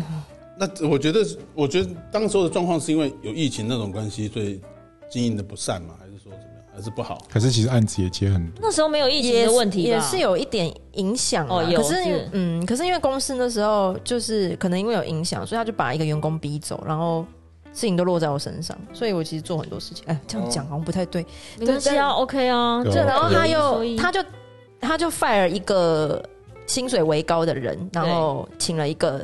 [SPEAKER 3] 那我觉得，我觉得当时候的状况是因为有疫情那种关系，所以经营的不善嘛，还是说怎么样，还是不好？
[SPEAKER 1] 可是其实案子也接很多，
[SPEAKER 2] 那时候没有疫情的问题吧
[SPEAKER 4] 也是有一点影响啊
[SPEAKER 2] 哦有
[SPEAKER 4] 可是
[SPEAKER 2] 是
[SPEAKER 4] 嗯，可是因为公司那时候就是可能因为有影响，所以他就把一个员工逼走，然后。事情都落在我身上，所以我其实做很多事情。哎，这样讲好像不太对。
[SPEAKER 2] 没关系啊，OK 啊，
[SPEAKER 1] 对
[SPEAKER 4] 对，然后他
[SPEAKER 2] 所以
[SPEAKER 4] 又他就他就 fire 一个薪水为高的人，然后请了一个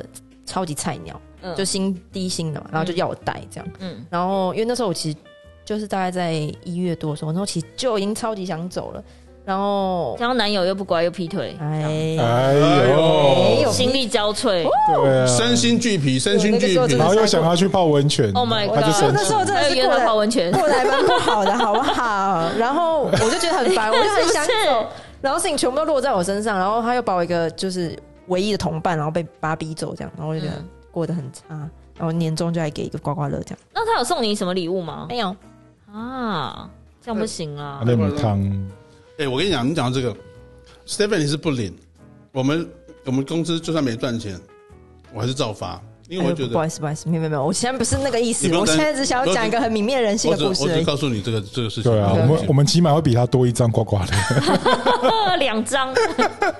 [SPEAKER 4] 超级菜鸟，
[SPEAKER 2] 嗯
[SPEAKER 4] 就薪低薪的嘛，然后就要我带这样。
[SPEAKER 2] 嗯
[SPEAKER 4] 然后因为那时候我其实就是大概在一月多的时候，然后其实就已经超级想走了，然后
[SPEAKER 2] 然后男友又不乖又劈腿，
[SPEAKER 4] 哎，
[SPEAKER 1] 哎
[SPEAKER 3] 哎
[SPEAKER 1] 呦
[SPEAKER 4] 呦，哦
[SPEAKER 2] 心力交瘁。
[SPEAKER 1] 对啊，
[SPEAKER 3] 身心俱疲，身心俱
[SPEAKER 4] 那个时
[SPEAKER 3] 疲
[SPEAKER 4] 候真
[SPEAKER 1] 然
[SPEAKER 4] 的
[SPEAKER 1] 后又想要去泡温泉
[SPEAKER 2] Oh my
[SPEAKER 1] 他就
[SPEAKER 2] god！
[SPEAKER 1] 生
[SPEAKER 4] 那时候
[SPEAKER 1] 气，
[SPEAKER 4] 真
[SPEAKER 2] 还
[SPEAKER 4] 的
[SPEAKER 2] 有
[SPEAKER 4] 是
[SPEAKER 2] 约
[SPEAKER 4] 过
[SPEAKER 2] 会泡
[SPEAKER 4] 来
[SPEAKER 2] 温泉，
[SPEAKER 4] 过来蛮不好的，好不 <laughs> 好？然后我就觉得很烦，
[SPEAKER 2] <laughs>
[SPEAKER 4] 我就很想
[SPEAKER 2] 是不是
[SPEAKER 4] 走，然后事情全部都落在我身上，然后他又把我一个就是唯一的同伴，然后被把他逼走，这样，然后我就觉得
[SPEAKER 2] 嗯
[SPEAKER 4] 过得很差。然后年终就还给一个刮刮乐这样，哎
[SPEAKER 2] 那他有送你什么礼物吗？
[SPEAKER 4] 没有，
[SPEAKER 2] 啊，这样不行啊！
[SPEAKER 1] <laughs> 那母汤
[SPEAKER 3] 哎、我跟你讲，你讲到这个，Stephen 你是不领，我们我们公司就算没赚钱，我还是照发，因为我
[SPEAKER 4] 哎
[SPEAKER 3] 会觉
[SPEAKER 4] 不好
[SPEAKER 3] 得
[SPEAKER 4] 意思，不好意思，没有没有没有，我现在不是那个意
[SPEAKER 3] 你
[SPEAKER 4] 思
[SPEAKER 3] 不，用
[SPEAKER 4] 我
[SPEAKER 3] 担
[SPEAKER 4] 现在只想要讲一个很泯灭人性
[SPEAKER 3] 我
[SPEAKER 4] 的
[SPEAKER 3] 只
[SPEAKER 4] 故
[SPEAKER 3] 我
[SPEAKER 4] 事而
[SPEAKER 3] 只
[SPEAKER 4] 已。
[SPEAKER 3] 告诉你这个这个事情。
[SPEAKER 1] 对啊，
[SPEAKER 4] 对
[SPEAKER 1] 我们我们起码会比他多一张刮刮
[SPEAKER 4] <laughs>
[SPEAKER 1] 乐，
[SPEAKER 2] 呃，两张 <laughs>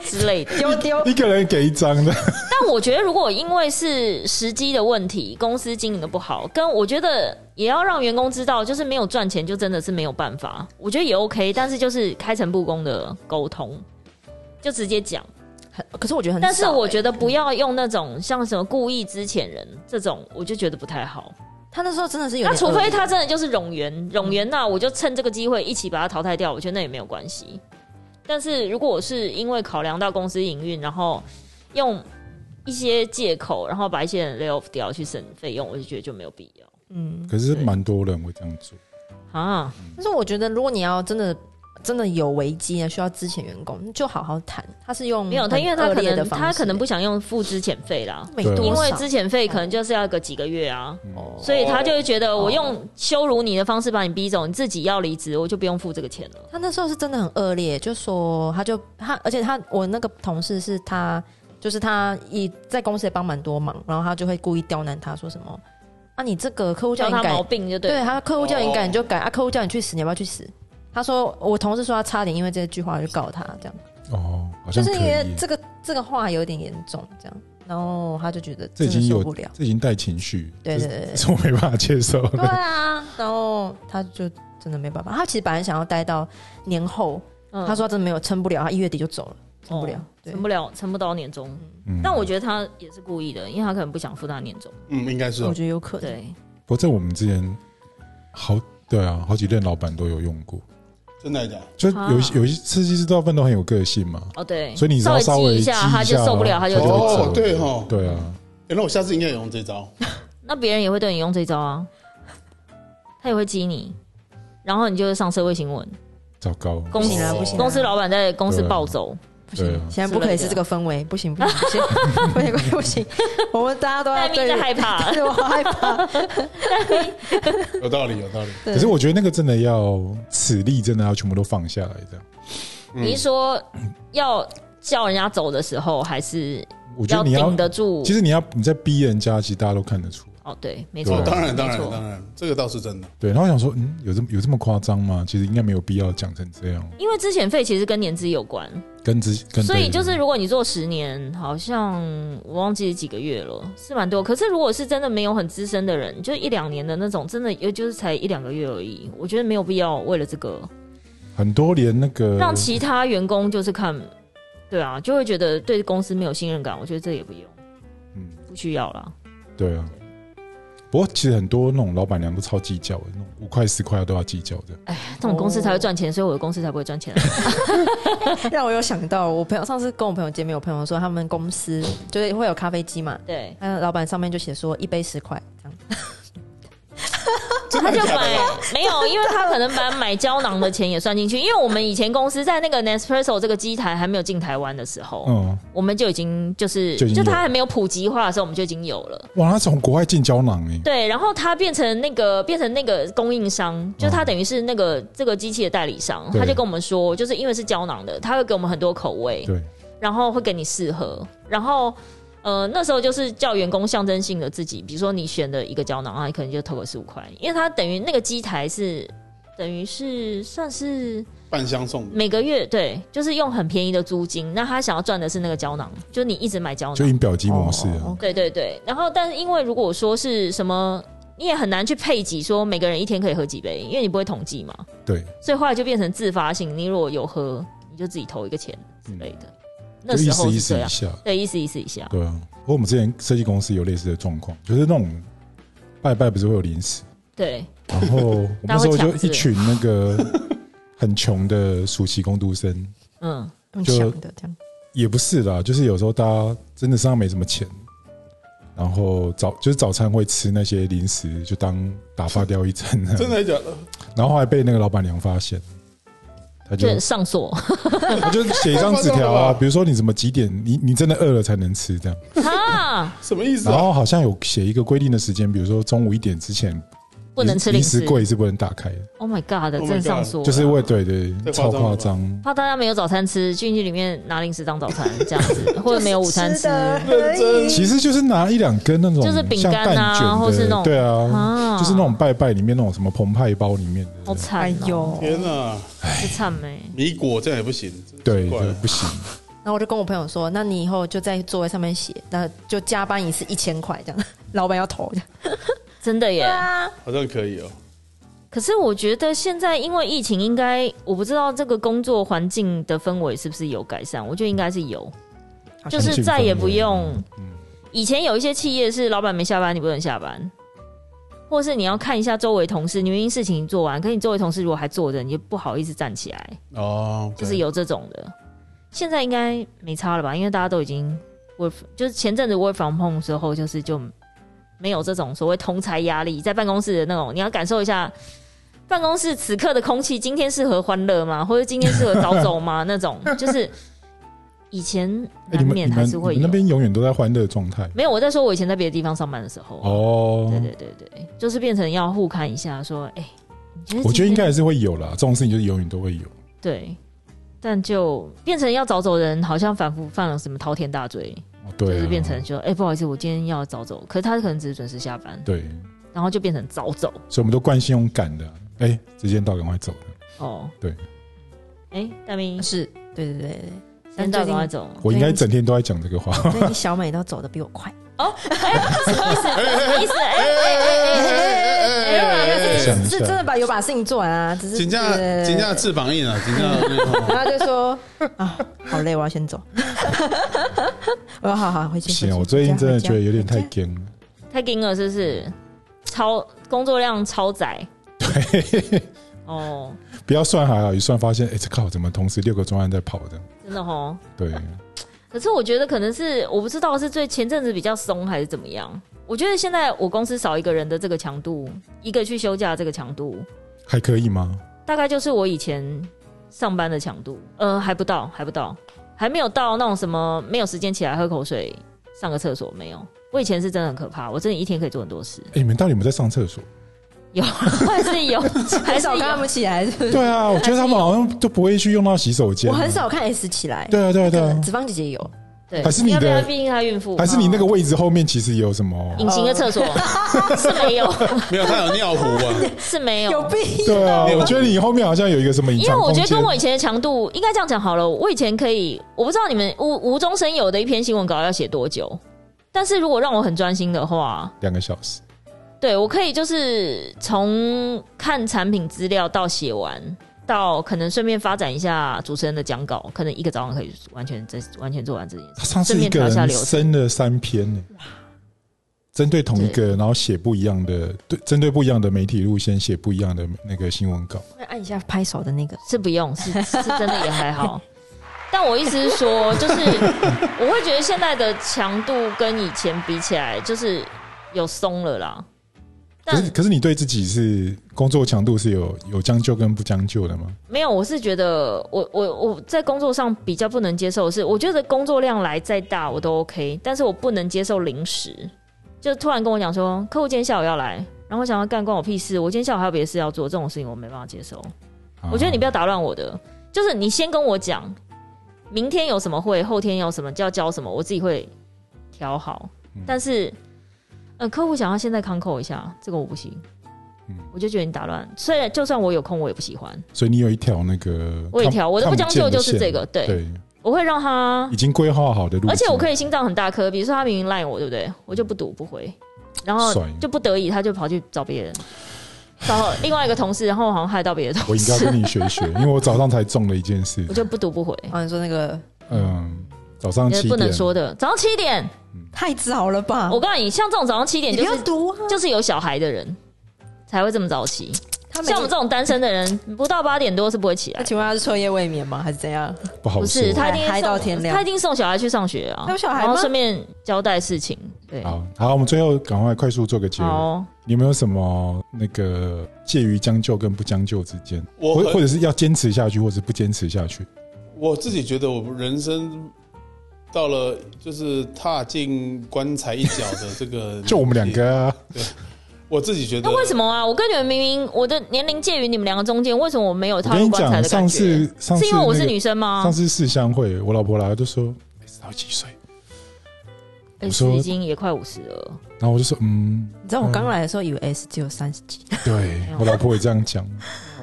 [SPEAKER 2] 之类的。
[SPEAKER 4] 丢丢，
[SPEAKER 1] 一个人给一张的，
[SPEAKER 2] 但我觉得，如果因为是时机的问题，公司经营的不好，跟我觉得也要让员工知道，就是没有赚钱，就真的是没有办法。我觉得也 OK，但是就是开诚布公的沟通，就直接讲。
[SPEAKER 4] 很可是我觉得很少欸，
[SPEAKER 2] 但是我觉得不要用那种像什么故意之前人这种，我就觉得不太好。
[SPEAKER 4] 他那时候真的是有
[SPEAKER 2] 那
[SPEAKER 4] 点恶意，
[SPEAKER 2] 除非他真的就是冗
[SPEAKER 4] 嗯
[SPEAKER 2] 员，冗员那我就趁这个机会一起把他淘汰掉，我觉得那也没有关系。但是如果我是因为考量到公司营运，然后用一些借口，然后把一些人 lay off 掉去省费用，我就觉得就没有必要
[SPEAKER 4] 嗯，
[SPEAKER 1] 可是蛮多人会这样做。
[SPEAKER 2] 啊。
[SPEAKER 4] 但是我觉得，如果你要真的真的有危机呢，啊需要之前员工就好好谈。他是用
[SPEAKER 2] 没有
[SPEAKER 4] 嗯
[SPEAKER 2] 他，
[SPEAKER 4] 很
[SPEAKER 2] 因为他
[SPEAKER 4] 恶
[SPEAKER 2] 可
[SPEAKER 4] 劣的
[SPEAKER 2] 能
[SPEAKER 4] 方
[SPEAKER 2] 他
[SPEAKER 4] 式
[SPEAKER 2] 可能不想用付之遣费啦，
[SPEAKER 4] 没
[SPEAKER 1] 对
[SPEAKER 4] 多
[SPEAKER 2] 因为
[SPEAKER 4] 少嗯
[SPEAKER 2] 之前费可能就是要个几个月啊，
[SPEAKER 3] 哦
[SPEAKER 2] 所以他就会觉得我
[SPEAKER 4] 哦
[SPEAKER 2] 用羞辱你的方式把你逼走，你自己要离职，我就不用付这个钱了。
[SPEAKER 4] 他那时候是真的很恶劣，就说他就他，而且他我那个同事是他，就是他一在公司也帮蛮多忙，然后他就会故意刁难他说什么啊，你这个客户叫
[SPEAKER 2] 叫
[SPEAKER 4] 你
[SPEAKER 2] 他
[SPEAKER 4] 改
[SPEAKER 2] 毛，病就对
[SPEAKER 4] 对
[SPEAKER 2] 了，
[SPEAKER 4] 他客户叫你
[SPEAKER 3] 哦
[SPEAKER 4] 改你就改啊，客户叫你去死你要不要去死？他说我同事说他差点因为这句话就告他，这样
[SPEAKER 1] 哦，好
[SPEAKER 4] 就
[SPEAKER 1] 像可
[SPEAKER 4] 是因为
[SPEAKER 1] 以，
[SPEAKER 4] 这个这个话有点严重，这样，然后他就觉得
[SPEAKER 1] 这已
[SPEAKER 4] 真的
[SPEAKER 1] 经
[SPEAKER 4] 受
[SPEAKER 1] 有
[SPEAKER 4] 不了，
[SPEAKER 1] 这已经带情绪，
[SPEAKER 4] 对
[SPEAKER 1] 这
[SPEAKER 4] 对对对
[SPEAKER 1] 这我没办法接受。 <laughs>
[SPEAKER 4] 对啊，然后他就真的没办法，他其实本来想要待到年后，
[SPEAKER 2] 嗯
[SPEAKER 4] 他说他真的没有撑不了，他一月底就走了，撑不了，
[SPEAKER 2] 哦
[SPEAKER 4] 对
[SPEAKER 2] 撑不了，撑不到年终。
[SPEAKER 1] 嗯
[SPEAKER 2] 但我觉得他也是故意的，因为他可能不想付他年终。
[SPEAKER 3] 嗯，应该是
[SPEAKER 4] 我
[SPEAKER 3] 哦
[SPEAKER 4] 觉得有可能。
[SPEAKER 2] 对，
[SPEAKER 1] 不过这我们之前好对啊，好几任老板都有用过，
[SPEAKER 3] 真的假的？
[SPEAKER 1] 就
[SPEAKER 2] 啊
[SPEAKER 1] 有一些有一些设计师大部分都很有个性嘛，
[SPEAKER 2] 哦对，
[SPEAKER 1] 所以你只要稍
[SPEAKER 2] 激
[SPEAKER 1] 微
[SPEAKER 2] 一下，他就受不了，他
[SPEAKER 1] 他
[SPEAKER 2] 就
[SPEAKER 1] 会
[SPEAKER 3] 哦
[SPEAKER 1] 走的
[SPEAKER 3] 对哦
[SPEAKER 1] 对啊，
[SPEAKER 3] 哎那我下次应该也用这招。
[SPEAKER 2] 那别人也会对你用这招啊，他也会激你，然后你就上社会新闻，
[SPEAKER 1] 糟糕，
[SPEAKER 2] 公
[SPEAKER 4] 不
[SPEAKER 2] 司
[SPEAKER 4] 行啊啦，不行啦，
[SPEAKER 2] 公司老板在公司
[SPEAKER 1] 哦对啊
[SPEAKER 2] 暴走，
[SPEAKER 4] 不行
[SPEAKER 1] 对啊，
[SPEAKER 4] 现在不可以是这个氛围，不行不行不行
[SPEAKER 2] <laughs>
[SPEAKER 4] 不行不行不行，我们大家都要
[SPEAKER 2] 戴咪
[SPEAKER 4] 对
[SPEAKER 2] 在害怕，
[SPEAKER 4] 对我好害怕，
[SPEAKER 3] 有道理，有道理。
[SPEAKER 4] 可
[SPEAKER 1] 可是我觉得那个真的要此力真的要全部都放下来，这样。嗯
[SPEAKER 2] <laughs> 你是说要叫人家走的时候，还是
[SPEAKER 1] 我觉
[SPEAKER 2] 要
[SPEAKER 1] 得你要
[SPEAKER 2] 顶，得住
[SPEAKER 1] 其？实你要你在逼人家，其实大家都看得出。
[SPEAKER 2] 哦，对，没
[SPEAKER 1] 对
[SPEAKER 2] 错
[SPEAKER 1] 啊，
[SPEAKER 3] 当然，当然，
[SPEAKER 2] 没错
[SPEAKER 3] 当然，这个倒是真的。
[SPEAKER 1] 对，然后我想说，嗯，有这么有这么夸张吗？其实应该没有必要讲成这样，
[SPEAKER 2] 因为之前费其实跟年资有关，
[SPEAKER 1] 跟之跟
[SPEAKER 2] 所以
[SPEAKER 1] 对
[SPEAKER 2] 就是如果你做十年，好像我忘记几个月了，是蛮多。可是如果是真的没有很资深的人，就一两年的那种，真的也就是才一两个月而已，我觉得没有必要为了这个
[SPEAKER 1] 很多连那个
[SPEAKER 2] 让其他员工就是看，对啊，就会觉得对公司没有信任感。我觉得这也不用，
[SPEAKER 1] 嗯，
[SPEAKER 2] 不需要啦。
[SPEAKER 1] 对啊。不过其实很多那种老板娘都超计较的，那种五块十块都要计较的。
[SPEAKER 2] 这种公司才会赚钱，所以我的公司才不会赚
[SPEAKER 1] 哦
[SPEAKER 2] 钱啊。
[SPEAKER 4] 让我有想到，我朋友上次跟我朋友见面，我朋友说他们公司就是会有咖啡机嘛，
[SPEAKER 2] 对，
[SPEAKER 4] 那老板上面就写说一杯十块这样，
[SPEAKER 2] 他就买没有，因为他可能把买胶囊的钱也算进去。因为我们以前公司在那个 Nespresso 这个机台还没有进台湾的时候，
[SPEAKER 1] 嗯，
[SPEAKER 2] 我们就已经就是
[SPEAKER 1] 就已经
[SPEAKER 2] 就
[SPEAKER 1] 有
[SPEAKER 2] 它还没有普及化的时候，我们就已经有了。
[SPEAKER 1] 哇，他从国外进胶囊哎，
[SPEAKER 2] 对，然后它变成那个变成那个供应商，就它等于是那个、这个机器的代理商，
[SPEAKER 1] 嗯对
[SPEAKER 2] 他就跟我们说，就是因为是胶囊的，他会给我们很多口味，
[SPEAKER 1] 对，
[SPEAKER 2] 然后会给你试喝，然后。呃，那时候就是叫员工象征性的自己，比如说你选的一个胶囊啊，你可能就投个十五块，因为它等于那个机台是等于是算是
[SPEAKER 3] 半相送的，
[SPEAKER 2] 每个月对，就是用很便宜的租金，那他想要赚的是那个胶囊，就你一直买胶囊，
[SPEAKER 1] 就印表机模式啊，
[SPEAKER 4] 哦
[SPEAKER 2] 对对对，然后但是因为如果说是什么，你也很难去配给说每个人一天可以喝几杯，因为你不会统计嘛，
[SPEAKER 1] 对，
[SPEAKER 2] 所以后来就变成自发性，你如果有喝，你就自己投一个钱之类的。那
[SPEAKER 1] 就意
[SPEAKER 2] 时
[SPEAKER 1] 思
[SPEAKER 2] 候
[SPEAKER 1] 意
[SPEAKER 2] 是
[SPEAKER 1] 思
[SPEAKER 2] 这
[SPEAKER 1] 一
[SPEAKER 2] 样，
[SPEAKER 1] 下，
[SPEAKER 2] 嗯对，意思意思一下，
[SPEAKER 1] 对啊。不过我们之前设计公司有类似的状况，就是那种拜拜不是会有零食，
[SPEAKER 2] 对，
[SPEAKER 1] 然后我们那时候就一群那个很穷的暑期工读生，
[SPEAKER 2] 嗯，
[SPEAKER 4] 用
[SPEAKER 1] 就
[SPEAKER 4] 想的这样，
[SPEAKER 1] 也不是啦，就是有时候大家真的身上没什么钱，然后早就是早餐会吃那些零食，就当打发掉一阵啊。
[SPEAKER 3] <laughs> 真的假的？
[SPEAKER 1] 然后后来被那个老板娘发现，他就
[SPEAKER 2] 就上锁
[SPEAKER 1] 他就写一张纸条啊，比如说你什么几点，你你真的饿了才能吃这样。
[SPEAKER 2] 啊，
[SPEAKER 3] 什么意思
[SPEAKER 1] 然
[SPEAKER 3] 啊？
[SPEAKER 1] 后好像有写一个规定的时间，比如说中午一点之前
[SPEAKER 2] 不能吃
[SPEAKER 1] 零
[SPEAKER 2] 零
[SPEAKER 1] 食
[SPEAKER 2] 食。
[SPEAKER 1] 柜是不能打开的，
[SPEAKER 2] Oh my god，
[SPEAKER 3] Oh my
[SPEAKER 2] 真的上锁了，
[SPEAKER 1] 就是为对对对
[SPEAKER 3] 太夸张
[SPEAKER 1] 超
[SPEAKER 3] 了吧
[SPEAKER 1] 夸张。
[SPEAKER 2] 怕大家没有早餐吃，进去里面拿零食当早餐这样子， <laughs> 或者没有午餐吃
[SPEAKER 4] 的
[SPEAKER 3] 认真
[SPEAKER 1] 其实就是拿一两根那种
[SPEAKER 2] 就是饼
[SPEAKER 1] 像
[SPEAKER 2] 干啊
[SPEAKER 1] 蛋卷的
[SPEAKER 2] 或是那种
[SPEAKER 1] 对啊，
[SPEAKER 2] 啊，
[SPEAKER 1] 就是那种拜拜里面那种什么澎湃包里面
[SPEAKER 2] 好
[SPEAKER 1] 的，
[SPEAKER 2] 惨
[SPEAKER 4] 哎呦，
[SPEAKER 2] 哦，
[SPEAKER 3] 天哪，
[SPEAKER 2] 好惨哎，
[SPEAKER 3] 米果这样也不行，
[SPEAKER 1] 对，
[SPEAKER 3] 怪
[SPEAKER 1] 对不行，
[SPEAKER 4] 然后我就跟我朋友说，那你以后就在座位上面写，那就加班一次一千块这样，老板要投这样。
[SPEAKER 2] 真的耶。
[SPEAKER 3] 好像可以哦。
[SPEAKER 2] 可是我觉得现在因为疫情，应该我不知道这个工作环境的氛围是不是有改善，我觉得应该是有，
[SPEAKER 4] 好像
[SPEAKER 2] 就是再也不用
[SPEAKER 1] 嗯。嗯
[SPEAKER 2] 以前有一些企业是老板没下班，你不能下班，或是你要看一下周围同事，你明明事情做完，可你周围同事如果还坐着，你就不好意思站起来，
[SPEAKER 3] 哦，
[SPEAKER 2] 就是有这种的。现在应该没差了吧？因为大家都已经 work，就是前阵子 work from home 之后，就是就没有这种所谓同才压力，在办公室的那种，你要感受一下办公室此刻的空气，今天适合欢乐吗？或者今天适合早
[SPEAKER 1] <laughs>
[SPEAKER 2] 走吗？那种就是以前
[SPEAKER 1] 哎
[SPEAKER 2] 难
[SPEAKER 1] 你们你
[SPEAKER 2] 免还
[SPEAKER 1] 们
[SPEAKER 2] 是会
[SPEAKER 1] 你们那
[SPEAKER 2] 有。
[SPEAKER 1] 边永远都在欢乐状态
[SPEAKER 2] 没有，我在说我以前在别的地方上班的时候，
[SPEAKER 1] 哦
[SPEAKER 2] 对。对对对，就是变成要互看一下，说，哎、你觉得
[SPEAKER 1] 我觉得
[SPEAKER 2] 今天
[SPEAKER 1] 应该还是会有啦，这种事情就是永远都会有。
[SPEAKER 2] 对，但就变成要早走人，好像反复犯了什么滔天大罪，
[SPEAKER 1] 哦对啊，
[SPEAKER 2] 就是变成说，哎、不好意思，我今天要早走，可是他可能只是准时下班，
[SPEAKER 1] 对，
[SPEAKER 2] 然后就变成早走
[SPEAKER 1] 所以我们都惯性用赶的，哎，时间到赶快走的。
[SPEAKER 2] 哦。
[SPEAKER 1] 对，
[SPEAKER 2] 哎、大明，
[SPEAKER 4] 是，对对对对
[SPEAKER 2] 时
[SPEAKER 4] 但
[SPEAKER 2] 间到
[SPEAKER 4] 呃最
[SPEAKER 2] 赶快
[SPEAKER 4] 近
[SPEAKER 2] 走，
[SPEAKER 1] 我应该整天都在讲这个
[SPEAKER 2] <laughs>
[SPEAKER 1] 话。
[SPEAKER 4] 对，最近小美都走的比我
[SPEAKER 1] <laughs>
[SPEAKER 4] 快，
[SPEAKER 2] 什么意思？哎哎哎哎，
[SPEAKER 1] 想一下
[SPEAKER 4] 是真的把有把事情做完啊，只是
[SPEAKER 3] 请假
[SPEAKER 4] 对
[SPEAKER 3] 请假翅膀硬啊，请假。
[SPEAKER 4] 然后就说 <laughs> 啊，好累，我要先走。 <laughs> 我说好好回去。
[SPEAKER 1] 行啊，
[SPEAKER 4] 回去
[SPEAKER 1] 我最近真的觉得有点太
[SPEAKER 4] 回家
[SPEAKER 1] 干了。
[SPEAKER 2] 太紧了，是不是？超工作量超载
[SPEAKER 1] <laughs> 对，
[SPEAKER 2] <laughs> 哦，
[SPEAKER 1] 不要算还好，一算发现，哎，这靠，怎么同时六个专案在跑的？
[SPEAKER 2] 真的哦。
[SPEAKER 1] 对，
[SPEAKER 2] 可是我觉得可能是我不知道是最前阵子比较松还是怎么样。我觉得现在我公司少一个人的这个强度，一个去休假这个强度，
[SPEAKER 1] 还可以吗？
[SPEAKER 2] 大概就是我以前上班的强度，呃，还不到，还不到，还没有到那种什么没有时间起来喝口水、上个厕所没有。我以前是真的很可怕，我真的一天可以做很多事，
[SPEAKER 1] 哎，你们到底有没有在上厕所？
[SPEAKER 2] 有还是有，还
[SPEAKER 4] 很
[SPEAKER 2] 是
[SPEAKER 4] 少看他
[SPEAKER 2] 有
[SPEAKER 4] 们。起来，是
[SPEAKER 2] <laughs>
[SPEAKER 4] 不是
[SPEAKER 1] 对啊，我觉得他们好像都不会去用到洗手间。
[SPEAKER 4] 我很。少看 S 起来。
[SPEAKER 1] 对啊，对啊，对
[SPEAKER 4] 可能
[SPEAKER 1] 啊。
[SPEAKER 4] 脂肪姐姐有，
[SPEAKER 2] 对，
[SPEAKER 1] 还是你的
[SPEAKER 2] 因为她毕竟她孕妇，
[SPEAKER 1] 还是你那个位置后面其实有什
[SPEAKER 2] <laughs>
[SPEAKER 1] 么？
[SPEAKER 2] 隐形的厕所是没有，
[SPEAKER 3] 没有，他有尿壶啊。
[SPEAKER 2] 是没有
[SPEAKER 4] 有病。
[SPEAKER 1] 对啊，
[SPEAKER 3] 有
[SPEAKER 1] 我觉得你后面好像有一个什么隐
[SPEAKER 2] 因为
[SPEAKER 1] 藏
[SPEAKER 2] 我
[SPEAKER 1] 空
[SPEAKER 2] 觉得
[SPEAKER 1] 间
[SPEAKER 2] 跟。我以前的强度应该这样讲好了。我以前可以，我不知道你们无无中生有的一篇新闻稿要写多久，但是如果让我很专心的话，
[SPEAKER 1] 两个小时，
[SPEAKER 2] 对我可以就是从看产品资料到写完，到可能顺便发展一下主持人的讲稿，可能一个早上可以完全这完全做完这件
[SPEAKER 1] 他
[SPEAKER 2] 事。
[SPEAKER 1] 上次一个
[SPEAKER 2] 顺便调一下
[SPEAKER 1] 人
[SPEAKER 2] 流程
[SPEAKER 1] 生了三篇呢，针对同一个，然后写不一样的，对，针对不一样的媒体路线写不一样的那个新闻稿。
[SPEAKER 4] 按一下拍手的那个，
[SPEAKER 2] 是不用，是是真的也还好。但我意思是说，就是我会觉得现在的强度跟以前比起来，就是有松了啦。
[SPEAKER 1] 可
[SPEAKER 2] 但
[SPEAKER 1] 是，可是你对自己是工作强度是有有将就跟不将就的吗？
[SPEAKER 2] 没有，我是觉得我我我在工作上比较不能接受的是，我觉得工作量来再大我都 OK，但是我不能接受零食。就突然跟我讲说，客户今天下午要来，然后我想要干关我屁事，我今天下午还有别的事要做，这种事情我没办法接受。
[SPEAKER 1] 啊
[SPEAKER 2] 我觉得你不
[SPEAKER 1] 要
[SPEAKER 2] 要打乱我的，就是你先跟我讲，明天有什么会，后天有什么就要交什么，我自己会调好。
[SPEAKER 1] 嗯
[SPEAKER 2] 但是，呃，客户想要现在康扣一下，这个我不行。
[SPEAKER 1] 嗯
[SPEAKER 2] 我就觉得你打乱，虽然就算我有空，我也不喜欢，
[SPEAKER 1] 所以你有一条那个，
[SPEAKER 2] 我有一条我的不
[SPEAKER 1] 看
[SPEAKER 2] 将就
[SPEAKER 1] 见的
[SPEAKER 2] 就是
[SPEAKER 1] 线
[SPEAKER 2] 这个对
[SPEAKER 1] 对，
[SPEAKER 2] 我会让他
[SPEAKER 1] 已，经规划好的路径，
[SPEAKER 2] 而且我可以心脏很大颗，比如说他明明赖我，对不对？我就不赌不回，然后
[SPEAKER 1] 算了
[SPEAKER 2] 就不得已他就跑去找别人，找另外一个同事，然后好像害到别的
[SPEAKER 1] 我
[SPEAKER 2] 同
[SPEAKER 1] 应该
[SPEAKER 2] 事，
[SPEAKER 1] 跟你学学，因为我早上才中了一件事
[SPEAKER 2] <laughs> 我，就不赌不回，
[SPEAKER 4] 好像哦说那个
[SPEAKER 1] 嗯，早上
[SPEAKER 2] 也
[SPEAKER 1] 七
[SPEAKER 2] 呃不能
[SPEAKER 1] 点，
[SPEAKER 2] 说的。早上七点，
[SPEAKER 4] 太早了吧？
[SPEAKER 2] 我告诉你，像这种早上七点
[SPEAKER 4] 啊你
[SPEAKER 2] 就
[SPEAKER 4] 不
[SPEAKER 2] 是
[SPEAKER 4] 要读啊！
[SPEAKER 2] 就是有小孩的人才会这么早起，
[SPEAKER 4] 他
[SPEAKER 2] 像我们这种单身
[SPEAKER 4] <laughs>
[SPEAKER 2] 的人，不到八点多是不会起
[SPEAKER 4] 那
[SPEAKER 2] 来。
[SPEAKER 4] 请问他是彻夜未眠吗？还是怎样？
[SPEAKER 1] 不好
[SPEAKER 2] 不是，
[SPEAKER 1] 说。
[SPEAKER 2] 他一定
[SPEAKER 4] 嗨
[SPEAKER 2] 送
[SPEAKER 4] 到天亮
[SPEAKER 2] 他一定送小孩去上学啊，
[SPEAKER 4] 还有小孩吗
[SPEAKER 2] 然后顺便交代事情。对，
[SPEAKER 1] 好好，我们最后赶快快速做个结尾。
[SPEAKER 2] 好，
[SPEAKER 1] 你有没有什么那个介于将就跟不将就之间，
[SPEAKER 3] 我
[SPEAKER 1] 或
[SPEAKER 3] 很
[SPEAKER 1] 或者是要坚持下去，或者是不坚持下去？
[SPEAKER 3] 我自己觉得我人生到了就是踏进棺材一脚的这个，
[SPEAKER 1] 就我们两，个啊，
[SPEAKER 3] 我自己觉得
[SPEAKER 2] 那为什么啊？我跟你们明明我的年龄介于你们两个中间，为什么我没有
[SPEAKER 1] 我
[SPEAKER 2] 踏
[SPEAKER 1] 跟
[SPEAKER 2] 入
[SPEAKER 1] 你
[SPEAKER 2] 棺
[SPEAKER 1] 讲，
[SPEAKER 2] 材的感
[SPEAKER 1] 上
[SPEAKER 2] 觉？
[SPEAKER 1] 次上次
[SPEAKER 2] 是因为我是
[SPEAKER 1] 那个
[SPEAKER 2] 女生啊吗
[SPEAKER 1] 上？次试香会，我老婆来她就说哎知道几岁，
[SPEAKER 2] 哎
[SPEAKER 1] 我说
[SPEAKER 2] 已经也快五十了，
[SPEAKER 1] 然后我就说嗯，
[SPEAKER 4] 你知道我刚来的时候以为 S 只有三十几， <laughs>
[SPEAKER 1] 对
[SPEAKER 2] 哎
[SPEAKER 1] 我老婆也这样讲，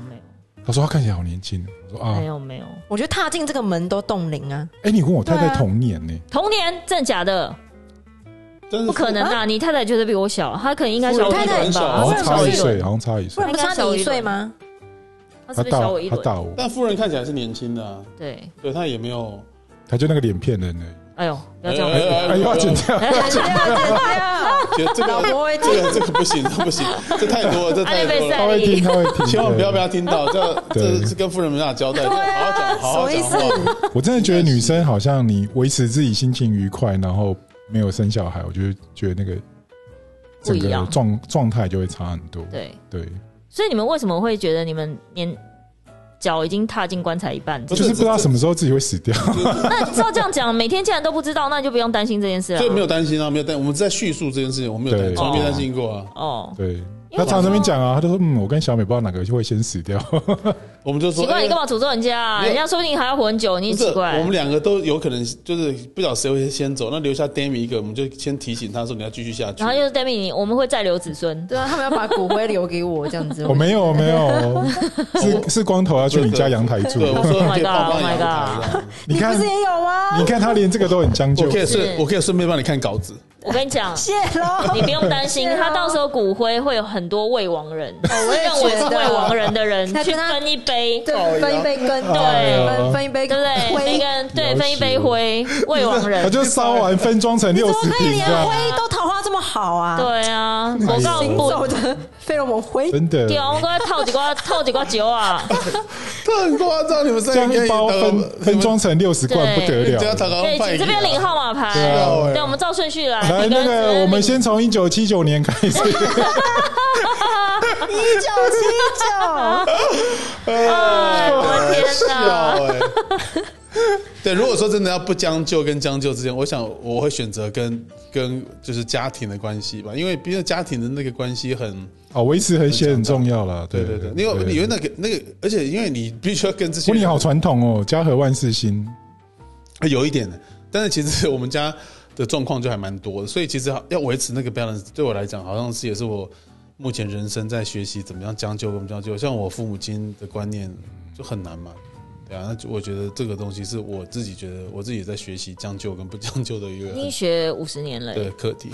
[SPEAKER 2] 没有
[SPEAKER 1] 她说她看起来好年轻，我说啊
[SPEAKER 2] 没有没，有没有，
[SPEAKER 4] 我觉得踏进这个门都冻龄啊！
[SPEAKER 1] 哎，你跟我太
[SPEAKER 4] 对
[SPEAKER 1] 太
[SPEAKER 4] 啊
[SPEAKER 1] 同年呢，
[SPEAKER 2] 童年真的假的？
[SPEAKER 3] 但是
[SPEAKER 2] 不可能啊！你太太绝对比我小，她可能应该小我啊
[SPEAKER 4] 我太
[SPEAKER 2] 一
[SPEAKER 4] 太
[SPEAKER 2] 轮吧？
[SPEAKER 1] 好像
[SPEAKER 4] 不
[SPEAKER 1] 差
[SPEAKER 4] 是
[SPEAKER 1] 一岁，好像差一
[SPEAKER 4] 不
[SPEAKER 1] 岁，
[SPEAKER 4] 然不是他你一岁吗？
[SPEAKER 2] 她
[SPEAKER 1] 她
[SPEAKER 2] 是不是小
[SPEAKER 1] 大
[SPEAKER 2] 我一
[SPEAKER 1] 她
[SPEAKER 2] 轮？
[SPEAKER 1] 大我，
[SPEAKER 3] 但夫人看起来是年轻的、啊，
[SPEAKER 2] 对，
[SPEAKER 3] 对她也没有。
[SPEAKER 1] 她就那个脸骗人呢，
[SPEAKER 2] 哎呦，不要这样
[SPEAKER 3] 哎。哎
[SPEAKER 1] 哎，要剪 <laughs> 掉，
[SPEAKER 2] 啊
[SPEAKER 4] <laughs>
[SPEAKER 3] 觉得这
[SPEAKER 4] 老
[SPEAKER 3] 个
[SPEAKER 4] 婆会
[SPEAKER 3] 这个这个不行，这不行，这太多了，这太多
[SPEAKER 2] 哎
[SPEAKER 3] 了。
[SPEAKER 1] 她会听，她会
[SPEAKER 3] <laughs>
[SPEAKER 1] 听，
[SPEAKER 3] 千万不要被他听到，这
[SPEAKER 1] 对
[SPEAKER 3] 这是跟夫人没办法交代，好
[SPEAKER 2] 啊
[SPEAKER 3] 好讲，好好
[SPEAKER 4] 什么意
[SPEAKER 3] 讲
[SPEAKER 4] 思
[SPEAKER 3] 话。
[SPEAKER 1] 我真的觉得女生好像你维持自己心情愉快，然后没有生小孩，我就觉得那个
[SPEAKER 2] 不
[SPEAKER 1] 整
[SPEAKER 2] 一
[SPEAKER 1] 个
[SPEAKER 2] 样
[SPEAKER 1] 状状态就会差很多。
[SPEAKER 2] <laughs> 对，
[SPEAKER 1] 对，
[SPEAKER 2] 所以你们为什么会觉得你们年脚已经踏进棺材一 <laughs> 半？
[SPEAKER 3] 不
[SPEAKER 1] 就是是不知道什么时候自己会死掉。
[SPEAKER 2] 那照这样讲，每天既然都不知道，那你就不用担心这件事了。
[SPEAKER 3] 所以没有担心啊，没有担，我们在叙述这件事情，我没有担
[SPEAKER 1] 对
[SPEAKER 3] 从来没担心过啊。
[SPEAKER 2] 哦，
[SPEAKER 1] 对，
[SPEAKER 2] 因为
[SPEAKER 1] 他常常这边讲啊，他就说嗯，我跟小美不知道哪个会先死掉。 <laughs>
[SPEAKER 3] 我们就说，
[SPEAKER 2] 奇怪，
[SPEAKER 3] 哎
[SPEAKER 2] 你干嘛诅咒人家、啊
[SPEAKER 3] 没有
[SPEAKER 2] 人家说不定还要活很久，你也
[SPEAKER 3] 不是
[SPEAKER 2] 奇怪
[SPEAKER 3] 我。们两个都有可能就是不晓得谁会先走，那留下 Demi 一个，我们就先提醒他说你要继续下去。
[SPEAKER 2] 然后就是 d a m i 你我们会再留子孙。
[SPEAKER 4] 对啊，他们要把骨灰留给我这样子。
[SPEAKER 1] <laughs> 我没有没有，是是光头要去你家阳台住
[SPEAKER 3] 对，。我说
[SPEAKER 2] Oh my
[SPEAKER 3] 可以帮
[SPEAKER 2] God，Oh
[SPEAKER 3] 帮
[SPEAKER 2] my
[SPEAKER 3] 阳台这样
[SPEAKER 1] 你
[SPEAKER 4] 不
[SPEAKER 1] 看
[SPEAKER 4] 是也有吗
[SPEAKER 1] 你？看他连这个都很将就
[SPEAKER 3] 我，可以
[SPEAKER 2] 是
[SPEAKER 3] 顺我可以顺便帮你看稿子，
[SPEAKER 2] 我跟你讲，
[SPEAKER 4] 谢喽。
[SPEAKER 2] 你不用担心
[SPEAKER 4] 是，哦
[SPEAKER 2] 他到时候骨灰会有很多未亡人，
[SPEAKER 4] 我也
[SPEAKER 2] 认为是
[SPEAKER 4] 觉得
[SPEAKER 2] 未亡人的人
[SPEAKER 4] 那
[SPEAKER 2] 去
[SPEAKER 4] 跟他
[SPEAKER 2] 分一杯，
[SPEAKER 4] <laughs>
[SPEAKER 2] 对
[SPEAKER 4] 对，分一杯羹，
[SPEAKER 2] 哎呦
[SPEAKER 4] 分分一杯
[SPEAKER 2] 不对？每个
[SPEAKER 4] 灰，
[SPEAKER 2] 人对分一杯灰，未亡
[SPEAKER 1] 他 <laughs>
[SPEAKER 2] 人。
[SPEAKER 1] 就烧完分装成六
[SPEAKER 4] 怎么
[SPEAKER 1] 十
[SPEAKER 4] 可以
[SPEAKER 1] 瓶这
[SPEAKER 4] 连
[SPEAKER 1] 样，
[SPEAKER 4] 灰哎都桃花这么好啊？，
[SPEAKER 2] 对啊，我告
[SPEAKER 1] 哎呦
[SPEAKER 4] 行
[SPEAKER 2] 不
[SPEAKER 4] 走的费洛蒙灰，
[SPEAKER 1] 真的。
[SPEAKER 2] 对啊，我过泡几瓜，泡几瓜酒啊，
[SPEAKER 3] 这很夸张，你们
[SPEAKER 1] 这样一包分分装成六十罐
[SPEAKER 2] 对
[SPEAKER 1] 不得
[SPEAKER 3] 这样
[SPEAKER 1] 了。
[SPEAKER 3] 讨
[SPEAKER 2] 对，请这边领号码牌
[SPEAKER 1] 对啊
[SPEAKER 3] 哎，
[SPEAKER 2] 对，我们照顺序来，
[SPEAKER 1] 来，
[SPEAKER 2] 每
[SPEAKER 1] 那
[SPEAKER 2] 人只
[SPEAKER 1] 个
[SPEAKER 2] 能
[SPEAKER 1] 我们
[SPEAKER 2] 领
[SPEAKER 1] 先从一九七九年开
[SPEAKER 3] <laughs>
[SPEAKER 1] 始，
[SPEAKER 4] 一九七
[SPEAKER 2] 哎我的天哪！
[SPEAKER 3] 笑哎。 <laughs> 对，如果说真的要不将就跟将就之间，我想我会选择跟跟就是家庭的关系吧，因为毕竟家庭的那个关系很，
[SPEAKER 1] 啊，维持和谐很重要啦。
[SPEAKER 3] 对
[SPEAKER 1] 对
[SPEAKER 3] 对对，因为因为那个那个，而且因为你必须要跟这些
[SPEAKER 1] 哇，
[SPEAKER 3] 人
[SPEAKER 1] 你好传统哦，家和万事兴。
[SPEAKER 3] 有一点的，但是其实我们家的状况就还蛮多的，所以其实要维持那个 balance，对我来讲，好像是也是我目前人生在学习怎么样将就，怎么将就。像我父母亲的观念就很难嘛，对啊，那就我觉得这个东西是我自己觉得我自己在学习将就跟不将就的一个
[SPEAKER 2] 已经学五十年了，
[SPEAKER 3] 对课题。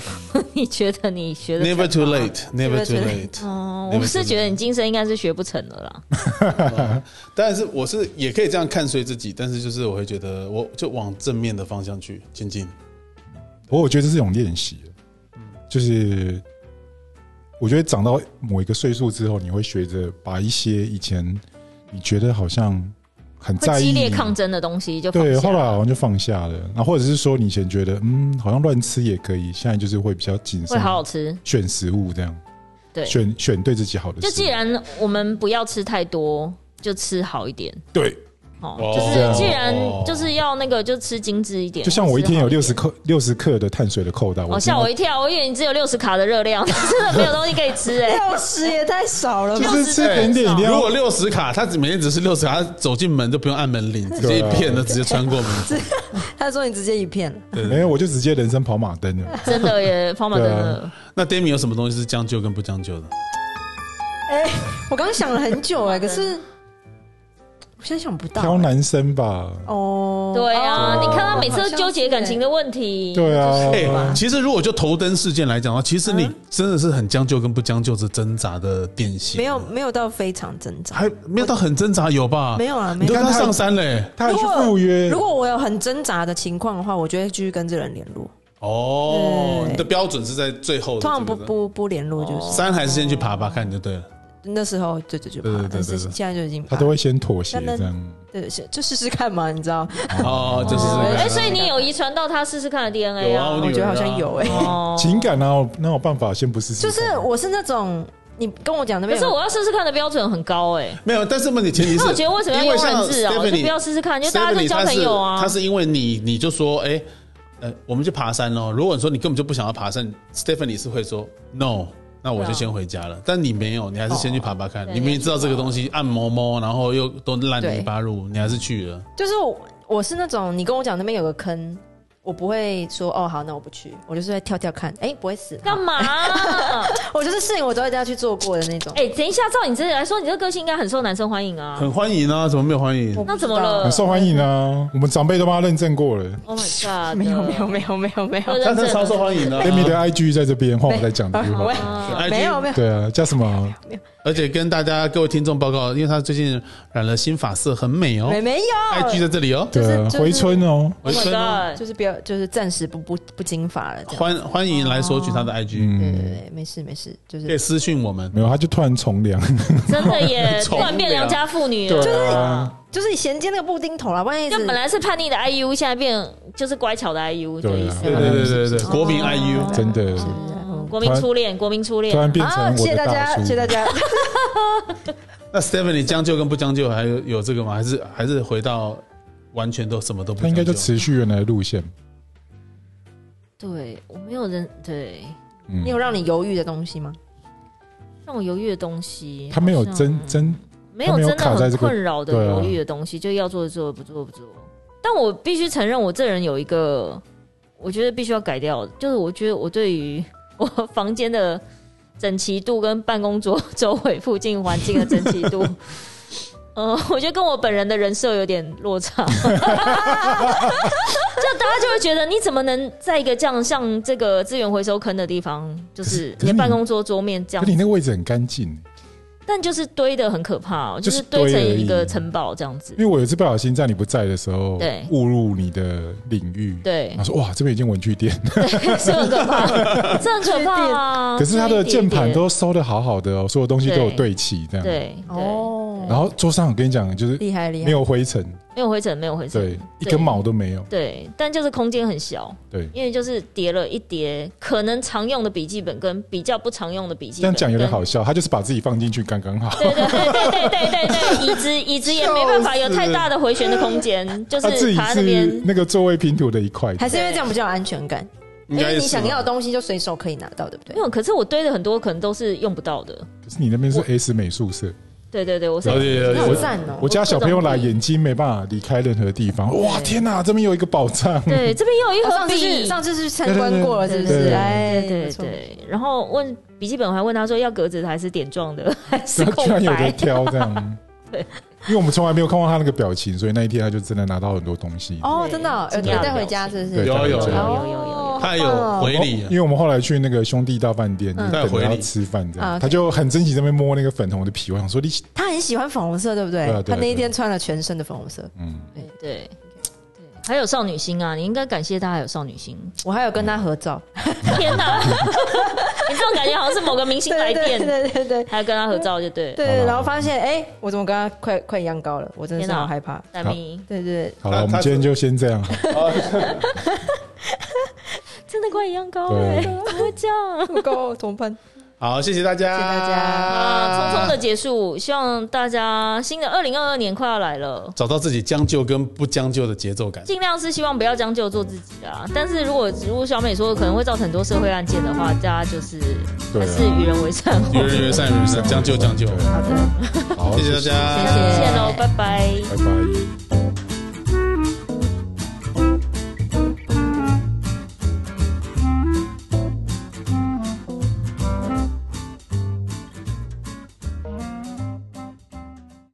[SPEAKER 2] 你觉得你学的
[SPEAKER 3] Never too late, never too late。
[SPEAKER 2] 哦，
[SPEAKER 3] Never
[SPEAKER 2] 我是觉得你今生应该是学不成了啦。
[SPEAKER 3] <laughs> 但是我是也可以这样看衰自己，但是就是我会觉得我就往正面的方向去前进。
[SPEAKER 1] 不过我觉得这是一种练习，啊就是我觉得长到某一个岁数之后，你会学着把一些以前你觉得好像很
[SPEAKER 2] 会
[SPEAKER 1] 在
[SPEAKER 2] 激
[SPEAKER 1] 意
[SPEAKER 2] 烈抗争的东西就放
[SPEAKER 1] 对，
[SPEAKER 2] 下
[SPEAKER 1] 后来好像就放下了。那或者是说，你以前觉得嗯，好像乱吃也可以，现在就是会比较谨
[SPEAKER 2] 会
[SPEAKER 1] 慎，
[SPEAKER 2] 好好吃。
[SPEAKER 1] 选食物这样，
[SPEAKER 2] 对
[SPEAKER 1] 选选对自己好的食
[SPEAKER 2] 就
[SPEAKER 1] 物。
[SPEAKER 2] 既然我们不要吃太多，就吃好一点。
[SPEAKER 1] 对，
[SPEAKER 2] 哦，
[SPEAKER 3] 哦
[SPEAKER 2] 就是既然
[SPEAKER 3] 哦
[SPEAKER 2] 就是要那个，就吃精致一点。
[SPEAKER 1] 就像我一天有
[SPEAKER 2] 吃
[SPEAKER 1] 六十克六十克的碳水的扣打，
[SPEAKER 2] 好，哦，吓我一跳，我以为你只有六十卡的热量，真的没有东西可以吃哎、
[SPEAKER 4] <laughs> 九，六十也太少了
[SPEAKER 1] 就
[SPEAKER 4] 吧？
[SPEAKER 1] 是吃甜点一定
[SPEAKER 3] <laughs> 如
[SPEAKER 1] 要
[SPEAKER 3] 果六十卡，他只每天只是六十卡，他走进门就不用按门铃，直接一片的直接穿过
[SPEAKER 4] <laughs>
[SPEAKER 3] 门。
[SPEAKER 4] 他说你直接一片了，
[SPEAKER 1] 没有，我就直接人生跑马灯了。
[SPEAKER 4] <laughs>
[SPEAKER 2] 真的耶，方法真的。
[SPEAKER 3] 那 Demi 有什么东西是将就跟不将就的？
[SPEAKER 4] 哎，我刚想了很久
[SPEAKER 2] <laughs>
[SPEAKER 4] 哎，可是我现在想不到欸
[SPEAKER 1] 挑男生吧，
[SPEAKER 4] 哦。
[SPEAKER 2] 对啊，
[SPEAKER 4] 哦
[SPEAKER 2] 你看他每次都纠结感情的问题。
[SPEAKER 1] 对啊，
[SPEAKER 3] 哎、其实如果就头灯事件来讲的话，其实
[SPEAKER 4] 嗯
[SPEAKER 3] 你真的是很将就跟不将就这挣扎的典型。
[SPEAKER 4] 没有，没有到非常挣扎，
[SPEAKER 3] 还没有到很挣扎，有吧？
[SPEAKER 4] 没有啊，没
[SPEAKER 3] 你
[SPEAKER 4] 有
[SPEAKER 3] 都。
[SPEAKER 1] 看
[SPEAKER 3] 要
[SPEAKER 1] 他
[SPEAKER 3] 上山嘞、欸。
[SPEAKER 1] 他还去赴约
[SPEAKER 4] 如，果我有很挣扎的情况的话，我就会继续跟这个人联络。
[SPEAKER 3] 哦，
[SPEAKER 4] 对
[SPEAKER 3] 你的标准是在最后的
[SPEAKER 4] 通常不
[SPEAKER 3] 这个
[SPEAKER 4] 不不联络，就是
[SPEAKER 3] 山还是先去爬爬看就对了。
[SPEAKER 4] 那时候对对就
[SPEAKER 3] 对对
[SPEAKER 4] 怕
[SPEAKER 3] 对，
[SPEAKER 4] 但是
[SPEAKER 3] 对对
[SPEAKER 4] 现在就已经
[SPEAKER 1] 他
[SPEAKER 4] 怕
[SPEAKER 1] 都会先妥协
[SPEAKER 4] 那那
[SPEAKER 1] 这样。
[SPEAKER 4] 对，是就试试看嘛，你知道？
[SPEAKER 3] 哦，就是这
[SPEAKER 1] 啊
[SPEAKER 4] 对
[SPEAKER 3] 个。
[SPEAKER 2] 哎、所以你有遗传到他试试看的 DNA
[SPEAKER 3] 有啊
[SPEAKER 2] 啊？
[SPEAKER 3] 女
[SPEAKER 4] 我觉
[SPEAKER 3] 儿
[SPEAKER 4] 得
[SPEAKER 3] 啊
[SPEAKER 4] 好像有哎、
[SPEAKER 2] 哦
[SPEAKER 1] 情感啊哪有哪有办法先不试试
[SPEAKER 4] 就
[SPEAKER 1] 看？
[SPEAKER 4] 是我是那种你跟我讲那
[SPEAKER 2] 可
[SPEAKER 4] 边
[SPEAKER 2] 是
[SPEAKER 4] 有，
[SPEAKER 2] 我要试试看的标准很高哎、
[SPEAKER 3] 没有，但是问题前提
[SPEAKER 4] <laughs>
[SPEAKER 3] 是，
[SPEAKER 2] 那我觉得为什么要
[SPEAKER 3] 因为
[SPEAKER 2] 用
[SPEAKER 3] 像
[SPEAKER 2] 文字啊
[SPEAKER 3] Stephanie-
[SPEAKER 2] 我就不要试试看因为大家就交
[SPEAKER 3] Stephanie
[SPEAKER 2] 朋友啊
[SPEAKER 3] 他是他是因为你，你就说，哎、呃，我们去爬山哦。如果你说你根本就不想要爬山，Stephanie 是会说 no，那我就先回家了。但你没有，你还是先去爬爬看。
[SPEAKER 2] 啊哦对
[SPEAKER 3] 你明明知道这个东西按摩摸，然后又都烂泥巴路，你还是去了。
[SPEAKER 4] 就是我我是那种你跟我讲那边有个坑，我不会说哦好，那我不去，我就是会跳跳看，哎、不会死，
[SPEAKER 2] 干嘛？ <laughs>
[SPEAKER 4] 我就是事情我都会这样去做过的那种。
[SPEAKER 2] 哎、等一下，照你这里来说，你这个个性应该很受男生欢迎啊。
[SPEAKER 3] 很欢迎啊，怎么没有欢迎
[SPEAKER 4] 我？
[SPEAKER 2] 那怎么了
[SPEAKER 1] 很受欢迎啊，我们长辈都帮他认证过了。
[SPEAKER 2] Oh my god！
[SPEAKER 4] 没有没有没有没有没有
[SPEAKER 2] 都，
[SPEAKER 3] 他
[SPEAKER 2] 认
[SPEAKER 3] 他
[SPEAKER 2] 证
[SPEAKER 3] 超受欢迎的、啊
[SPEAKER 1] Amy 的 IG 在这边，换我来讲这句
[SPEAKER 4] <laughs>
[SPEAKER 1] 话。
[SPEAKER 2] 啊
[SPEAKER 3] 对
[SPEAKER 4] 没有没有，
[SPEAKER 1] 对啊，叫什么？
[SPEAKER 3] 而且跟大家各位听众报告，因为他最近染了新发色，很美哦
[SPEAKER 4] 没。没有
[SPEAKER 3] IG 在这里哦，
[SPEAKER 1] 对啊
[SPEAKER 4] 就，是
[SPEAKER 1] 回春哦。
[SPEAKER 3] 回
[SPEAKER 2] Oh my
[SPEAKER 3] 春哦，
[SPEAKER 2] god！
[SPEAKER 4] 就是不要，就是暂时不不不金发了，这样。
[SPEAKER 3] 欢欢迎来索取他的
[SPEAKER 2] 哦
[SPEAKER 3] IG，
[SPEAKER 4] 对
[SPEAKER 1] 嗯，
[SPEAKER 4] 对对，没事没事，就是
[SPEAKER 3] 可以私讯我们。
[SPEAKER 1] 没有，他就突然从良。 <laughs>
[SPEAKER 2] 真的耶，
[SPEAKER 3] 从
[SPEAKER 2] 突然变良家妇女了。
[SPEAKER 1] 啊，
[SPEAKER 4] 就是衔接那个布丁头啦，万一
[SPEAKER 2] 就是本来是叛逆的 IU，现在变就是乖巧的 IU 的
[SPEAKER 1] 对
[SPEAKER 2] 意
[SPEAKER 1] 啊
[SPEAKER 2] 思。嗯
[SPEAKER 3] 对对对对对，国民
[SPEAKER 4] 哦
[SPEAKER 3] IU。
[SPEAKER 1] 真的
[SPEAKER 4] 是不是？
[SPEAKER 2] 国民
[SPEAKER 1] 突然
[SPEAKER 2] 初恋，国民初恋
[SPEAKER 1] 突，然变成
[SPEAKER 4] 啊，
[SPEAKER 1] 我
[SPEAKER 4] 谢谢
[SPEAKER 1] 的
[SPEAKER 4] 大
[SPEAKER 1] 大
[SPEAKER 4] 家，
[SPEAKER 1] 叔，
[SPEAKER 4] 谢谢大家。
[SPEAKER 3] 那 Stephanie 将就跟不将就还有有这个吗？还是还是回到完全都什么都不
[SPEAKER 1] 他
[SPEAKER 3] 将
[SPEAKER 1] 应
[SPEAKER 3] 就？
[SPEAKER 1] 该就持续原来的路线。
[SPEAKER 2] 对我没有人对
[SPEAKER 1] 嗯
[SPEAKER 4] 你有让你犹豫的东西吗？
[SPEAKER 2] 让我犹豫的东西，
[SPEAKER 1] 他没有
[SPEAKER 2] 好像
[SPEAKER 1] 真真
[SPEAKER 2] 没有
[SPEAKER 1] 没有
[SPEAKER 2] 真的
[SPEAKER 1] 卡在
[SPEAKER 2] 很
[SPEAKER 1] 这个
[SPEAKER 2] 困扰的
[SPEAKER 1] 对啊
[SPEAKER 2] 犹豫的东西，就要做就做，不做不做。但我必须承认，我这人有一个，我觉得必须要改掉的，就是我觉得我对于 <laughs> 我房间的整齐度跟办公桌 <laughs> 周围附近环境的整齐
[SPEAKER 1] <laughs>
[SPEAKER 2] 度，呃，我觉得跟我本人的人设有点落差， <laughs> 就大家就会觉得你怎么能在一个这样像这个资源回收坑的地方，就是
[SPEAKER 1] 可是可是
[SPEAKER 2] 你的
[SPEAKER 1] 你
[SPEAKER 2] 办公桌桌面这样
[SPEAKER 1] 可你那个位置很干净，
[SPEAKER 2] 但就是堆的很可怕、哦，
[SPEAKER 1] 就
[SPEAKER 2] 就是是堆成
[SPEAKER 1] 堆而已
[SPEAKER 2] 一个城堡这样子
[SPEAKER 1] 因。为我有一次不小心在你不在的时候，
[SPEAKER 2] 对
[SPEAKER 1] 误入你的领域，
[SPEAKER 2] 对
[SPEAKER 1] 然
[SPEAKER 2] <laughs>
[SPEAKER 1] 后，说哇，这边已经文具店， <laughs>
[SPEAKER 2] 是很可怕，这很可怕啊！
[SPEAKER 1] 可是它
[SPEAKER 2] 就
[SPEAKER 1] 的
[SPEAKER 2] 一点
[SPEAKER 1] 键盘
[SPEAKER 2] 点
[SPEAKER 1] 都收的好好的哦，所有东西都有
[SPEAKER 2] 对
[SPEAKER 1] 对齐这样。，
[SPEAKER 2] 对对，
[SPEAKER 4] 哦，
[SPEAKER 1] 然后桌上我跟你讲，就是
[SPEAKER 4] 厉害厉害
[SPEAKER 1] 没，有灰尘，
[SPEAKER 2] 没有灰尘，没有灰尘，
[SPEAKER 1] 对，一根毛都没有，
[SPEAKER 2] 对，但就是空间很小，
[SPEAKER 1] 对。
[SPEAKER 2] 因为就是叠了一叠可能常用的笔记本跟比较不常用的笔记
[SPEAKER 1] 这
[SPEAKER 2] 本
[SPEAKER 1] 样
[SPEAKER 2] 跟。
[SPEAKER 1] 讲有点好笑，他就是把自己放进去刚刚好，
[SPEAKER 2] 对对对对对对对对，椅子椅子也没办法有太大的回旋的空间，就
[SPEAKER 1] 他啊自
[SPEAKER 2] 是
[SPEAKER 1] 己
[SPEAKER 2] 爬那
[SPEAKER 1] 是
[SPEAKER 2] 边。
[SPEAKER 1] 那个座位拼图的一块，
[SPEAKER 4] 还是因为这样比较有安全感，
[SPEAKER 3] 应
[SPEAKER 4] 因
[SPEAKER 3] 该
[SPEAKER 4] 为
[SPEAKER 3] 是
[SPEAKER 4] 你想
[SPEAKER 3] 吧
[SPEAKER 4] 要的东西就随手可以拿到，对不
[SPEAKER 2] 没
[SPEAKER 4] 对？
[SPEAKER 2] 有，可是我堆的很多，可能都是用不到的。
[SPEAKER 1] 可是你那边是 S 美术社，
[SPEAKER 2] 对对对，我是
[SPEAKER 3] 了解了解
[SPEAKER 4] 那好赞哦
[SPEAKER 1] 我！家小朋友来，
[SPEAKER 2] 我各种
[SPEAKER 1] 眼睛没办法离开任何地方。哇，
[SPEAKER 2] 对
[SPEAKER 1] 天哪，这边有一个宝藏！ <laughs>
[SPEAKER 2] 对，这边又有一
[SPEAKER 4] 哦
[SPEAKER 2] 盒
[SPEAKER 4] 上次
[SPEAKER 2] 笔
[SPEAKER 4] 去，上次去参观过了，是不
[SPEAKER 1] 对对
[SPEAKER 4] 是？
[SPEAKER 1] 对
[SPEAKER 4] 哎，
[SPEAKER 2] 对对
[SPEAKER 4] 不错，
[SPEAKER 2] 对，然后问笔记本，我还问他说要格子的还是点状的， <laughs> 还是
[SPEAKER 1] 然后
[SPEAKER 2] 空
[SPEAKER 1] 居然有
[SPEAKER 2] 白
[SPEAKER 1] 人？挑这样，
[SPEAKER 2] <laughs> 对，
[SPEAKER 1] 因为我们从来没有看过他那个表情，所以那一天他就真的拿到很多东西。
[SPEAKER 4] 哦，真的哦有
[SPEAKER 2] 对
[SPEAKER 4] 有带回家，是不是？
[SPEAKER 1] 对
[SPEAKER 3] 有有
[SPEAKER 1] 有
[SPEAKER 2] 有
[SPEAKER 4] 哦
[SPEAKER 2] 有有有
[SPEAKER 3] 他有回礼
[SPEAKER 1] 因，为我们后来去那个兄弟大饭店，
[SPEAKER 4] 嗯
[SPEAKER 1] 就等
[SPEAKER 3] 带回
[SPEAKER 1] 着
[SPEAKER 3] 礼
[SPEAKER 1] 要吃饭这
[SPEAKER 4] 啊
[SPEAKER 1] 样，
[SPEAKER 4] ，OK
[SPEAKER 1] 他就很珍惜在那边摸那个粉红的皮。我想说，你
[SPEAKER 4] 他很喜欢粉红色，对不对
[SPEAKER 1] 对啊对啊？
[SPEAKER 4] 他那一天穿了全身的粉红色。
[SPEAKER 1] 嗯，
[SPEAKER 2] 有，对对，还有少女心啊，你应该感谢他还有少
[SPEAKER 4] <laughs>
[SPEAKER 2] 女心。
[SPEAKER 4] 我还有跟他合照，
[SPEAKER 2] 天哪， <laughs> 你这种感觉好像是某个明星来
[SPEAKER 4] 对对
[SPEAKER 2] 电，
[SPEAKER 4] 对对对
[SPEAKER 2] 还要跟他合照就对。
[SPEAKER 1] 好
[SPEAKER 4] 对，
[SPEAKER 1] 啦
[SPEAKER 4] 然后发现哎，我怎么跟他快快一样高了？我真的是
[SPEAKER 2] 天哪
[SPEAKER 4] 好害怕。
[SPEAKER 2] 大咪，
[SPEAKER 4] 对 <laughs> 对
[SPEAKER 1] 好了，
[SPEAKER 3] 他
[SPEAKER 1] 我们
[SPEAKER 3] 他
[SPEAKER 1] 今天就先这样。
[SPEAKER 2] 真的快一样高
[SPEAKER 1] 对
[SPEAKER 2] 哎，怎么会这样？
[SPEAKER 4] 对，不高哦怎么办？
[SPEAKER 3] 好，谢谢大家，
[SPEAKER 4] 谢谢大家
[SPEAKER 2] 啊，匆匆的结束，希望大家新的二零二二年快要来了。
[SPEAKER 3] 找到自己将就跟不将就的节奏感。
[SPEAKER 2] 尽量是希望不要将就做自己啊。但是如果如果小美说可能会造成很多社会案件的话，大家就是
[SPEAKER 1] 对啊
[SPEAKER 2] 还是与人为善。
[SPEAKER 3] 与人为善，与人为善，将就将就。
[SPEAKER 1] 好，
[SPEAKER 3] 谢谢大家，
[SPEAKER 2] 下次见喽，拜拜。
[SPEAKER 1] 拜拜。